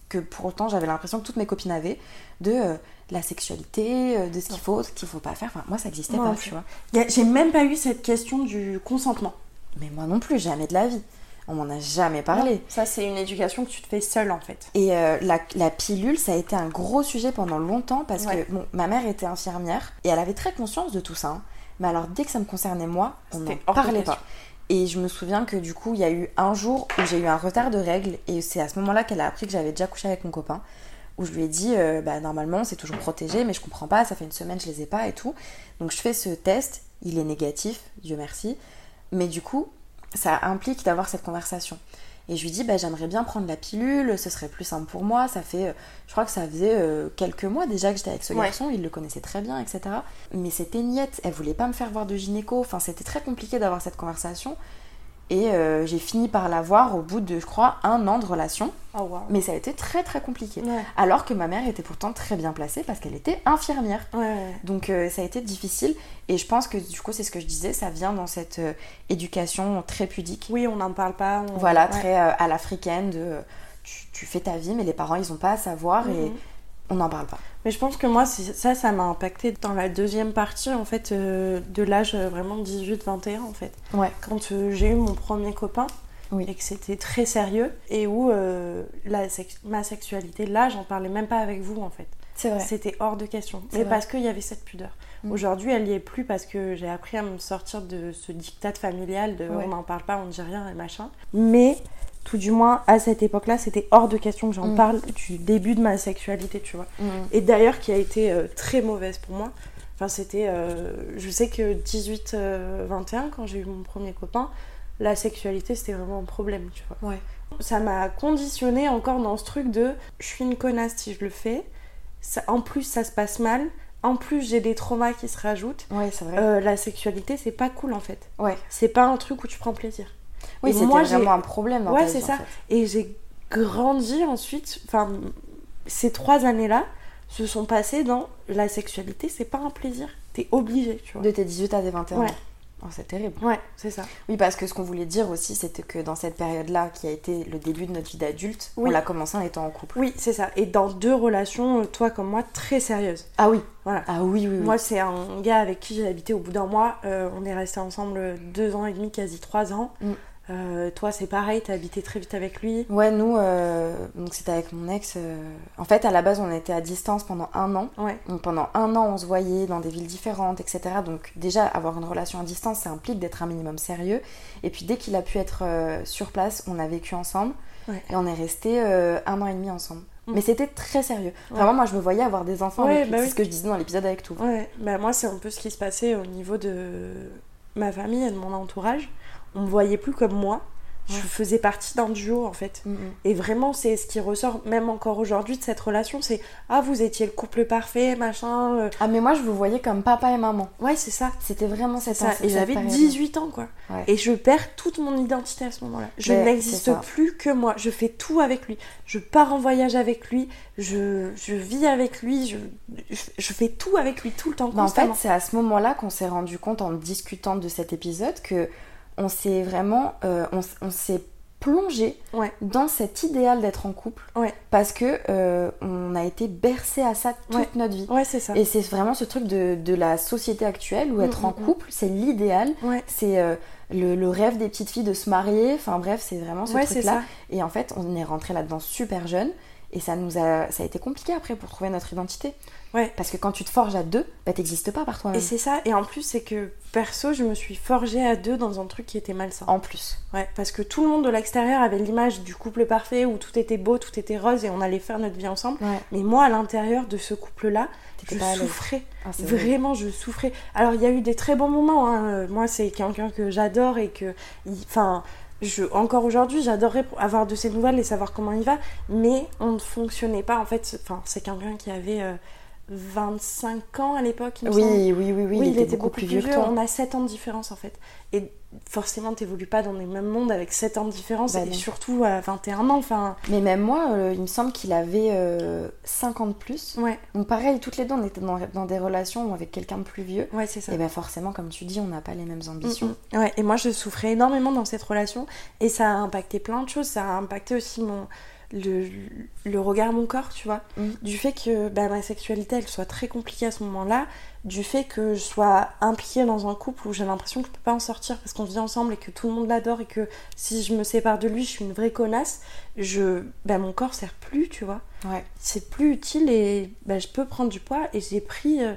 S1: que pour autant j'avais l'impression que toutes mes copines avaient de euh, la sexualité, euh, de ce qu'il faut, ce qu'il faut pas faire. Enfin, moi, ça n'existait
S2: Mm. Moi
S1: pas,
S2: non plus.
S1: tu vois.
S2: Y a- J'ai même pas eu cette question du consentement.
S1: Mais moi non plus, jamais de la vie. On m'en a jamais parlé.
S2: Non, Ça c'est une éducation que tu te fais seule en fait.
S1: Et euh, la, la pilule, ça a été un gros sujet pendant longtemps parce
S2: Ouais.
S1: que bon, ma mère était infirmière et elle avait très conscience de tout ça. hein. Mais alors, dès que ça me concernait moi, on n'en
S2: C'était hors de
S1: parlait
S2: question.
S1: pas. Et je me souviens que du coup, il y a eu un jour où j'ai eu un retard de règles et c'est à ce moment-là qu'elle a appris que j'avais déjà couché avec mon copain. Où je lui ai dit, euh, bah, normalement, c'est toujours protégé, mais je comprends pas, ça fait une semaine, je les ai pas et tout. Donc, je fais ce test, il est négatif, Dieu merci. Mais du coup, ça implique d'avoir cette conversation. Et je lui dis, bah, j'aimerais bien prendre la pilule, ce serait plus simple pour moi. Ça fait, euh, je crois que ça faisait euh, quelques mois déjà que j'étais avec ce
S2: Ouais.
S1: garçon, il le connaissait très bien, etc. Mais c'était niette, elle voulait pas me faire voir de gynéco. Enfin, c'était très compliqué d'avoir cette conversation. Et euh, j'ai fini par l'avoir au bout de, je crois, un an de relation.
S2: Oh, wow.
S1: Mais ça a été très très compliqué. Alors que ma mère était pourtant très bien placée parce qu'elle était infirmière. Donc euh, ça a été difficile. Et je pense que du coup, c'est ce que je disais, ça vient dans cette euh, éducation très pudique.
S2: Oui, on n'en parle pas. on-
S1: Voilà,
S2: ouais.
S1: très euh, à l'africaine, de euh, tu, tu fais ta vie, mais les parents, ils ont pas à savoir et
S2: Mhm.
S1: on n'en parle pas.
S2: Mais je pense que moi, c'est- ça, ça m'a impacté dans la deuxième partie, en fait, euh, de l'âge euh, vraiment 18-21, en fait.
S1: Ouais.
S2: Quand euh, j'ai eu mon premier copain, et que c'était très sérieux, et où euh, la sex- ma sexualité, là, j'en parlais même pas avec vous, en fait.
S1: C'est vrai.
S2: C'était hors de question.
S1: C'est
S2: Mais
S1: vrai.
S2: parce qu'il y avait cette pudeur.
S1: Mm.
S2: Aujourd'hui, elle y est plus parce que j'ai appris à me sortir de ce diktat familial de
S1: Ouais.
S2: on n'en parle pas, on ne dit rien et machin. Mais tout du moins à cette époque-là, c'était hors de question que j'en
S1: Mm.
S2: parle du début de ma sexualité, tu vois.
S1: Mm.
S2: Et d'ailleurs, qui a été euh, très mauvaise pour moi. Enfin, c'était. euh, je sais que euh, 18-21, quand j'ai eu mon premier copain, la sexualité, c'était vraiment un problème, tu vois. Ça m'a conditionné encore dans ce truc de je suis une connasse si je le fais. Ça, en plus, ça se passe mal. En plus, j'ai des traumas qui se rajoutent.
S1: Ouais, c'est vrai.
S2: Euh, la sexualité, c'est pas cool en fait.
S1: Ouais.
S2: C'est pas un truc où tu prends plaisir.
S1: Oui,
S2: Et
S1: c'était
S2: moi, j'ai-
S1: vraiment un problème dans
S2: ouais,
S1: ta
S2: c'est
S1: vie, en
S2: ça. Et j'ai grandi ensuite. Enfin, ces trois années-là se sont passées dans la sexualité, c'est pas un plaisir. T'es obligé, tu vois.
S1: De tes 18 à tes 21
S2: Ouais.
S1: ans. Oh, c'est terrible.
S2: Ouais, c'est ça.
S1: Oui, parce que ce qu'on voulait dire aussi, c'était que dans cette période-là, qui a été le début de notre vie d'adulte,
S2: Oui.
S1: on l'a commencé en étant en couple.
S2: Oui, c'est ça. Et dans deux relations, euh, toi comme moi, très sérieuses.
S1: Ah oui.
S2: Voilà.
S1: Ah oui, oui, oui.
S2: Moi, c'est un gars avec qui j'ai habité au bout d'un mois. Euh, on est restés ensemble deux ans et demi, quasi trois ans.
S1: Mm.
S2: Euh, toi, c'est pareil, t'as habité très vite avec lui.
S1: Ouais, nous, euh, donc c'était avec mon ex. euh, En fait, à la base, on était à distance pendant un an. Donc pendant un an, on se voyait dans des villes différentes, etc. Donc déjà, avoir une relation à distance, ça implique d'être un minimum sérieux. Et puis dès qu'il a pu être euh, sur place, on a vécu ensemble.
S2: Ouais.
S1: Et on est resté un an et demi ensemble.
S2: Mm.
S1: Mais c'était très sérieux. Vraiment,
S2: Ouais.
S1: moi, je me voyais avoir des enfants.
S2: Ouais,
S1: avec lui.
S2: bah
S1: C'est
S2: oui.
S1: ce que je disais dans l'épisode avec tout.
S2: Ouais, bah moi c'est un peu ce qui se passait au niveau de ma famille et de mon entourage. On me voyait plus comme moi. Je faisais partie d'un duo en fait. Et vraiment, c'est ce qui ressort même encore aujourd'hui de cette relation c'est Ah, vous étiez le couple parfait, machin. euh.
S1: Ah, mais moi, je vous voyais comme papa et maman.
S2: Ouais, c'est ça.
S1: C'était vraiment cette
S2: Ça,
S1: cette
S2: et j'avais
S1: période.
S2: 18 ans quoi.
S1: Ouais.
S2: Et je perds toute mon identité à ce moment-là. Je
S1: Ouais, c'est
S2: n'existe
S1: ça.
S2: plus que moi. Je fais tout avec lui. Je pars en voyage avec lui. Je, je vis avec lui. Je, je- je fais tout avec lui tout le temps.
S1: Bah, en fait,
S2: constamment.
S1: c'est à ce moment-là qu'on s'est rendu compte en discutant de cet épisode que on s'est vraiment, euh, on, s- on s'est plongé dans cet idéal d'être en couple parce que euh, on a été bercé à ça toute
S2: Ouais.
S1: notre vie.
S2: Ouais, c'est ça.
S1: Et c'est vraiment ce truc de, de la société actuelle où
S2: Mm,
S1: être en
S2: mm, mm.
S1: couple, c'est l'idéal, c'est euh, le, le rêve des petites filles de se marier. Enfin bref, c'est vraiment ce
S2: Ouais, c'est
S1: truc-là.
S2: ça.
S1: Et en fait, on est rentré là-dedans super jeune. Et ça nous a, ça a été compliqué après pour trouver notre identité. Parce que quand tu te forges à deux, bah t'existes pas par toi-même.
S2: Et c'est ça, et en plus, c'est que perso, je me suis forgée à deux dans un truc qui était malsain.
S1: En plus.
S2: Ouais, parce que tout le monde de l'extérieur avait l'image du couple parfait où tout était beau, tout était rose et on allait faire notre vie ensemble.
S1: Ouais.
S2: Mais moi, à l'intérieur de ce couple-là,
S1: T'étais
S2: je
S1: pas à l'aise.
S2: souffrais.
S1: Ah, c'est vrai.
S2: Vraiment, je souffrais. Alors, il y a eu des très bons moments. hein. Euh, Moi, c'est quelqu'un que j'adore et que. il- Enfin. Je, encore aujourd'hui, j'adorerais avoir de ses nouvelles et savoir comment il va, mais on ne fonctionnait pas. En fait, c'est- enfin, c'est quelqu'un qui avait euh, 25 ans à l'époque. il me
S1: Oui,
S2: semble.
S1: oui, oui, oui, il
S2: il,
S1: était
S2: était
S1: beaucoup
S2: beaucoup
S1: plus
S2: plus hein.
S1: vieux
S2: vieux.
S1: que toi.
S2: On a 7 ans de différence en fait. Et forcément, t'évolues pas dans les mêmes mondes avec 7 ans de différence
S1: Bah
S2: et
S1: non.
S2: surtout à 21 ans. Enfin,
S1: Mais même moi, euh, il me semble qu'il avait euh, 50 plus.
S2: Ouais.
S1: Donc pareil, toutes les deux, on était dans, dans des relations où avec quelqu'un de plus vieux.
S2: Ouais, c'est ça.
S1: Et bien forcément, comme tu dis, on n'a pas les mêmes ambitions.
S2: Mm, mm. Ouais, et moi je souffrais énormément dans cette relation et ça a impacté plein de choses. Ça a impacté aussi mon le, le regard à mon corps, tu vois.
S1: Mm.
S2: Du fait que bah, ma sexualité elle soit très compliquée à ce moment-là, du fait que je sois impliquée dans un couple où j'ai l'impression que je peux pas en sortir parce qu'on vit ensemble et que tout le monde l'adore et que si je me sépare de lui, je suis une vraie connasse, je bah, mon corps sert plus, tu vois.
S1: Ouais.
S2: C'est plus utile et bah, je peux prendre du poids et j'ai pris euh,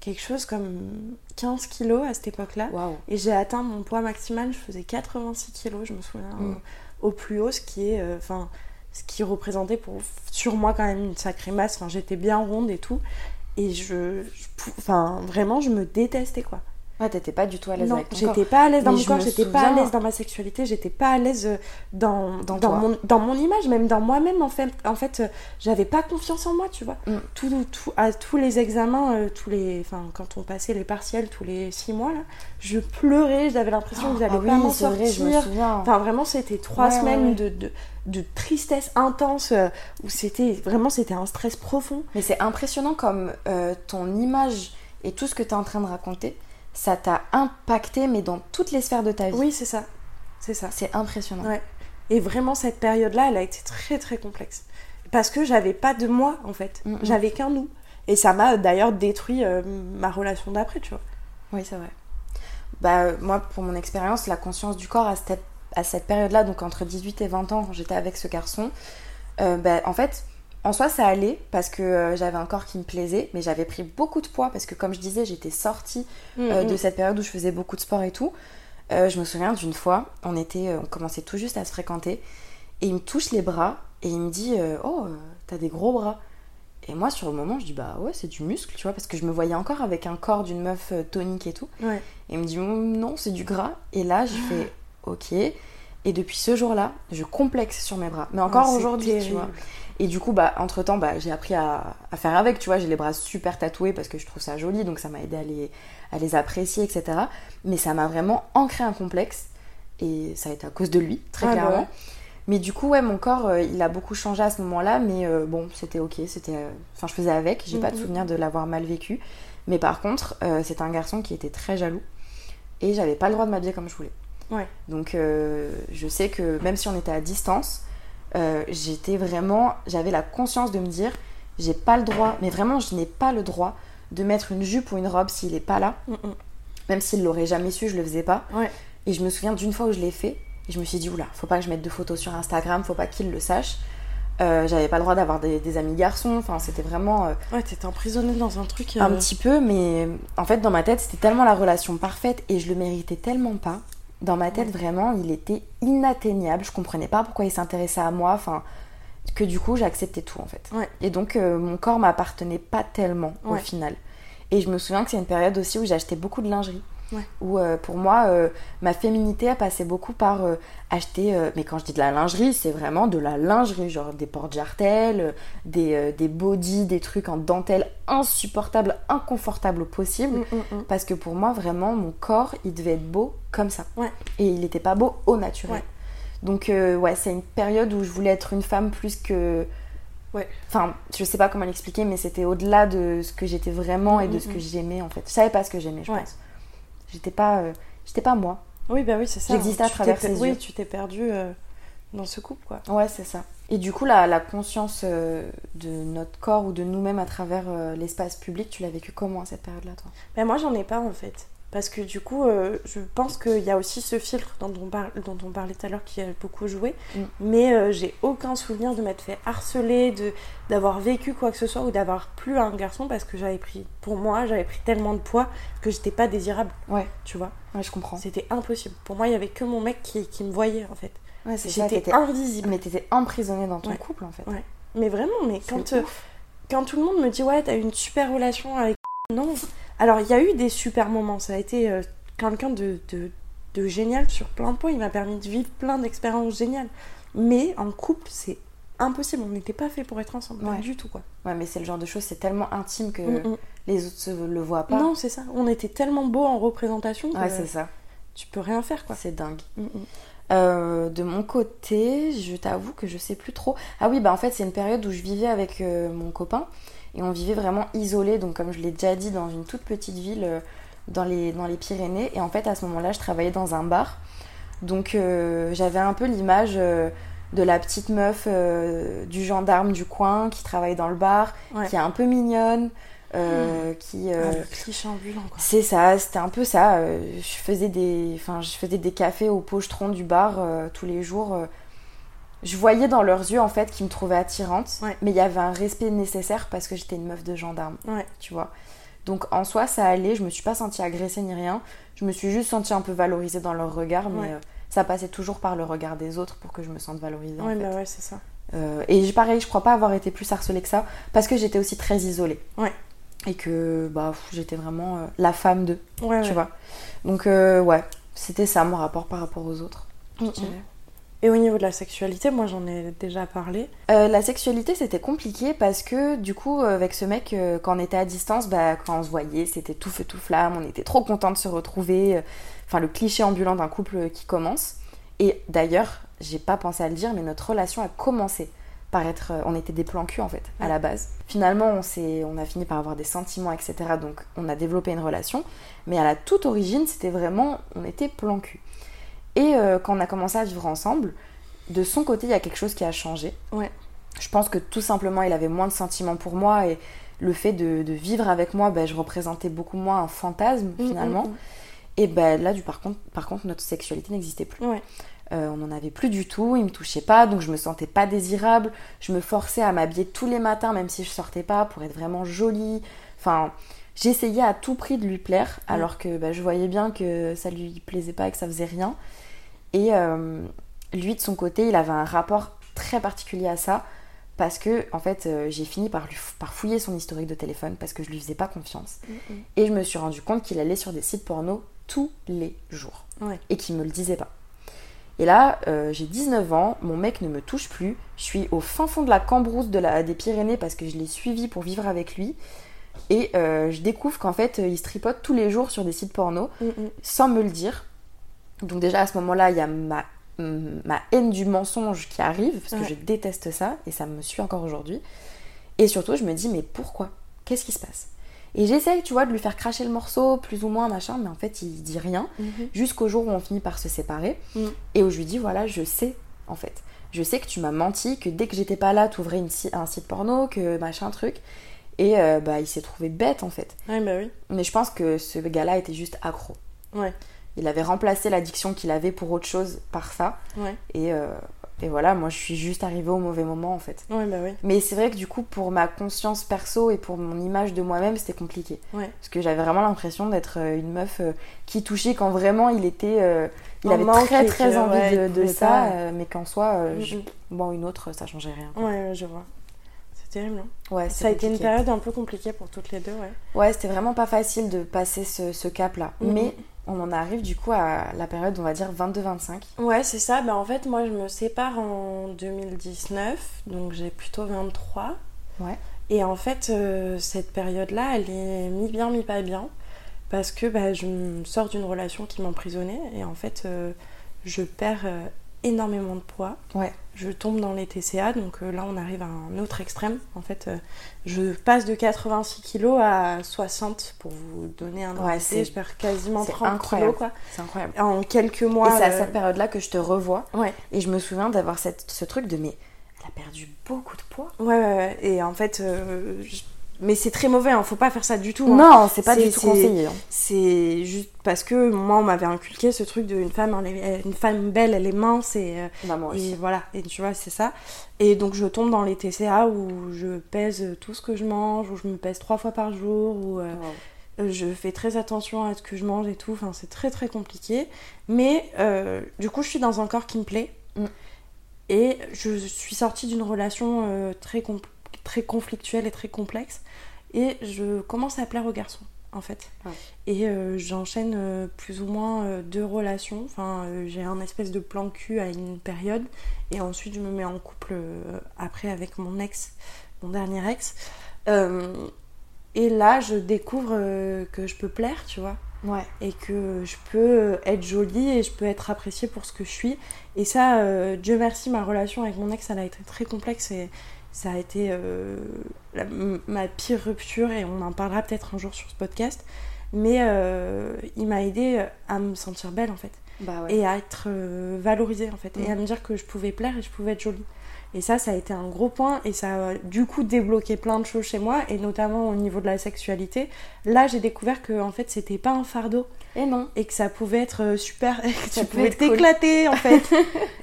S2: quelque chose comme 15 kilos à cette époque-là. Et j'ai atteint mon poids maximal, je faisais 86 kilos, je me souviens, euh,
S1: Mm.
S2: au, au plus haut, ce qui est, euh, enfin, ce qui représentait pour sur moi quand même une sacrée masse. Enfin, j'étais bien ronde et tout, et je, je pou- enfin, vraiment, je me détestais quoi.
S1: Ouais, t'étais pas du tout à l'aise
S2: Non,
S1: avec ton corps.
S2: j'étais pas à l'aise dans
S1: Mais
S2: mon
S1: je
S2: corps,
S1: me
S2: j'étais pas à
S1: souviens-
S2: l'aise dans ma sexualité, j'étais pas à l'aise euh, dans, dans,
S1: toi.
S2: mon, dans mon image, même dans moi-même en fait. En fait, euh, j'avais pas confiance en moi, tu vois.
S1: Mm.
S2: Tout, tout, à tous les examens, euh, tous les, enfin, quand on passait les partiels tous les six mois, là, je pleurais, j'avais l'impression que j'allais
S1: Ah oui,
S2: pas m'en
S1: c'est
S2: sortir.
S1: vrai, je me souviens.
S2: Enfin, vraiment, c'était trois
S1: Ouais, ouais,
S2: semaines
S1: ouais.
S2: De, de, de tristesse intense euh, où c'était vraiment c'était un stress profond.
S1: Mais c'est impressionnant comme euh, ton image et tout ce que tu es en train de raconter, ça t'a impacté, mais dans toutes les sphères de ta vie.
S2: Oui, c'est ça. C'est ça.
S1: C'est impressionnant.
S2: Ouais. Et vraiment, cette période-là, elle a été très très complexe. Parce que j'avais pas de moi, en fait.
S1: Mm, mm.
S2: J'avais qu'un nous. Et ça m'a d'ailleurs détruit euh, ma relation d'après, tu vois.
S1: Oui, c'est vrai. Bah, euh, moi, pour mon expérience, la conscience du corps à cette, à cette période-là, donc entre 18 et 20 ans, j'étais avec ce garçon. euh, bah, en fait, en soi, ça allait parce que euh, j'avais un corps qui me plaisait, mais j'avais pris beaucoup de poids parce que, comme je disais, j'étais sortie euh,
S2: Mhm.
S1: de cette période où je faisais beaucoup de sport et tout. Euh, je me souviens d'une fois, on était, euh, on commençait tout juste à se fréquenter, et il me touche les bras et il me dit, euh, oh, euh, t'as des gros bras. Et moi, sur le moment, je dis, bah ouais, c'est du muscle, tu vois, parce que je me voyais encore avec un corps d'une meuf euh, tonique et tout.
S2: Ouais.
S1: Et il me dit Hum, non, c'est du gras. Et là, je fais ok. Et depuis ce jour-là, je complexe sur mes bras. Mais encore
S2: Oh, c'est
S1: aujourd'hui, tu
S2: terrible.
S1: vois. Et du coup, bah, entre temps, bah, j'ai appris à, à faire avec, tu vois. J'ai les bras super tatoués parce que je trouve ça joli, donc ça m'a aidé à les, à les apprécier, etc. Mais ça m'a vraiment ancré un complexe. Et ça a été à cause de lui, très
S2: Ah, bah
S1: clairement.
S2: ouais.
S1: Mais du coup, ouais, mon corps, euh, il a beaucoup changé à ce moment-là, mais euh, bon, c'était ok, c'était, euh, enfin, je faisais avec. J'ai pas de
S2: Mhm.
S1: souvenir de l'avoir mal vécu. Mais par contre, euh, c'est un garçon qui était très jaloux et j'avais pas le droit de m'habiller comme je voulais.
S2: Ouais.
S1: Donc, euh, je sais que même si on était à distance, euh, j'étais vraiment, j'avais la conscience de me dire, j'ai pas le droit, mais vraiment, je n'ai pas le droit de mettre une jupe ou une robe s'il est pas là. Même s'il l'aurait jamais su, je le faisais pas.
S2: Mm, Ouais.
S1: Et je me souviens d'une fois où je l'ai fait, et je me suis dit, oula, faut pas que je mette de photos sur Instagram, faut pas qu'il le sache. Euh, j'avais pas le droit d'avoir des, des amis garçons, enfin, c'était vraiment. euh,
S2: Ouais, t'étais emprisonnée dans un truc.
S1: un
S2: euh,
S1: petit peu, mais en fait, dans ma tête, c'était tellement la relation parfaite et je le méritais tellement pas. Dans ma tête, vraiment, il était inatteignable. Je comprenais pas pourquoi il s'intéressait à moi. Enfin, que du coup, j'acceptais tout en fait.
S2: Ouais.
S1: Et donc, euh, mon corps m'appartenait pas tellement au
S2: Ouais.
S1: final. Et je me souviens que c'est une période aussi où j'achetais beaucoup de lingerie.
S2: Ouais.
S1: Où euh, pour moi, euh, ma féminité a passé beaucoup par euh, acheter. euh, mais quand je dis de la lingerie, c'est vraiment de la lingerie, genre des portes jartelles, euh, des, euh, des bodys, des trucs en dentelle insupportables, inconfortables au possible.
S2: Mm, mm, mm.
S1: Parce que pour moi, vraiment, mon corps, il devait être beau comme ça.
S2: Ouais.
S1: Et il n'était pas beau au naturel.
S2: Ouais.
S1: Donc, euh, ouais, c'est une période où je voulais être une femme plus que.
S2: Ouais.
S1: Enfin, je sais pas comment l'expliquer, mais c'était au-delà de ce que j'étais vraiment et de ce que j'aimais en fait. Je savais pas ce que j'aimais, je
S2: Mm, Ouais.
S1: pense. J'étais pas, euh, j'étais pas moi.
S2: Oui, bah oui, c'est ça.
S1: J'existais à
S2: Tu
S1: travers
S2: t'es-
S1: ses
S2: Oui,
S1: yeux.
S2: tu t'es perdue euh, dans ce couple, quoi.
S1: Ouais, c'est ça. Et du coup, la, la conscience euh, de notre corps ou de nous-mêmes à travers euh, l'espace public, tu l'as vécu comment à cette période-là, toi
S2: Ben moi, j'en ai pas en fait. Parce que du coup, euh, je pense qu'il y a aussi ce filtre dont on, par- dont on parlait tout à l'heure qui a beaucoup joué.
S1: Mm.
S2: Mais euh, j'ai aucun souvenir de m'être fait harceler, de d'avoir vécu quoi que ce soit ou d'avoir plu à un garçon parce que j'avais pris, pour moi, j'avais pris tellement de poids que j'étais pas désirable.
S1: Ouais.
S2: Tu vois
S1: Ouais, je comprends.
S2: C'était impossible. Pour moi, il y avait que mon mec qui, qui me voyait en fait.
S1: Ouais, c'est ça.
S2: J'étais
S1: t'étais-
S2: invisible.
S1: Mais t'étais emprisonnée dans ton
S2: Ouais.
S1: couple, en fait.
S2: Ouais. Mais vraiment, mais
S1: C'est
S2: quand, euh, quand tout le monde me dit ouais, t'as eu une super relation avec non. Alors il y a eu des super moments. Ça a été euh, quelqu'un de, de, de génial sur plein de points. Il m'a permis de vivre plein d'expériences géniales. Mais en couple, c'est impossible. On n'était pas fait pour être ensemble pas
S1: Ouais.
S2: du tout quoi.
S1: Ouais, mais c'est le genre de choses, c'est tellement intime que
S2: Mm, mm.
S1: les autres se le voient pas.
S2: Non, c'est ça. On était tellement beaux en représentation que
S1: Ouais, c'est ça.
S2: tu peux rien faire quoi.
S1: C'est dingue.
S2: Mm, mm.
S1: Euh, de mon côté, je t'avoue que je sais plus trop. Ah oui, bah en fait, c'est une période où je vivais avec euh, mon copain et on vivait vraiment isolé. Donc, comme je l'ai déjà dit, dans une toute petite ville euh, dans, les, dans les Pyrénées. Et en fait, à ce moment-là, je travaillais dans un bar. Donc, euh, j'avais un peu l'image euh, de la petite meuf euh, du gendarme du coin qui travaille dans le bar,
S2: Ouais.
S1: qui est un peu mignonne, euh, qui.
S2: Ah,
S1: euh,
S2: le cliché ambulant quoi.
S1: c'est ça, c'était un peu ça. euh, Je faisais des, enfin, je faisais des cafés au pochetron du bar euh, tous les jours. euh. Je voyais dans leurs yeux en fait qu'ils me trouvaient attirante,
S2: Ouais.
S1: mais il y avait un respect nécessaire parce que j'étais une meuf de gendarme,
S2: Ouais.
S1: tu vois. Donc en soi, ça allait. Je me suis pas sentie agressée ni rien. Je me suis juste sentie un peu valorisée dans leur regard, mais
S2: Ouais.
S1: euh, ça passait toujours par le regard des autres pour que je me sente valorisée. en
S2: Ouais,
S1: fait.
S2: bah ouais, c'est ça.
S1: Euh, et j'ai- pareil, je crois pas avoir été plus harcelée que ça, parce que j'étais aussi très isolée.
S2: Ouais.
S1: et que bah, pff, j'étais vraiment euh, la femme d'eux,
S2: Ah Ouais,
S1: tu
S2: ouais.
S1: vois. Donc euh, ouais, c'était ça mon rapport par rapport aux autres. je
S2: Mhm.
S1: dirais.
S2: Et au niveau de la sexualité, moi j'en ai déjà parlé.
S1: Euh, la sexualité, c'était compliqué parce que du coup, euh, avec ce mec, euh, quand on était à distance, bah, quand on se voyait, c'était tout feu tout flamme, on était trop contents de se retrouver. euh, Enfin, le cliché ambulant d'un couple euh, qui commence. Et d'ailleurs, j'ai pas pensé à le dire, mais notre relation a commencé par être. euh, on était des plans cul en fait, à la base. Finalement, on, s'est- on a fini par avoir des sentiments, etc. Donc, on a développé une relation. Mais à la toute origine, c'était vraiment. On était plan cul. Et euh, quand on a commencé à vivre ensemble, de son côté, il y a quelque chose qui a changé.
S2: Ouais.
S1: Je pense que tout simplement, il avait moins de sentiments pour moi et le fait de, de vivre avec moi, ben, je représentais beaucoup moins un fantasme
S2: Mm,
S1: finalement.
S2: mm, mm.
S1: Et ben là, du, par, contre, par contre, notre sexualité n'existait plus.
S2: Ouais.
S1: Euh, on n'en avait plus du tout, il me touchait pas, donc je me sentais pas désirable. Je me forçais à m'habiller tous les matins, même si je sortais pas, pour être vraiment jolie. Enfin, j'essayais à tout prix de lui plaire,
S2: Mm.
S1: alors que ben, je voyais bien que ça lui plaisait pas et que ça faisait rien. Et euh, lui, de son côté, il avait un rapport très particulier à ça parce que, en fait, euh, j'ai fini par, lui f- par fouiller son historique de téléphone parce que je lui faisais pas confiance.
S2: Mhm.
S1: Et je me suis rendu compte qu'il allait sur des sites porno tous les jours
S2: Ouais.
S1: et qu'il me le disait pas. Et là, euh, j'ai 19 ans, mon mec ne me touche plus, je suis au fin fond de la cambrousse de la, des Pyrénées parce que je l'ai suivi pour vivre avec lui. Et euh, je découvre qu'en fait, euh, il se tripote tous les jours sur des sites porno sans me le dire. Donc déjà à ce moment-là, il y a ma, ma haine du mensonge qui arrive, parce que
S2: Ouais.
S1: je déteste ça, et ça me suit encore aujourd'hui. Et surtout, je me dis, mais pourquoi Qu'est-ce qui se passe Et j'essaye, tu vois, de lui faire cracher le morceau, plus ou moins, machin, mais en fait, il dit rien,
S2: Mhm.
S1: jusqu'au jour où on finit par se séparer,
S2: Mhm.
S1: et où je lui dis, voilà, je sais, en fait. Je sais que tu m'as menti, que dès que j'étais pas là, t'ouvrais une si- un site porno, que machin, truc. Et euh, bah, il s'est trouvé bête, en fait.
S2: Ouais, bah oui.
S1: Mais je pense que ce gars-là était juste accro.
S2: Ouais.
S1: Il avait remplacé l'addiction qu'il avait pour autre chose par ça.
S2: Ouais.
S1: Et, euh, et voilà, moi je suis juste arrivée au mauvais moment en fait.
S2: Ouais, bah oui.
S1: Mais c'est vrai que du coup, pour ma conscience perso et pour mon image de moi-même, c'était compliqué.
S2: Ouais.
S1: Parce que j'avais vraiment l'impression d'être euh, une meuf euh, qui touchait quand vraiment il était. euh, il
S2: En
S1: avait
S2: manque
S1: très
S2: et
S1: très
S2: que,
S1: envie
S2: ouais,
S1: de-
S2: il
S1: de,
S2: pouvait
S1: ça,
S2: pas.
S1: euh, mais qu'en soi, euh,
S2: Mm,
S1: je-
S2: mm.
S1: bon, une autre, ça changeait rien. quoi.
S2: Ouais, ouais, je vois. C'est terrible, hein
S1: Ouais, c'est
S2: Ça a été une
S1: compliqué.
S2: période un peu compliquée pour toutes les deux, ouais.
S1: Ouais, c'était vraiment pas facile de passer ce, ce cap-là.
S2: Mhm.
S1: Mais on en arrive du coup à la période, on va dire 22-25.
S2: Ouais, c'est ça. Bah, en fait, moi, je me sépare en 2019, donc j'ai plutôt 23.
S1: Ouais.
S2: Et en fait, euh, cette période-là, elle est mi-bien, mi-pas bien, parce que bah, je me sors d'une relation qui m'emprisonnait, et en fait, euh, je perds euh, énormément de poids.
S1: Ouais.
S2: Je tombe dans les TCA, donc euh, là, on arrive à un autre extrême. En fait, euh, je passe de 86 kilos à 60, pour vous donner un
S1: Ouais,
S2: ordre d'idée.
S1: c'est-
S2: Je perds quasiment
S1: c'est
S2: 30
S1: incroyable.
S2: kilos, quoi.
S1: C'est incroyable.
S2: En quelques mois.
S1: et c'est à
S2: euh,
S1: cette période-là que je te revois.
S2: Ouais.
S1: Et je me souviens d'avoir cette, ce truc de mais elle a perdu beaucoup de poids.
S2: Ouais, ouais, ouais. Et en fait, euh, je- mais c'est très mauvais, hein. faut pas faire ça du tout. hein.
S1: Non, c'est pas du tout
S2: c'est-
S1: conseillé, hein.
S2: C'est juste parce que moi, on m'avait inculqué ce truc d'une femme, elle est- euh, une femme belle, elle est mince et, euh,
S1: moi
S2: et
S1: aussi.
S2: voilà. Et tu vois, c'est ça. Et donc, je tombe dans les TCA où je pèse tout ce que je mange, où je me pèse trois fois par jour, où euh, euh, je fais très attention à ce que je mange et tout. Enfin, c'est très très compliqué. Mais euh, du coup, je suis dans un corps qui me plaît. Et je suis sortie d'une relation euh, très, compl- très conflictuelle et très complexe. Et je commence à plaire aux garçons, en fait.
S1: Ouais.
S2: Et euh, j'enchaîne euh, plus ou moins euh, deux relations. Enfin, euh, j'ai un espèce de plan cul à une période. Et ensuite, je me mets en couple euh, après avec mon ex, mon dernier ex. Euh, et là, je découvre euh, que je peux plaire, tu vois
S1: Ouais.
S2: et que je peux euh, être jolie et je peux être appréciée pour ce que je suis. Et ça, euh, Dieu merci, ma relation avec mon ex, elle a été très complexe et ça a été euh, la- m- ma pire rupture et on en parlera peut-être un jour sur ce podcast. Mais euh, il m'a aidé à me sentir belle en fait
S1: Bah ouais.
S2: et à être euh, valorisée en fait et
S1: Mhm.
S2: à me dire que je pouvais plaire et je pouvais être jolie. Et ça, ça a été un gros point et ça a du coup débloqué plein de choses chez moi et notamment au niveau de la sexualité. Là, j'ai découvert que en fait, c'était pas un fardeau
S1: Et non.
S2: et que ça pouvait être euh, super et que
S1: Ça
S2: tu
S1: pouvait
S2: pouvais
S1: être cool.
S2: t'éclater en fait.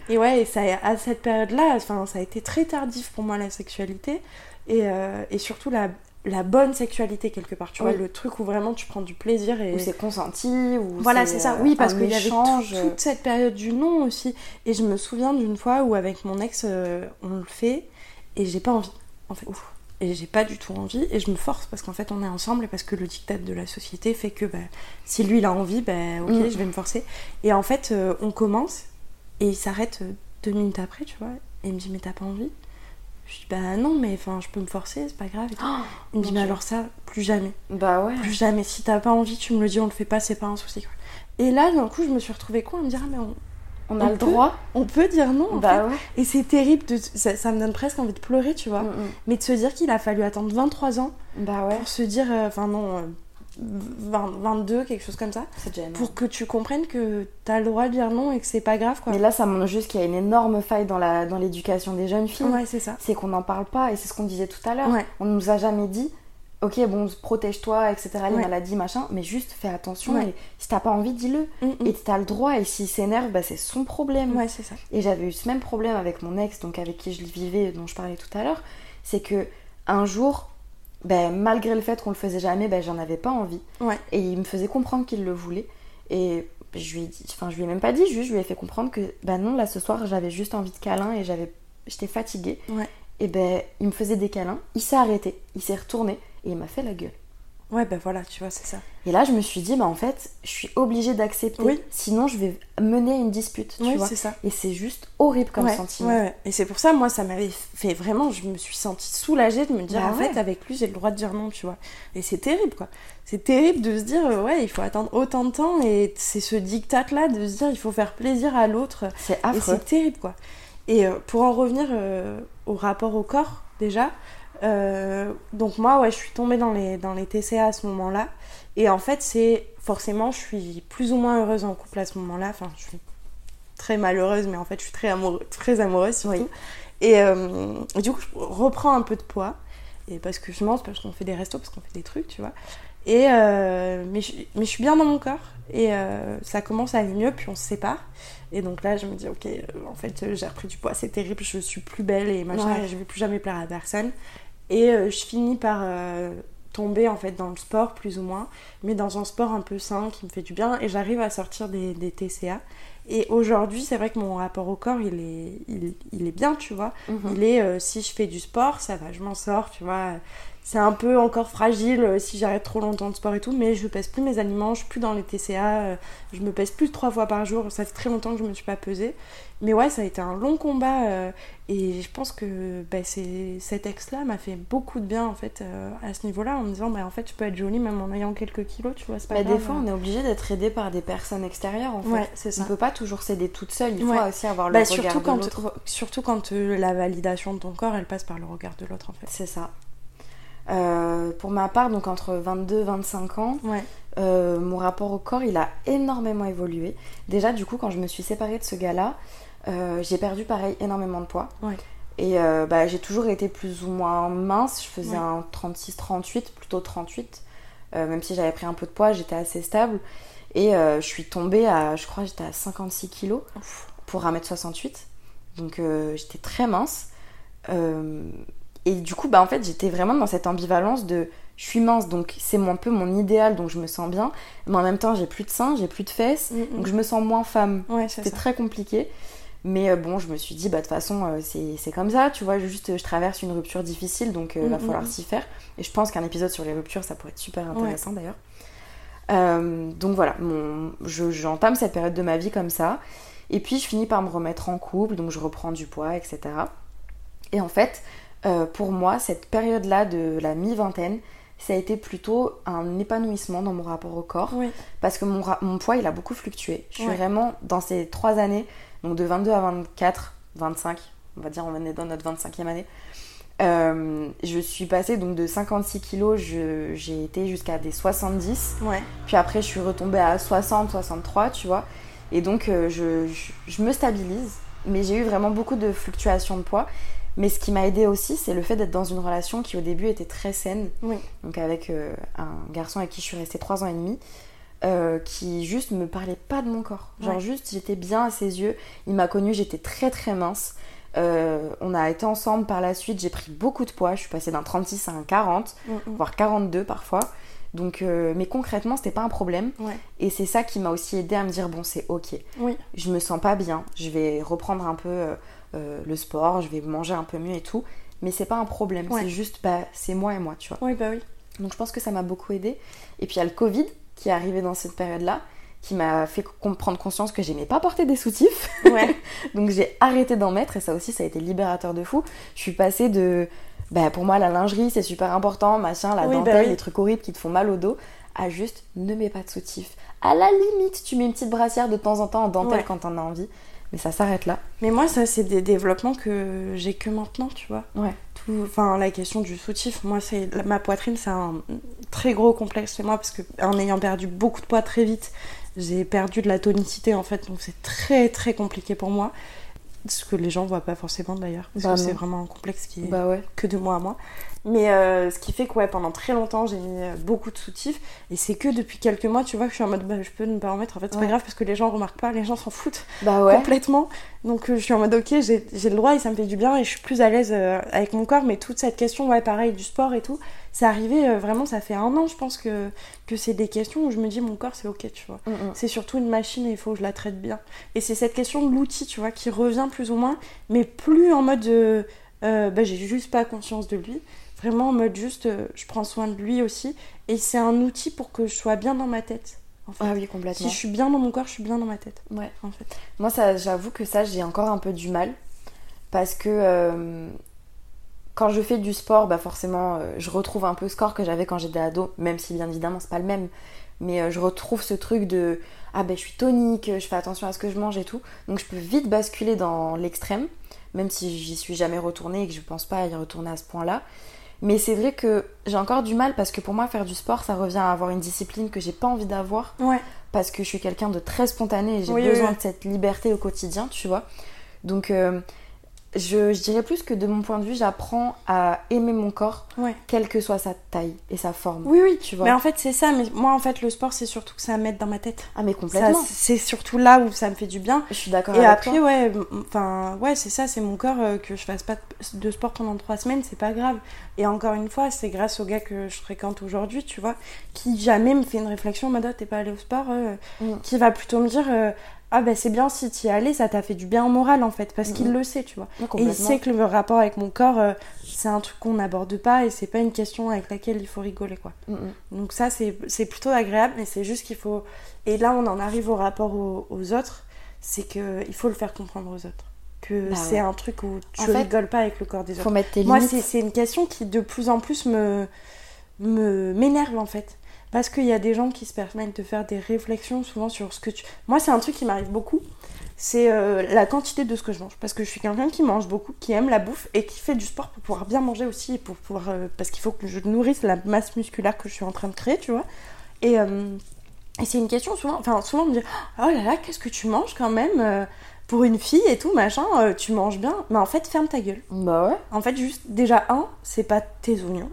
S2: et ouais, et ça, à cette période-là, enfin, ça a été très tardif pour moi la sexualité et, euh, et surtout la, la bonne sexualité quelque part. Tu
S1: Oui.
S2: vois, le truc où vraiment tu prends du plaisir et
S1: Où c'est consenti, ou
S2: voilà, c'est ça.
S1: euh,
S2: Oui, parce
S1: un
S2: qu'il y avait
S1: échange. euh.
S2: tout- toute cette période du non aussi. Et je me souviens d'une fois où avec mon ex, euh, on le fait et j'ai pas envie, en fait. et j'ai pas du tout envie et je me force parce qu'en fait on est ensemble et parce que le diktat de la société fait que bah, si lui il a envie bah, ok
S1: Mm.
S2: je vais me forcer et en fait euh, on commence et il s'arrête euh, deux minutes après tu vois et il me dit mais t'as pas envie je dis bah non mais enfin je peux me forcer c'est pas grave et tout.
S1: Oh,
S2: il me dit mais alors ça plus jamais
S1: bah ouais
S2: plus jamais si t'as pas envie tu me le dis on le fait pas c'est pas un souci quoi. et là d'un coup je me suis retrouvée con à me dire ah mais on
S1: On a le droit.
S2: on peut dire non. en
S1: Bah
S2: fait. Mm,
S1: ouais.
S2: Et c'est terrible, de- ça, ça me donne presque envie de pleurer, tu
S1: Mm.
S2: vois. Mais de se dire qu'il a fallu attendre 23 ans pour se dire, euh, enfin non, euh, 20 22, quelque chose comme ça,
S1: hein.
S2: pour que tu comprennes que t'as le droit de dire non et que c'est pas grave, quoi.
S1: Mais là, ça montre juste qu'il y a une énorme faille dans la dans l'éducation des jeunes filles.
S2: Ouais, c'est ça.
S1: C'est qu'on n'en parle pas et c'est ce qu'on disait tout à l'heure.
S2: Ouais.
S1: On nous a jamais dit. Ok, bon, protège-toi, etc., les
S2: Ouais.
S1: maladies, machin, mais juste fais attention
S2: Ouais.
S1: et si t'as pas envie, dis-le. Et t'as le droit, et s'il s'énerve, bah, c'est son problème.
S2: Mm, Ouais, c'est ça.
S1: Et j'avais eu ce même problème avec mon ex, donc avec qui je vivais, dont je parlais tout à l'heure, c'est que un jour, ben, malgré le fait qu'on le faisait jamais, ben, j'en avais pas envie.
S2: Ouais.
S1: Et il me faisait comprendre qu'il le voulait. Et je lui ai dit, enfin, je lui ai même pas dit, juste je lui ai fait comprendre que, ben non, là ce soir, j'avais juste envie de câlin et j'avais, j'étais fatiguée.
S2: Ouais.
S1: Et ben, il me faisait des câlins. Il s'est arrêté, il s'est retourné et il m'a fait la gueule.
S2: Ouais, ben voilà, tu vois, c'est ça.
S1: Et là, je me suis dit, bah en fait, je suis obligée d'accepter,
S2: Oui.
S1: sinon je vais mener une dispute, tu
S2: Oui,
S1: vois.
S2: c'est ça.
S1: Et c'est juste horrible comme
S2: Ouais,
S1: sentiment.
S2: ouais, ouais. Et c'est pour ça, moi, ça m'avait fait vraiment, je me suis sentie soulagée de me dire,
S1: Bah
S2: en
S1: ouais.
S2: fait, avec lui, j'ai le droit de dire non, tu vois. Et c'est terrible, quoi. C'est terrible de se dire, euh, ouais, il faut attendre autant de temps, et c'est ce diktat-là de se dire, il faut faire plaisir à l'autre.
S1: C'est
S2: Et
S1: affreux.
S2: c'est terrible, quoi. Et euh, pour en revenir euh, au rapport au corps, déjà, euh, donc moi, ouais, je suis tombée dans les, dans les TCA à ce moment-là. Et en fait, c'est forcément, je suis plus ou moins heureuse en couple à ce moment-là. Enfin, je suis très malheureuse, mais en fait, je suis très, amoureux, très amoureuse surtout. Et euh, et du coup, je reprends un peu de poids. Et parce que je mange, parce qu'on fait des restos, parce qu'on fait des trucs, tu vois. Et euh, mais, je, mais je suis bien dans mon corps. Et euh, ça commence à aller mieux, puis on se sépare. Et donc là, je me dis, ok, euh, en fait, euh, j'ai repris du poids, c'est terrible, je suis plus belle et machin,
S1: Ouais.
S2: et je vais plus jamais plaire à personne. Et euh, je finis par euh, tomber, en fait, dans le sport, plus ou moins, mais dans un sport un peu sain qui me fait du bien. Et j'arrive à sortir des, des TCA. Et aujourd'hui, c'est vrai que mon rapport au corps, il est, il, il est bien, tu vois.
S1: Mhm.
S2: Il est, euh, si je fais du sport, ça va, je m'en sors, tu vois. C'est un peu encore fragile euh, si j'arrête trop longtemps de sport et tout, mais je pèse plus mes aliments, je suis plus dans les TCA, euh, je me pèse plus de trois fois par jour. Ça fait très longtemps que je me suis pas pesée. Mais ouais, ça a été un long combat euh, et je pense que bah, c'est, cet ex-là m'a fait beaucoup de bien, en fait, euh, à ce niveau-là, en me disant, bah, en fait, tu peux être jolie même en ayant quelques kilos, tu vois, c'est pas
S1: Bah, des
S2: grave. hein.
S1: fois, on est obligé d'être aidé par des personnes extérieures, en fait.
S2: Ouais, c'est ça.
S1: On peut pas toujours s'aider toute seule, il
S2: Ouais.
S1: faut aussi avoir le
S2: Bah,
S1: regard
S2: surtout
S1: de
S2: quand,
S1: l'autre.
S2: surtout quand euh, la validation de ton corps, elle passe par le regard de l'autre, en fait.
S1: C'est ça. Euh, pour ma part, donc entre 22 et 25 ans,
S2: Ouais.
S1: euh, mon rapport au corps, il a énormément évolué. Déjà, du coup, quand je me suis séparée de ce gars-là, euh, j'ai perdu pareil énormément de poids.
S2: Ouais.
S1: Et euh, bah, j'ai toujours été plus ou moins mince. Je faisais
S2: Ouais.
S1: un 36-38, plutôt 38. Euh, même si j'avais pris un peu de poids, j'étais assez stable. Et euh, je suis tombée à, je crois, j'étais à 56 kilos pour 1m68. Donc euh, j'étais très mince. Euh, et du coup, bah, en fait, j'étais vraiment dans cette ambivalence de je suis mince, donc c'est mon- un peu mon idéal, donc je me sens bien. Mais en même temps, j'ai plus de seins, j'ai plus de fesses,
S2: Mm, mm.
S1: donc je me sens moins femme.
S2: Ouais, c'est
S1: C'était
S2: ça.
S1: très compliqué. Mais euh, bon, je me suis dit, bah, de toute façon, euh, c'est c'est comme ça, tu vois, juste euh, je traverse une rupture difficile, donc il va
S2: Mm, mm,
S1: falloir
S2: mm.
S1: s'y faire. Et je pense qu'un épisode sur les ruptures, ça pourrait être super
S2: Ouais.
S1: intéressant d'ailleurs. Euh, donc voilà, mon- je- j'entame cette période de ma vie comme ça. Et puis je finis par me remettre en couple, donc je reprends du poids, etc. Et en fait, euh, pour moi, cette période-là de la mi-vingtaine, ça a été plutôt un épanouissement dans mon rapport au corps.
S2: Oui.
S1: Parce que mon, ra- mon poids, il a beaucoup fluctué. Je suis
S2: Ouais.
S1: vraiment dans ces trois années, donc de 22 à 24, 25, on va dire, on est dans notre 25e année. Euh, je suis passée donc de 56 kilos, je- j'ai été jusqu'à des 70.
S2: Ouais.
S1: Puis après, je suis retombée à 60, 63, tu vois. Et donc, euh, je, je- je me stabilise. Mais j'ai eu vraiment beaucoup de fluctuations de poids. Mais ce qui m'a aidée aussi, c'est le fait d'être dans une relation qui, au début, était très saine.
S2: Oui.
S1: Donc, avec euh, un garçon avec qui je suis restée 3 ans et demi. euh, qui juste me parlait pas de mon corps. Genre,
S2: Ouais.
S1: juste, j'étais bien à ses yeux. Il m'a connue, j'étais très très mince. Euh, on a été ensemble par la suite, j'ai pris beaucoup de poids. Je suis passée d'un 36 à un 40
S2: Mm, mm.
S1: voire 42 parfois. Donc, euh, mais concrètement, c'était pas un problème.
S2: Ouais.
S1: Et c'est ça qui m'a aussi aidé à me dire bon, c'est ok,
S2: Oui.
S1: je me sens pas bien, je vais reprendre un peu euh, euh, le sport, je vais manger un peu mieux et tout, mais c'est pas un problème.
S2: Ouais.
S1: C'est juste, bah, c'est moi et moi, tu vois.
S2: Oui, bah oui.
S1: Donc je pense que ça m'a beaucoup aidé. Et puis il y a le Covid qui est arrivé dans cette période-là, qui m'a fait com- prendre conscience que j'aimais pas porter des soutifs. Donc j'ai arrêté d'en mettre et ça aussi, ça a été libérateur de fou. Je suis passée de, bah, pour moi, la lingerie, c'est super important, machin, la
S2: Oui, bah
S1: dentelle,
S2: oui.
S1: les trucs horribles qui te font mal au dos, à juste ne mets pas de soutif. À la limite, tu mets une petite brassière de temps en temps en dentelle
S2: Ouais.
S1: quand t'en as envie, mais ça s'arrête là.
S2: Mais moi, ça, c'est des développements que j'ai que maintenant, tu vois.
S1: Ouais.
S2: Tout- Enfin, la question du soutif, moi, c'est la- ma poitrine, c'est un très gros complexe chez moi parce que en ayant perdu beaucoup de poids très vite, j'ai perdu de la tonicité en fait, donc c'est très très compliqué pour moi. Ce que les gens voient pas forcément d'ailleurs, parce
S1: Bah
S2: que c'est
S1: non.
S2: vraiment un complexe qui est
S1: Bah ouais.
S2: que de moi à moi. Mais euh, ce qui fait que ouais, pendant très longtemps, j'ai mis euh, beaucoup de soutifs. Et c'est que depuis quelques mois, tu vois, que je suis en mode, bah, je peux ne pas en mettre. En fait, c'est
S1: Ouais.
S2: pas grave parce que les gens remarquent pas, les gens s'en foutent
S1: Bah ouais.
S2: complètement. Donc euh, je suis en mode, ok, j'ai j'ai le droit et ça me fait du bien et je suis plus à l'aise euh, avec mon corps. Mais toute cette question, ouais, pareil, du sport et tout, c'est arrivé euh, vraiment, ça fait un an, je pense que, que c'est des questions où je me dis, mon corps, c'est ok, tu vois.
S1: Mm, mm.
S2: C'est surtout une machine et il faut que je la traite bien. Et c'est cette question de l'outil, tu vois, qui revient plus ou moins, mais plus en mode euh, euh, bah, j'ai juste pas conscience de lui. Vraiment en mode juste euh, je prends soin de lui aussi. Et c'est un outil pour que je sois bien dans ma tête. en fait.
S1: Ah oui, complètement.
S2: Si je suis bien dans mon corps, je suis bien dans ma tête.
S1: Ouais.
S2: En fait.
S1: Moi, ça, j'avoue que ça, j'ai encore un peu du mal. Parce que euh, quand je fais du sport, bah forcément, euh, je retrouve un peu ce corps que j'avais quand j'étais ado, même si bien évidemment, c'est pas le même. Mais euh, je retrouve ce truc de Ah ben, je suis tonique, je fais attention à ce que je mange et tout. Donc, je peux vite basculer dans l'extrême, même si j'y suis jamais retournée et que je pense pas y retourner à ce point-là. Mais c'est vrai que j'ai encore du mal parce que pour moi, faire du sport, ça revient à avoir une discipline que j'ai pas envie d'avoir.
S2: Ouais.
S1: Parce que je suis quelqu'un de très spontané et j'ai
S2: Oui, oui,
S1: besoin
S2: oui.
S1: de cette liberté au quotidien, tu vois. Donc, euh, je, je dirais plus que de mon point de vue, j'apprends à aimer mon corps,
S2: Ouais.
S1: quelle que soit sa taille et sa forme.
S2: Oui, oui,
S1: tu vois.
S2: Mais en fait, c'est ça. Mais moi, en fait, le sport, c'est surtout que ça m'aide dans ma tête.
S1: Ah, mais complètement.
S2: Ça, C'est surtout là où ça me fait du bien.
S1: Je suis d'accord
S2: Et
S1: avec
S2: après,
S1: toi.
S2: ouais, m- enfin, ouais, c'est ça, c'est mon corps euh, que je fasse pas de- de sport pendant trois semaines, c'est pas grave. Et encore une fois, c'est grâce au gars que je fréquente aujourd'hui, tu vois, qui jamais me fait une réflexion en mode Ah, t'es pas allé au sport, euh,
S1: Mm.
S2: qui va plutôt me dire euh, ah bah c'est bien si t'y es allé, ça t'a fait du bien au moral en fait, parce qu'il
S1: Mhm.
S2: le sait, tu vois.
S1: Ouais,
S2: et il
S1: complètement.
S2: sait que le rapport avec mon corps, euh, c'est un truc qu'on n'aborde pas et c'est pas une question avec laquelle il faut rigoler quoi.
S1: Mhm.
S2: Donc ça, c'est c'est plutôt agréable, mais c'est juste qu'il faut... Et là, on en arrive au rapport aux, aux autres, c'est qu'il faut le faire comprendre aux autres. Que
S1: Bah
S2: c'est
S1: ouais.
S2: un truc où tu
S1: En fait,
S2: rigoles pas avec le corps des
S1: faut
S2: autres.
S1: mettre tes
S2: Moi,
S1: limites.
S2: c'est c'est une question qui de plus en plus me me- m'énerve en fait. Parce qu'il y a des gens qui se permettent de faire des réflexions souvent sur ce que tu... Moi, c'est un truc qui m'arrive beaucoup, c'est euh, la quantité de ce que je mange. Parce que je suis quelqu'un qui mange beaucoup, qui aime la bouffe et qui fait du sport pour pouvoir bien manger aussi, et pour pouvoir, euh, parce qu'il faut que je nourrisse la masse musculaire que je suis en train de créer, tu vois. Et, euh, et c'est une question souvent, enfin souvent on me dit oh là là qu'est-ce que tu manges quand même euh, pour une fille et tout machin, euh, tu manges bien, mais en fait ferme ta gueule.
S1: Bah ouais.
S2: En fait juste déjà un, c'est pas tes oignons.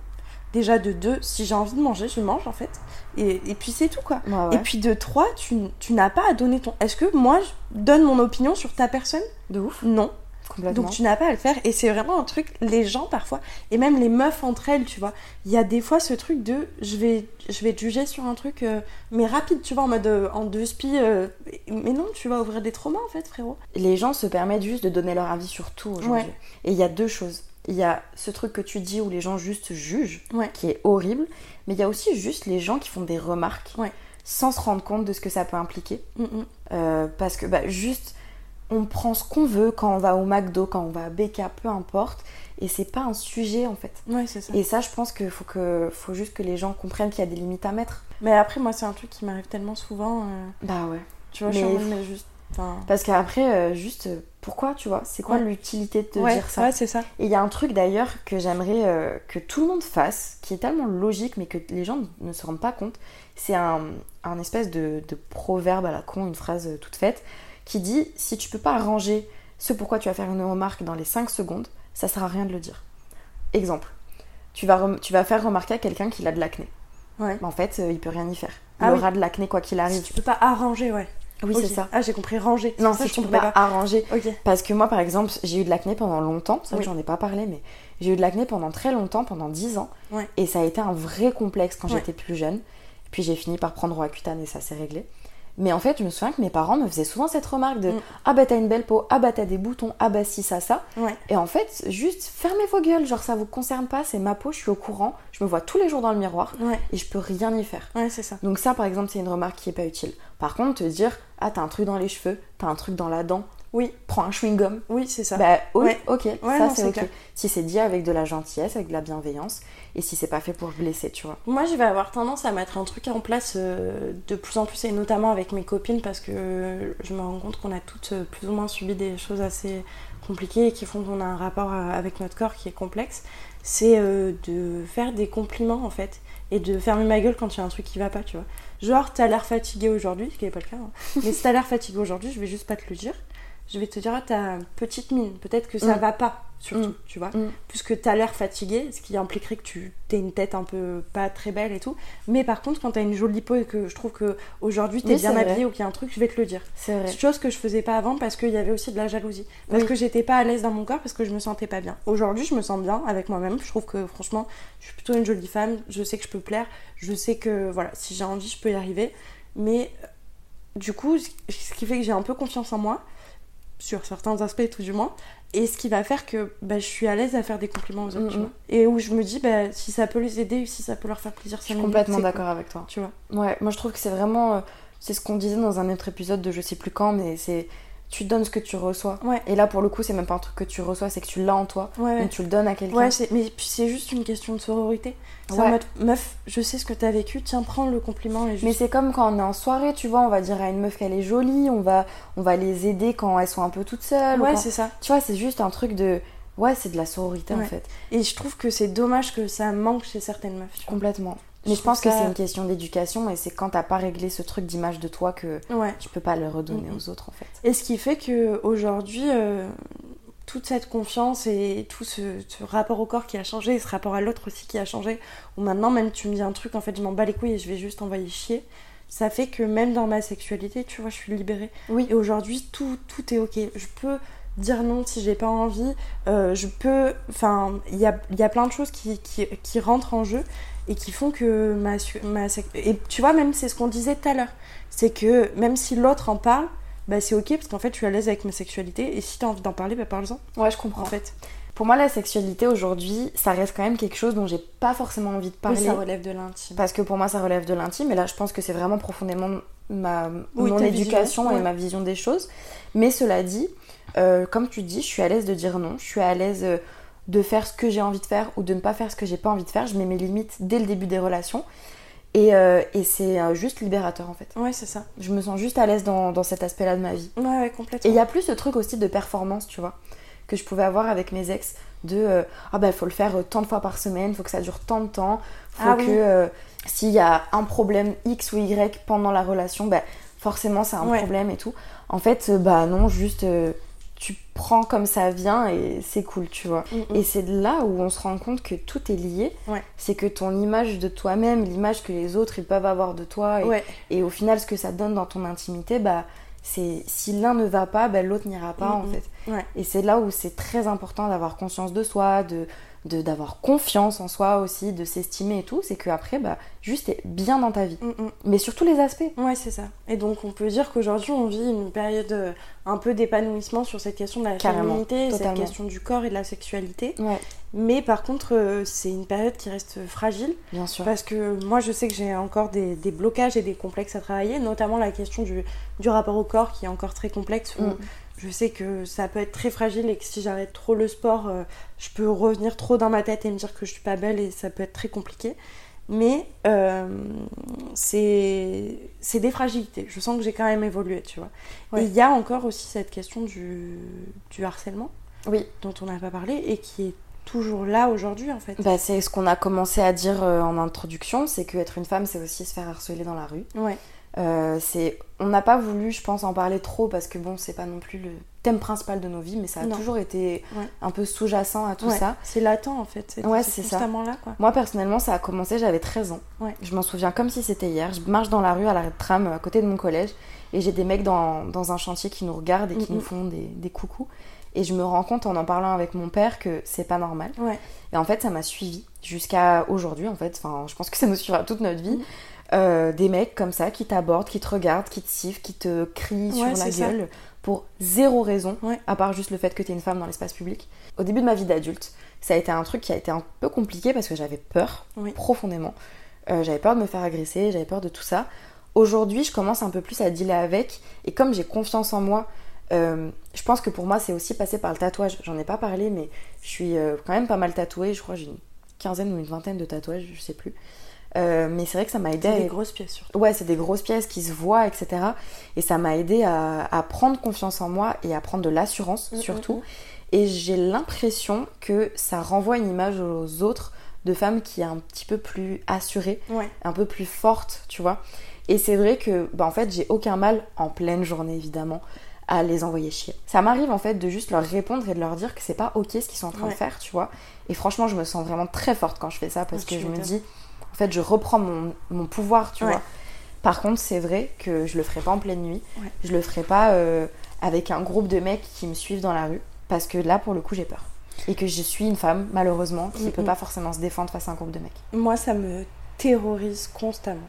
S2: Déjà de deux, si j'ai envie de manger, je mange en fait. Et, et puis c'est tout quoi.
S1: Bah ouais.
S2: Et puis de trois, tu, n- tu n'as pas à donner ton. Est-ce que moi je donne mon opinion sur ta personne
S1: De ouf.
S2: Non.
S1: Complètement.
S2: Donc tu n'as pas à le faire. Et c'est vraiment un truc, les gens parfois, et même les meufs entre elles, tu vois, il y a des fois ce truc de je vais, je vais te juger sur un truc, euh, mais rapide, tu vois, en mode euh, en deux spies. euh, mais non, tu vas ouvrir des traumas en fait, frérot.
S1: les gens se permettent juste de donner leur avis sur tout aujourd'hui.
S2: Ouais.
S1: Et il y a deux choses. Il y a ce truc que tu dis où les gens juste jugent,
S2: Ouais.
S1: qui est horrible, mais il y a aussi juste les gens qui font des remarques sans se rendre compte de ce que ça peut impliquer.
S2: Mm-mm.
S1: Euh, parce que bah, juste, on prend ce qu'on veut quand on va au McDo, quand on va à BK, peu importe, et c'est pas un sujet en fait.
S2: Ouais, c'est ça.
S1: Et ça, je pense qu'il faut, que, faut juste que les gens comprennent qu'il y a des limites à mettre.
S2: Mais après, moi, c'est un truc qui m'arrive tellement souvent. euh,
S1: Bah ouais.
S2: Tu vois, je suis en
S1: Mais-
S2: mode, mais juste. enfin,
S1: Parce qu'après, euh, juste, euh, pourquoi, tu vois C'est quoi
S2: Ouais.
S1: l'utilité de
S2: Ouais,
S1: dire ça
S2: ouais, c'est ça.
S1: Et il y a un truc d'ailleurs que j'aimerais euh, que tout le monde fasse, qui est tellement logique, mais que les gens ne se rendent pas compte. C'est un, un espèce de, de proverbe à la con, une phrase euh, toute faite, qui dit si tu peux pas ranger ce pourquoi tu vas faire une remarque dans les 5 secondes, ça sert à rien de le dire. Exemple, tu vas, rem- tu vas faire remarquer à quelqu'un qu'il a de l'acné.
S2: Ouais.
S1: Mais en fait, euh, il peut rien y faire. Il
S2: Ah oui.
S1: aura de l'acné quoi qu'il arrive.
S2: Si tu peux pas arranger, ouais.
S1: Oui,
S2: Ok.
S1: c'est ça.
S2: Ah, j'ai compris ranger.
S1: Non,
S2: C'est ça,
S1: si
S2: je
S1: tu peux
S2: comprenais
S1: pas, arranger. Parce que moi, par exemple, j'ai eu de l'acné pendant longtemps. C'est vrai que
S2: Oui.
S1: j'en ai pas parlé, mais j'ai eu de l'acné pendant très longtemps, pendant 10 ans.
S2: Ouais.
S1: Et ça a été un vrai complexe quand
S2: Ouais.
S1: j'étais plus jeune. Puis j'ai fini par prendre Roaccutane et ça s'est réglé. Mais en fait, je me souviens que mes parents me faisaient souvent cette remarque
S2: Mm.
S1: de Ah bah t'as une belle peau, ah bah t'as des boutons, ah bah si, ça, ça.
S2: Ouais.
S1: Et en fait, juste fermez vos gueules, genre ça vous concerne pas, c'est ma peau, je suis au courant, je me vois tous les jours dans le miroir
S2: Ouais.
S1: et je peux rien y faire.
S2: Ouais, c'est ça.
S1: Donc ça, par exemple, c'est une remarque qui est pas utile. Par contre, te dire Ah t'as un truc dans les cheveux, t'as un truc dans la dent,
S2: oui,
S1: prends un chewing-gum.
S2: Oui, c'est ça.
S1: Bah oui,
S2: Ouais.
S1: ok,
S2: Ouais,
S1: ça
S2: non,
S1: c'est
S2: c'est
S1: ok.
S2: clair.
S1: Si c'est dit avec de la gentillesse, avec de la bienveillance, et si c'est pas fait pour blesser, tu vois.
S2: Moi, je vais avoir tendance à mettre un truc en place euh, de plus en plus, et notamment avec mes copines, parce que euh, je me rends compte qu'on a toutes euh, plus ou moins subi des choses assez compliquées et qui font qu'on a un rapport euh, avec notre corps qui est complexe. C'est euh, de faire des compliments, en fait, et de fermer ma gueule quand il y a un truc qui va pas, tu vois. Genre, t'as l'air fatigué aujourd'hui, ce qui n'est pas le cas, hein. mais si t'as l'air fatigué aujourd'hui, je vais juste pas te le dire. Je vais te dire, ah, t'as une petite mine, peut-être que ça
S1: Mm.
S2: va pas, surtout, tu vois
S1: Mm.
S2: puisque tu as l'air fatigué, ce qui impliquerait que tu t'es une tête un peu pas très belle et tout. Mais par contre, quand tu as une jolie peau et que je trouve que aujourd'hui tu es
S1: Oui,
S2: bien
S1: c'est vrai.
S2: habillée ou qu'il y a un truc, je vais te le dire.
S1: C'est vrai.
S2: C'est chose que je faisais pas avant parce qu'il y avait aussi de la jalousie. Parce
S1: Oui.
S2: que j'étais pas à l'aise dans mon corps, parce que je me sentais pas bien. Aujourd'hui, je me sens bien avec moi-même. Je trouve que franchement, je suis plutôt une jolie femme. Je sais que je peux plaire. Je sais que voilà, si j'ai envie, je peux y arriver. Mais euh, du coup, ce ce qui fait que j'ai un peu confiance en moi, sur certains aspects tout du moins. Et ce qui va faire que bah, je suis à l'aise à faire des compliments aux autres, tu
S1: Mhm.
S2: vois. Et où je me dis, bah, si ça peut les aider, si ça peut leur faire plaisir,
S1: Je suis complètement d'accord avec toi.
S2: Tu vois.
S1: Ouais, moi je trouve que c'est vraiment. euh, C'est ce qu'on disait dans un autre épisode de je sais plus quand, mais c'est. Tu donnes ce que tu reçois.
S2: Ouais.
S1: Et là pour le coup, c'est même pas un truc que tu reçois, c'est que tu l'as en toi.
S2: Ouais, ouais.
S1: Mais tu le donnes à quelqu'un.
S2: Ouais, c'est- mais puis c'est juste une question de sororité. C'est en
S1: Ouais.
S2: mode, meuf, je sais ce que t'as vécu, tiens, prends le compliment et juste.
S1: Mais c'est comme quand on est en soirée, tu vois, on va dire à une meuf qu'elle est jolie, on va, on va les aider quand elles sont un peu toutes seules. ou
S2: Ouais,
S1: quand-
S2: c'est ça.
S1: Tu vois, c'est juste un truc de. Ouais, c'est de la sororité en
S2: Ouais.
S1: fait.
S2: Et je trouve que c'est dommage que ça manque chez certaines meufs. tu vois.
S1: Complètement.
S2: Je
S1: Mais je
S2: trouve
S1: pense que
S2: ça-
S1: c'est une question d'éducation et c'est quand t'as pas réglé ce truc d'image de toi que
S2: Ouais.
S1: tu peux pas le redonner
S2: Mhm.
S1: aux autres en fait.
S2: Et ce qui fait que aujourd'hui, euh, toute cette confiance et tout ce, ce rapport au corps qui a changé, et ce rapport à l'autre aussi qui a changé, où maintenant même tu me dis un truc, en fait je m'en bats les couilles et je vais juste envoyer chier, ça fait que même dans ma sexualité, tu vois, je suis libérée.
S1: Oui.
S2: Et aujourd'hui, tout, tout est ok. Je peux dire non si j'ai pas envie. euh, je peux. Enfin, il y a, il y a plein de choses qui, qui, qui rentrent en jeu et qui font que ma. su- ma sex- et tu vois, même c'est ce qu'on disait tout à l'heure. C'est que même si l'autre en parle, bah c'est ok parce qu'en fait, je suis à l'aise avec ma sexualité et si t'as envie d'en parler, bah parle-en.
S1: Ouais, je comprends.
S2: En fait,
S1: Pour moi, la sexualité aujourd'hui, ça reste quand même quelque chose dont j'ai pas forcément envie de parler.
S2: Oui, ça relève de l'intime.
S1: Parce que pour moi, ça relève de l'intime. Et là, je pense que c'est vraiment profondément ma,
S2: Oui,
S1: mon
S2: ta
S1: éducation
S2: vision,
S1: et
S2: ouais.
S1: ma vision des choses. Mais cela dit, euh, comme tu dis, je suis à l'aise de dire non. Je suis à l'aise euh, de faire ce que j'ai envie de faire ou de ne pas faire ce que j'ai pas envie de faire. Je mets mes limites dès le début des relations. Et, euh, et c'est euh, juste libérateur en fait.
S2: Ouais, c'est ça.
S1: Je me sens juste à l'aise dans, dans cet aspect-là de ma vie.
S2: Ouais, ouais,
S1: Et
S2: complètement.
S1: il y a plus ce truc aussi de performance, tu vois, que je pouvais avoir avec mes ex, de euh, ah bah faut le faire euh, tant de fois par semaine, faut que ça dure tant de temps, faut
S2: Ah
S1: que
S2: oui.
S1: euh, s'il y a un problème X ou Y pendant la relation, bah forcément c'est un
S2: Ouais.
S1: problème et tout. En fait, euh, bah non, juste euh, tu prends comme ça vient et c'est cool, tu vois.
S2: Mm, mm.
S1: Et c'est de là où on se rend compte que tout est lié.
S2: Ouais.
S1: C'est que ton image de toi-même, l'image que les autres ils peuvent avoir de toi, et,
S2: Ouais.
S1: et au final ce que ça donne dans ton intimité, bah c'est si l'un ne va pas, bah, l'autre n'ira pas en
S2: Mhm.
S1: fait.
S2: Ouais.
S1: Et c'est là où c'est très important d'avoir conscience de soi, de de- d'avoir confiance en soi aussi, de s'estimer et tout. C'est que après, bah juste t'es bien dans ta vie,
S2: Mm, mm.
S1: mais sur tous les aspects.
S2: Ouais, c'est ça. Et donc, on peut dire qu'aujourd'hui, on vit une période euh, un peu d'épanouissement sur cette question de la
S1: Carrément,
S2: féminité, cette
S1: totalement.
S2: question du corps et de la sexualité.
S1: Ouais,
S2: Mais par contre, euh, c'est une période qui reste fragile
S1: bien sûr.
S2: parce que moi, je sais que j'ai encore des, des blocages et des complexes à travailler, notamment la question du, du rapport au corps qui est encore très complexe. où
S1: Mm.
S2: Je sais que ça peut être très fragile et que si j'arrête trop le sport, euh, je peux revenir trop dans ma tête et me dire que je suis pas belle et ça peut être très compliqué. Mais euh, c'est c'est des fragilités. Je sens que j'ai quand même évolué, tu vois.
S1: Ouais.
S2: Et il y a encore aussi cette question du, du harcèlement
S1: Oui.
S2: dont on n'a pas parlé et qui est toujours là aujourd'hui en fait.
S1: Bah, c'est ce qu'on a commencé à dire euh, en introduction, c'est que être une femme, c'est aussi se faire harceler dans la rue.
S2: Ouais.
S1: Euh, c'est, on n'a pas voulu, je pense, en parler trop parce que bon, c'est pas non plus le thème principal de nos vies, mais ça a
S2: Non.
S1: toujours été
S2: Ouais.
S1: un peu sous-jacent à tout
S2: Ouais.
S1: ça.
S2: C'est latent en fait. C'est
S1: Ouais, c'est
S2: c'est
S1: ça.
S2: constamment là quoi.
S1: Moi personnellement, ça a commencé, j'avais 13 ans.
S2: Ouais.
S1: Je m'en souviens comme si c'était hier. Je marche dans la rue à l'arrêt de tram à côté de mon collège et j'ai des mecs dans, dans un chantier qui nous regardent et qui
S2: Mhm.
S1: nous font des, des coucous. Et je me rends compte en en parlant avec mon père que c'est pas normal.
S2: Ouais. Mm.
S1: Et en fait, ça m'a suivi jusqu'à aujourd'hui en fait. Enfin, je pense que ça nous suivra toute notre vie. euh, des mecs comme ça qui t'abordent, qui te regardent, qui te sifflent, qui te crient sur
S2: Ouais,
S1: la
S2: c'est ça.
S1: gueule pour zéro raison, à part juste le fait que t'es une femme dans l'espace public. Au début de ma vie d'adulte, ça a été un truc qui a été un peu compliqué parce que j'avais peur, profondément. Euh, j'avais peur de me faire agresser, j'avais peur de tout ça. Aujourd'hui, je commence un peu plus à dealer avec, et comme j'ai confiance en moi, euh, je pense que pour moi, c'est aussi passé par le tatouage. J'en ai pas parlé, mais je suis euh, quand même pas mal tatouée. Je crois que j'ai une quinzaine ou une vingtaine de tatouages, je sais plus. Euh, mais c'est vrai que ça m'a aidé
S2: C'est
S1: à-
S2: des grosses pièces, surtout.
S1: Ouais, c'est des grosses pièces qui se voient, etc. Et ça m'a aidé à, à prendre confiance en moi et à prendre de l'assurance
S2: Mm,
S1: surtout. Et j'ai l'impression que ça renvoie une image aux autres de femmes qui est un petit peu plus assurée,
S2: Ouais.
S1: un peu plus forte, tu vois. Et c'est vrai que, bah, en fait, j'ai aucun mal, en pleine journée évidemment, à les envoyer chier. Ça m'arrive en fait de juste leur répondre et de leur dire que c'est pas ok ce qu'ils sont en train
S2: Ouais.
S1: de faire, tu vois. Et franchement, je me sens vraiment très forte quand je fais ça parce
S2: Ah,
S1: que
S2: tu
S1: je me
S2: m'étonnes.
S1: dis, en fait, je reprends mon, mon pouvoir, tu
S2: Ouais.
S1: vois. Par contre, c'est vrai que je le ferai pas en pleine nuit.
S2: Ouais.
S1: Je le ferai pas euh, avec un groupe de mecs qui me suivent dans la rue. Parce que là, pour le coup, j'ai peur. Et que je suis une femme, malheureusement, qui
S2: Mm,
S1: peut
S2: mm.
S1: pas forcément se défendre face à un groupe de mecs.
S2: Moi, ça me terrorise constamment.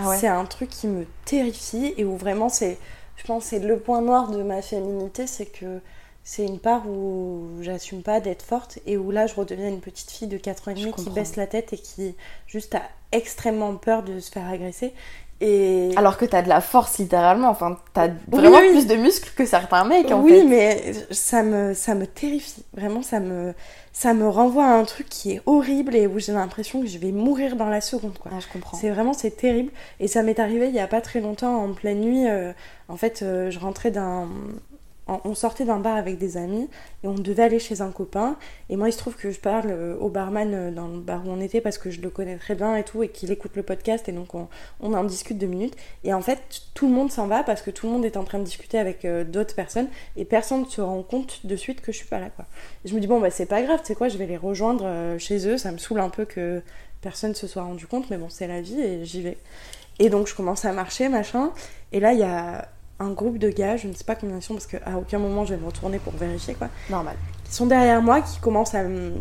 S1: Ah ouais
S2: C'est un truc qui me terrifie et où vraiment c'est, je pense, que c'est le point noir de ma féminité, c'est que c'est une part où j'assume pas d'être forte et où là je redeviens une petite fille de 4 ans et demi qui
S1: comprends.
S2: baisse la tête et qui juste a extrêmement peur de se faire agresser. Et
S1: Alors que t'as de la force, littéralement. Enfin, t'as vraiment
S2: oui.
S1: plus de muscles que certains mecs, en
S2: oui,
S1: fait.
S2: mais ça me, ça me terrifie. Vraiment, ça me, ça me renvoie à un truc qui est horrible et où j'ai l'impression que je vais mourir dans la seconde. Quoi.
S1: Ah, je comprends.
S2: C'est vraiment, c'est terrible. Et ça m'est arrivé il y a pas très longtemps, en pleine nuit. euh, en fait, euh, je rentrais d'un. en- On sortait d'un bar avec des amis et on devait aller chez un copain. Et moi, il se trouve que je parle euh, au barman euh, dans le bar où on était parce que je le connais très bien et tout, et qu'il écoute le podcast. Et donc, on, on en discute deux minutes. Et en fait, tout le monde s'en va parce que tout le monde est en train de discuter avec euh, d'autres personnes et personne ne se rend compte de suite que je suis pas là. Quoi. Et je me dis, bon, bah, c'est pas grave, tu sais quoi, je vais les rejoindre euh, chez eux. Ça me saoule un peu que personne se soit rendu compte, mais bon, c'est la vie et j'y vais. Et donc, je commence à marcher, machin. Et là, il y a un groupe de gars, je ne sais pas combien ils sont parce qu'à aucun moment je vais me retourner pour vérifier quoi.
S1: Normal.
S2: Qui sont derrière moi, qui commencent à me-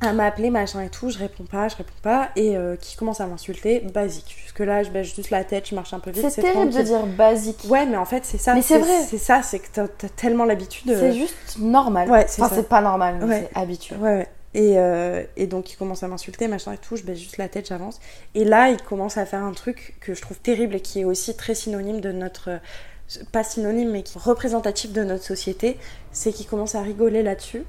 S2: à m'appeler, machin et tout, je réponds pas, je réponds pas, et euh, qui commencent à m'insulter, basique. Jusque-là, je baisse juste la tête, je marche un peu vite.
S1: C'est terrible de
S2: tranquille.
S1: dire basique.
S2: Ouais, mais en fait, c'est ça.
S1: Mais c'est vrai.
S2: C'est ça, c'est que t'as t'as tellement l'habitude. euh,
S1: C'est juste normal.
S2: Ouais, c'est
S1: enfin,
S2: ça.
S1: c'est pas normal, mais
S2: Ouais.
S1: c'est habituel.
S2: Ouais, ouais. Et, euh, et donc, il commence à m'insulter, machin et tout. Je baisse juste la tête, j'avance. Et là, il commence à faire un truc que je trouve terrible et qui est aussi très synonyme de notre. euh, Pas synonyme, mais qui est représentatif de notre société. C'est qu'il commence à rigoler là-dessus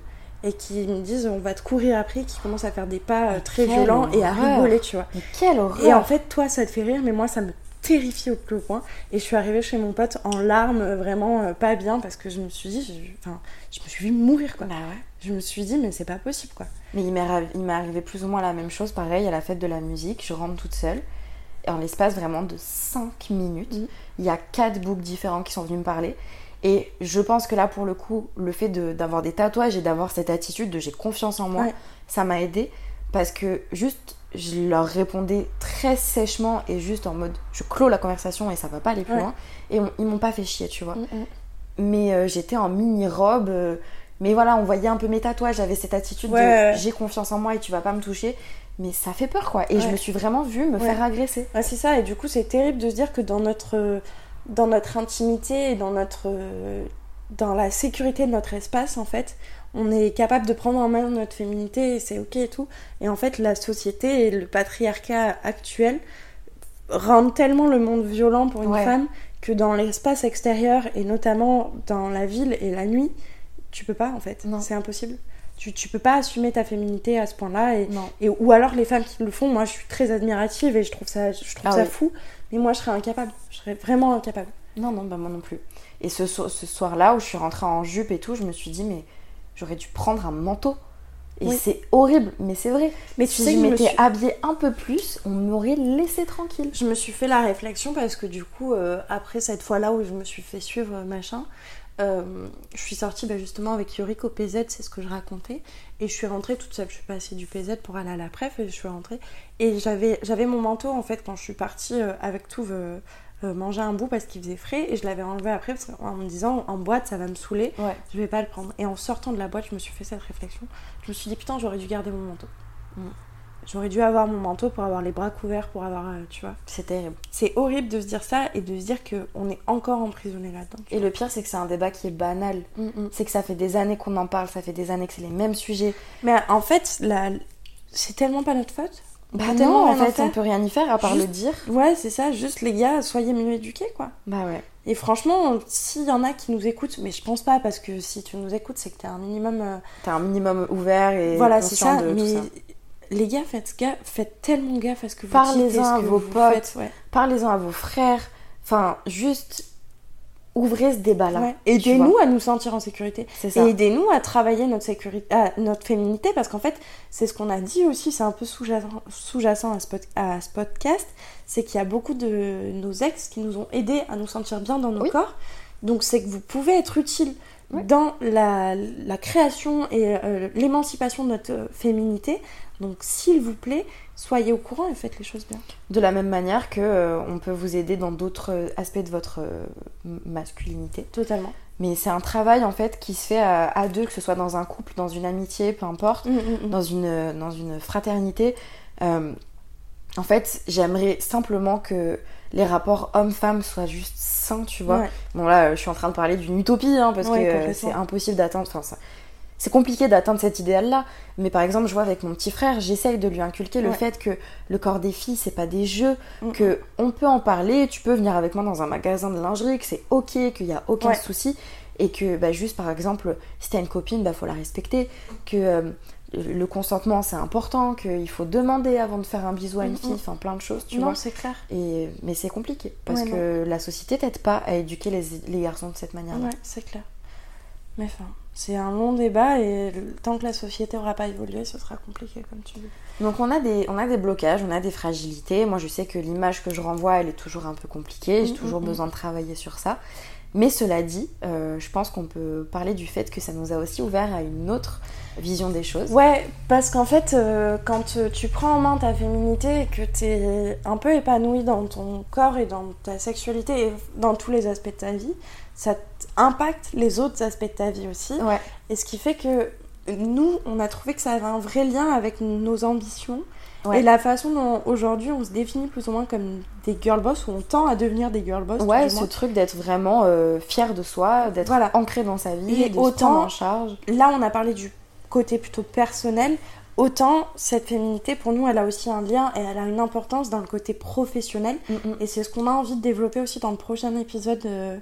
S2: et qu'ils me disent on va te courir après, qui commence à faire des pas euh, très
S1: Quelle
S2: violents et à
S1: horreur.
S2: rigoler, tu vois.
S1: Mais quelle
S2: Et en
S1: horreur
S2: fait, toi, ça te fait rire, mais moi, ça me terrifie au plus haut point. Et je suis arrivée chez mon pote en larmes, euh, vraiment euh, pas bien, parce que je me suis dit, je- enfin, je me suis vu mourir,
S1: Bah
S2: quoi. Je me suis dit, mais c'est pas possible, quoi.
S1: Mais il m'est arri- il m'est arrivé plus ou moins la même chose, pareil, à la fête de la musique, je rentre toute seule. Et en l'espace vraiment de 5 minutes,
S2: Mm.
S1: il y a quatre books différents qui sont venus me parler. Et je pense que là, pour le coup, le fait de- d'avoir des tatouages et d'avoir cette attitude de j'ai confiance en moi,
S2: Ouais.
S1: ça m'a aidé parce que juste, je leur répondais très sèchement et juste en mode je clôt la conversation et ça va pas aller plus
S2: Ouais.
S1: loin. Et on- ils m'ont pas fait chier, tu vois mais euh, j'étais en mini-robe. euh, mais voilà, on voyait un peu mes tatouages, j'avais cette attitude
S2: Ouais, ouais, ouais.
S1: de j'ai confiance en moi et tu vas pas me toucher. Mais ça fait peur quoi. Et je
S2: Ouais.
S1: me suis vraiment vue me
S2: Ouais.
S1: faire agresser.
S2: Ouais, c'est ça, et du coup, c'est terrible de se dire que dans notre, euh, dans notre intimité et dans, notre, euh, dans la sécurité de notre espace, en fait, on est capable de prendre en main notre féminité et c'est ok et tout. Et en fait, la société et le patriarcat actuel rendent tellement le monde violent pour une
S1: Ouais.
S2: femme que dans l'espace extérieur et notamment dans la ville et la nuit, tu peux pas en fait, c'est impossible. Tu, tu peux pas assumer ta féminité à ce point-là et,
S1: Non.
S2: et ou alors les femmes qui le font, moi je suis très admirative et je trouve ça je trouve
S1: Ah
S2: ça
S1: oui.
S2: fou, mais moi je serais incapable, je serais vraiment incapable.
S1: Non, non, bah moi non plus. Et ce, so- ce soir-là où je suis rentrée en jupe et tout, je me suis dit, mais j'aurais dû prendre un manteau. Et
S2: Oui.
S1: c'est horrible, mais c'est vrai.
S2: Mais tu
S1: si
S2: sais
S1: je
S2: que je me
S1: m'étais
S2: suis-
S1: habillée un peu plus, on m'aurait laissé tranquille.
S2: Je me suis fait la réflexion parce que du coup euh, après cette fois-là où je me suis fait suivre euh, machin, euh, je suis sortie bah, justement avec Yorick au PZ, c'est ce que je racontais, et je suis rentrée toute seule. Je suis passée du PZ pour aller à la préf et je suis rentrée. Et j'avais j'avais mon manteau en fait quand je suis partie euh, avec tout euh, euh, manger un bout parce qu'il faisait frais et je l'avais enlevé après parce que- en me disant en boîte ça va me saouler, je vais pas le prendre. Et en sortant de la boîte, je me suis fait cette réflexion. Je me suis dit putain, j'aurais dû garder mon manteau. J'aurais dû avoir mon manteau pour avoir les bras couverts, pour avoir, euh, tu vois.
S1: C'est terrible.
S2: C'est horrible de se dire ça et de se dire qu'on est encore emprisonné là-dedans.
S1: Et le pire, c'est que c'est un débat qui est banal. C'est que ça fait des années qu'on en parle, ça fait des années que c'est les mêmes sujets.
S2: Mais en fait, la... c'est tellement pas notre faute. On
S1: Bah
S2: peut
S1: non,
S2: tellement
S1: en
S2: rien
S1: fait, on peut rien y faire à part le
S2: Juste-
S1: dire.
S2: Ouais, c'est ça, juste les gars, soyez mieux éduqués, quoi.
S1: Bah ouais.
S2: Et franchement, s'il y en a qui nous écoutent, mais je pense pas, parce que si tu nous écoutes, c'est que t'es un minimum. euh,
S1: T'as un minimum ouvert et
S2: voilà, c'est
S1: conscient
S2: ça,
S1: de
S2: mais
S1: tout ça.
S2: les gars, faites, gaffe, faites tellement gaffe à ce que vous dites et
S1: Parlez-en
S2: ce
S1: à
S2: que
S1: vos
S2: vous
S1: potes,
S2: faites, ouais.
S1: parlez-en à vos frères. Enfin, juste ouvrez ce débat-là.
S2: Ouais.
S1: tu
S2: Aidez-nous
S1: vois.
S2: à nous sentir en sécurité.
S1: C'est ça.
S2: Et aidez-nous à travailler notre, sécurité, à notre féminité, parce qu'en fait, c'est ce qu'on a dit aussi, c'est un peu sous-jacent sous-jacent à, ce pod- à ce podcast, c'est qu'il y a beaucoup de nos ex qui nous ont aidés à nous sentir bien dans nos corps. Donc c'est que vous pouvez être utile dans la, la création et euh, l'émancipation de notre euh, féminité. Donc s'il vous plaît, soyez au courant et faites les choses bien.
S1: De la même manière que euh, on peut vous aider dans d'autres euh, aspects de votre euh, m- masculinité.
S2: Totalement.
S1: Mais c'est un travail en fait qui se fait à, à deux, que ce soit dans un couple, dans une amitié, peu importe,
S2: Mmh,
S1: dans une euh, dans une fraternité. Euh, en fait, j'aimerais simplement que les rapports hommes-femmes soient juste sains, tu vois.
S2: Ouais.
S1: Bon là, euh, je suis en train de parler d'une utopie, hein, parce
S2: Ouais,
S1: que euh,
S2: complètement.
S1: c'est impossible d'atteindre. Enfin, ça- c'est compliqué d'atteindre cet idéal-là. Mais par exemple, je vois avec mon petit frère, j'essaye de lui inculquer le
S2: Ouais.
S1: fait que le corps des filles, c'est pas des jeux,
S2: Mm, mm.
S1: que on peut en parler, tu peux venir avec moi dans un magasin de lingerie, que c'est ok, qu'il y a aucun
S2: Ouais.
S1: souci, et que bah, juste par exemple, si t'as une copine, bah faut la respecter, que euh, le consentement c'est important, qu'il faut demander avant de faire un bisou à une
S2: Mm,
S1: fille,
S2: mm.
S1: enfin plein de choses, tu
S2: non,
S1: vois.
S2: c'est clair.
S1: Et, mais c'est compliqué parce
S2: Ouais,
S1: que la société t'aide pas à éduquer les, les garçons de cette manière-là.
S2: Ouais, c'est clair. Mais enfin, c'est un long débat et le- tant que la société aura pas évolué, ce sera compliqué, comme tu dis.
S1: Donc on a, des, on a des blocages, on a des fragilités. Moi je sais que l'image que je renvoie elle est toujours un peu compliquée, j'ai
S2: Mm,
S1: toujours
S2: mm, mm.
S1: besoin de travailler sur ça. Mais cela dit, euh, je pense qu'on peut parler du fait que ça nous a aussi ouvert à une autre vision des choses.
S2: Ouais, parce qu'en fait, euh, quand euh, tu prends en main ta féminité et que t'es un peu épanouie dans ton corps et dans ta sexualité et dans tous les aspects de ta vie, ça t- impacte les autres aspects de ta vie aussi.
S1: Ouais.
S2: Et ce qui fait que nous, on a trouvé que ça avait un vrai lien avec nos ambitions
S1: Ouais.
S2: et la façon dont aujourd'hui on se définit plus ou moins comme des girl boss ou on tend à devenir des girl boss.
S1: Ouais,
S2: du
S1: ce
S2: moins.
S1: truc d'être vraiment euh, fier de soi, d'être
S2: Voilà.
S1: ancré dans sa vie,
S2: Et
S1: de se
S2: autant-
S1: prendre en charge.
S2: Là, on a parlé du côté plutôt personnel. Autant cette féminité, pour nous, elle a aussi un lien et elle a une importance dans le côté professionnel. Et c'est ce qu'on a envie de développer aussi dans le prochain épisode euh,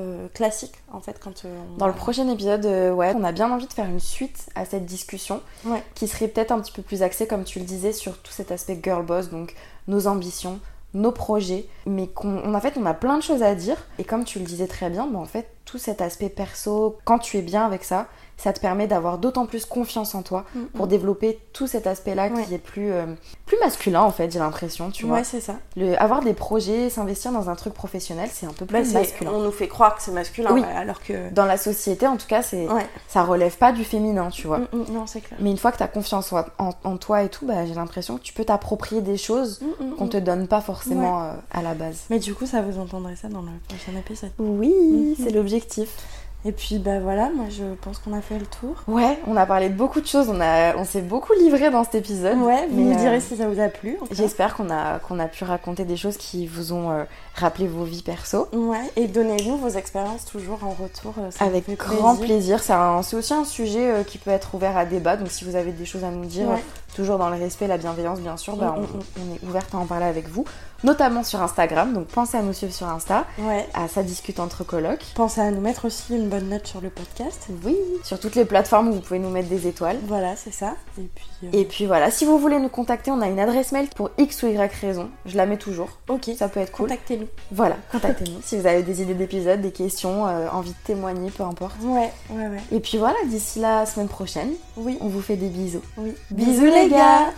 S2: euh, classique, en fait, quand euh, on
S1: Dans le
S2: va-
S1: prochain épisode, euh, ouais, on a bien envie de faire une suite à cette discussion
S2: Ouais.
S1: qui serait peut-être un petit peu plus axée, comme tu le disais, sur tout cet aspect girl boss, donc nos ambitions, nos projets, mais qu'on, on- en fait, on a plein de choses à dire. Et comme tu le disais très bien, bah, en fait, tout cet aspect perso, quand tu es bien avec ça, ça te permet d'avoir d'autant plus confiance en toi
S2: Mm,
S1: pour
S2: mm.
S1: développer tout cet aspect-là qui est plus, euh, plus masculin, en fait, j'ai l'impression, tu vois.
S2: Ouais, c'est ça.
S1: Le, avoir des projets, s'investir dans un truc professionnel, c'est un peu
S2: Bah,
S1: plus
S2: c'est-
S1: masculin.
S2: on nous fait croire que c'est masculin,
S1: Oui.
S2: ouais, alors que.
S1: Dans la société, en tout cas, c'est
S2: Ouais.
S1: ça relève pas du féminin, tu vois.
S2: Mm, mm, non, c'est clair.
S1: Mais une fois que t'as confiance en, en- en toi et tout, bah, j'ai l'impression que tu peux t'approprier des choses
S2: Mm, mm,
S1: qu'on
S2: mm.
S1: te donne pas forcément euh, à la base.
S2: Mais du coup, ça vous entendrez ça dans le prochain épisode.
S1: Oui,
S2: c'est
S1: l'objectif.
S2: Et puis, bah voilà, moi je pense qu'on a fait le tour.
S1: Ouais, on a parlé de beaucoup de choses, on, a, on s'est beaucoup livré dans cet épisode.
S2: Ouais, vous nous
S1: euh,
S2: direz si ça vous a plu. en tout cas.
S1: J'espère qu'on a, qu'on a pu raconter des choses qui vous ont euh, rappelé vos vies perso.
S2: Ouais, et donnez-nous vos expériences toujours en retour. euh, ça
S1: Avec
S2: nous fait
S1: grand plaisir. C'est un- C'est aussi un sujet euh, qui peut être ouvert à débat. Donc, si vous avez des choses à nous dire,
S2: Ouais.
S1: euh, toujours dans le respect et la bienveillance, bien sûr, bah,
S2: Mm,
S1: on,
S2: mm,
S1: on est ouverte à en parler avec vous, notamment sur Instagram. Donc, pensez à nous suivre sur Insta,
S2: Ouais.
S1: à Ça discute entre colocs.
S2: Pensez à nous mettre aussi une bonne note sur le podcast.
S1: Oui. Sur toutes les plateformes où vous pouvez nous mettre des étoiles.
S2: Voilà, c'est ça. Et puis. euh,
S1: Et puis voilà, si vous voulez nous contacter, on a une adresse mail pour X ou Y raison. Je la mets toujours.
S2: Ok.
S1: Ça peut être cool.
S2: Contactez-nous.
S1: Voilà, contactez-nous si vous avez des idées d'épisodes, des questions, euh, envie de témoigner, peu importe.
S2: Ouais, ouais, ouais.
S1: Et puis voilà, d'ici la semaine prochaine,
S2: Oui.
S1: on vous fait des bisous.
S2: Oui.
S1: Bisous les gars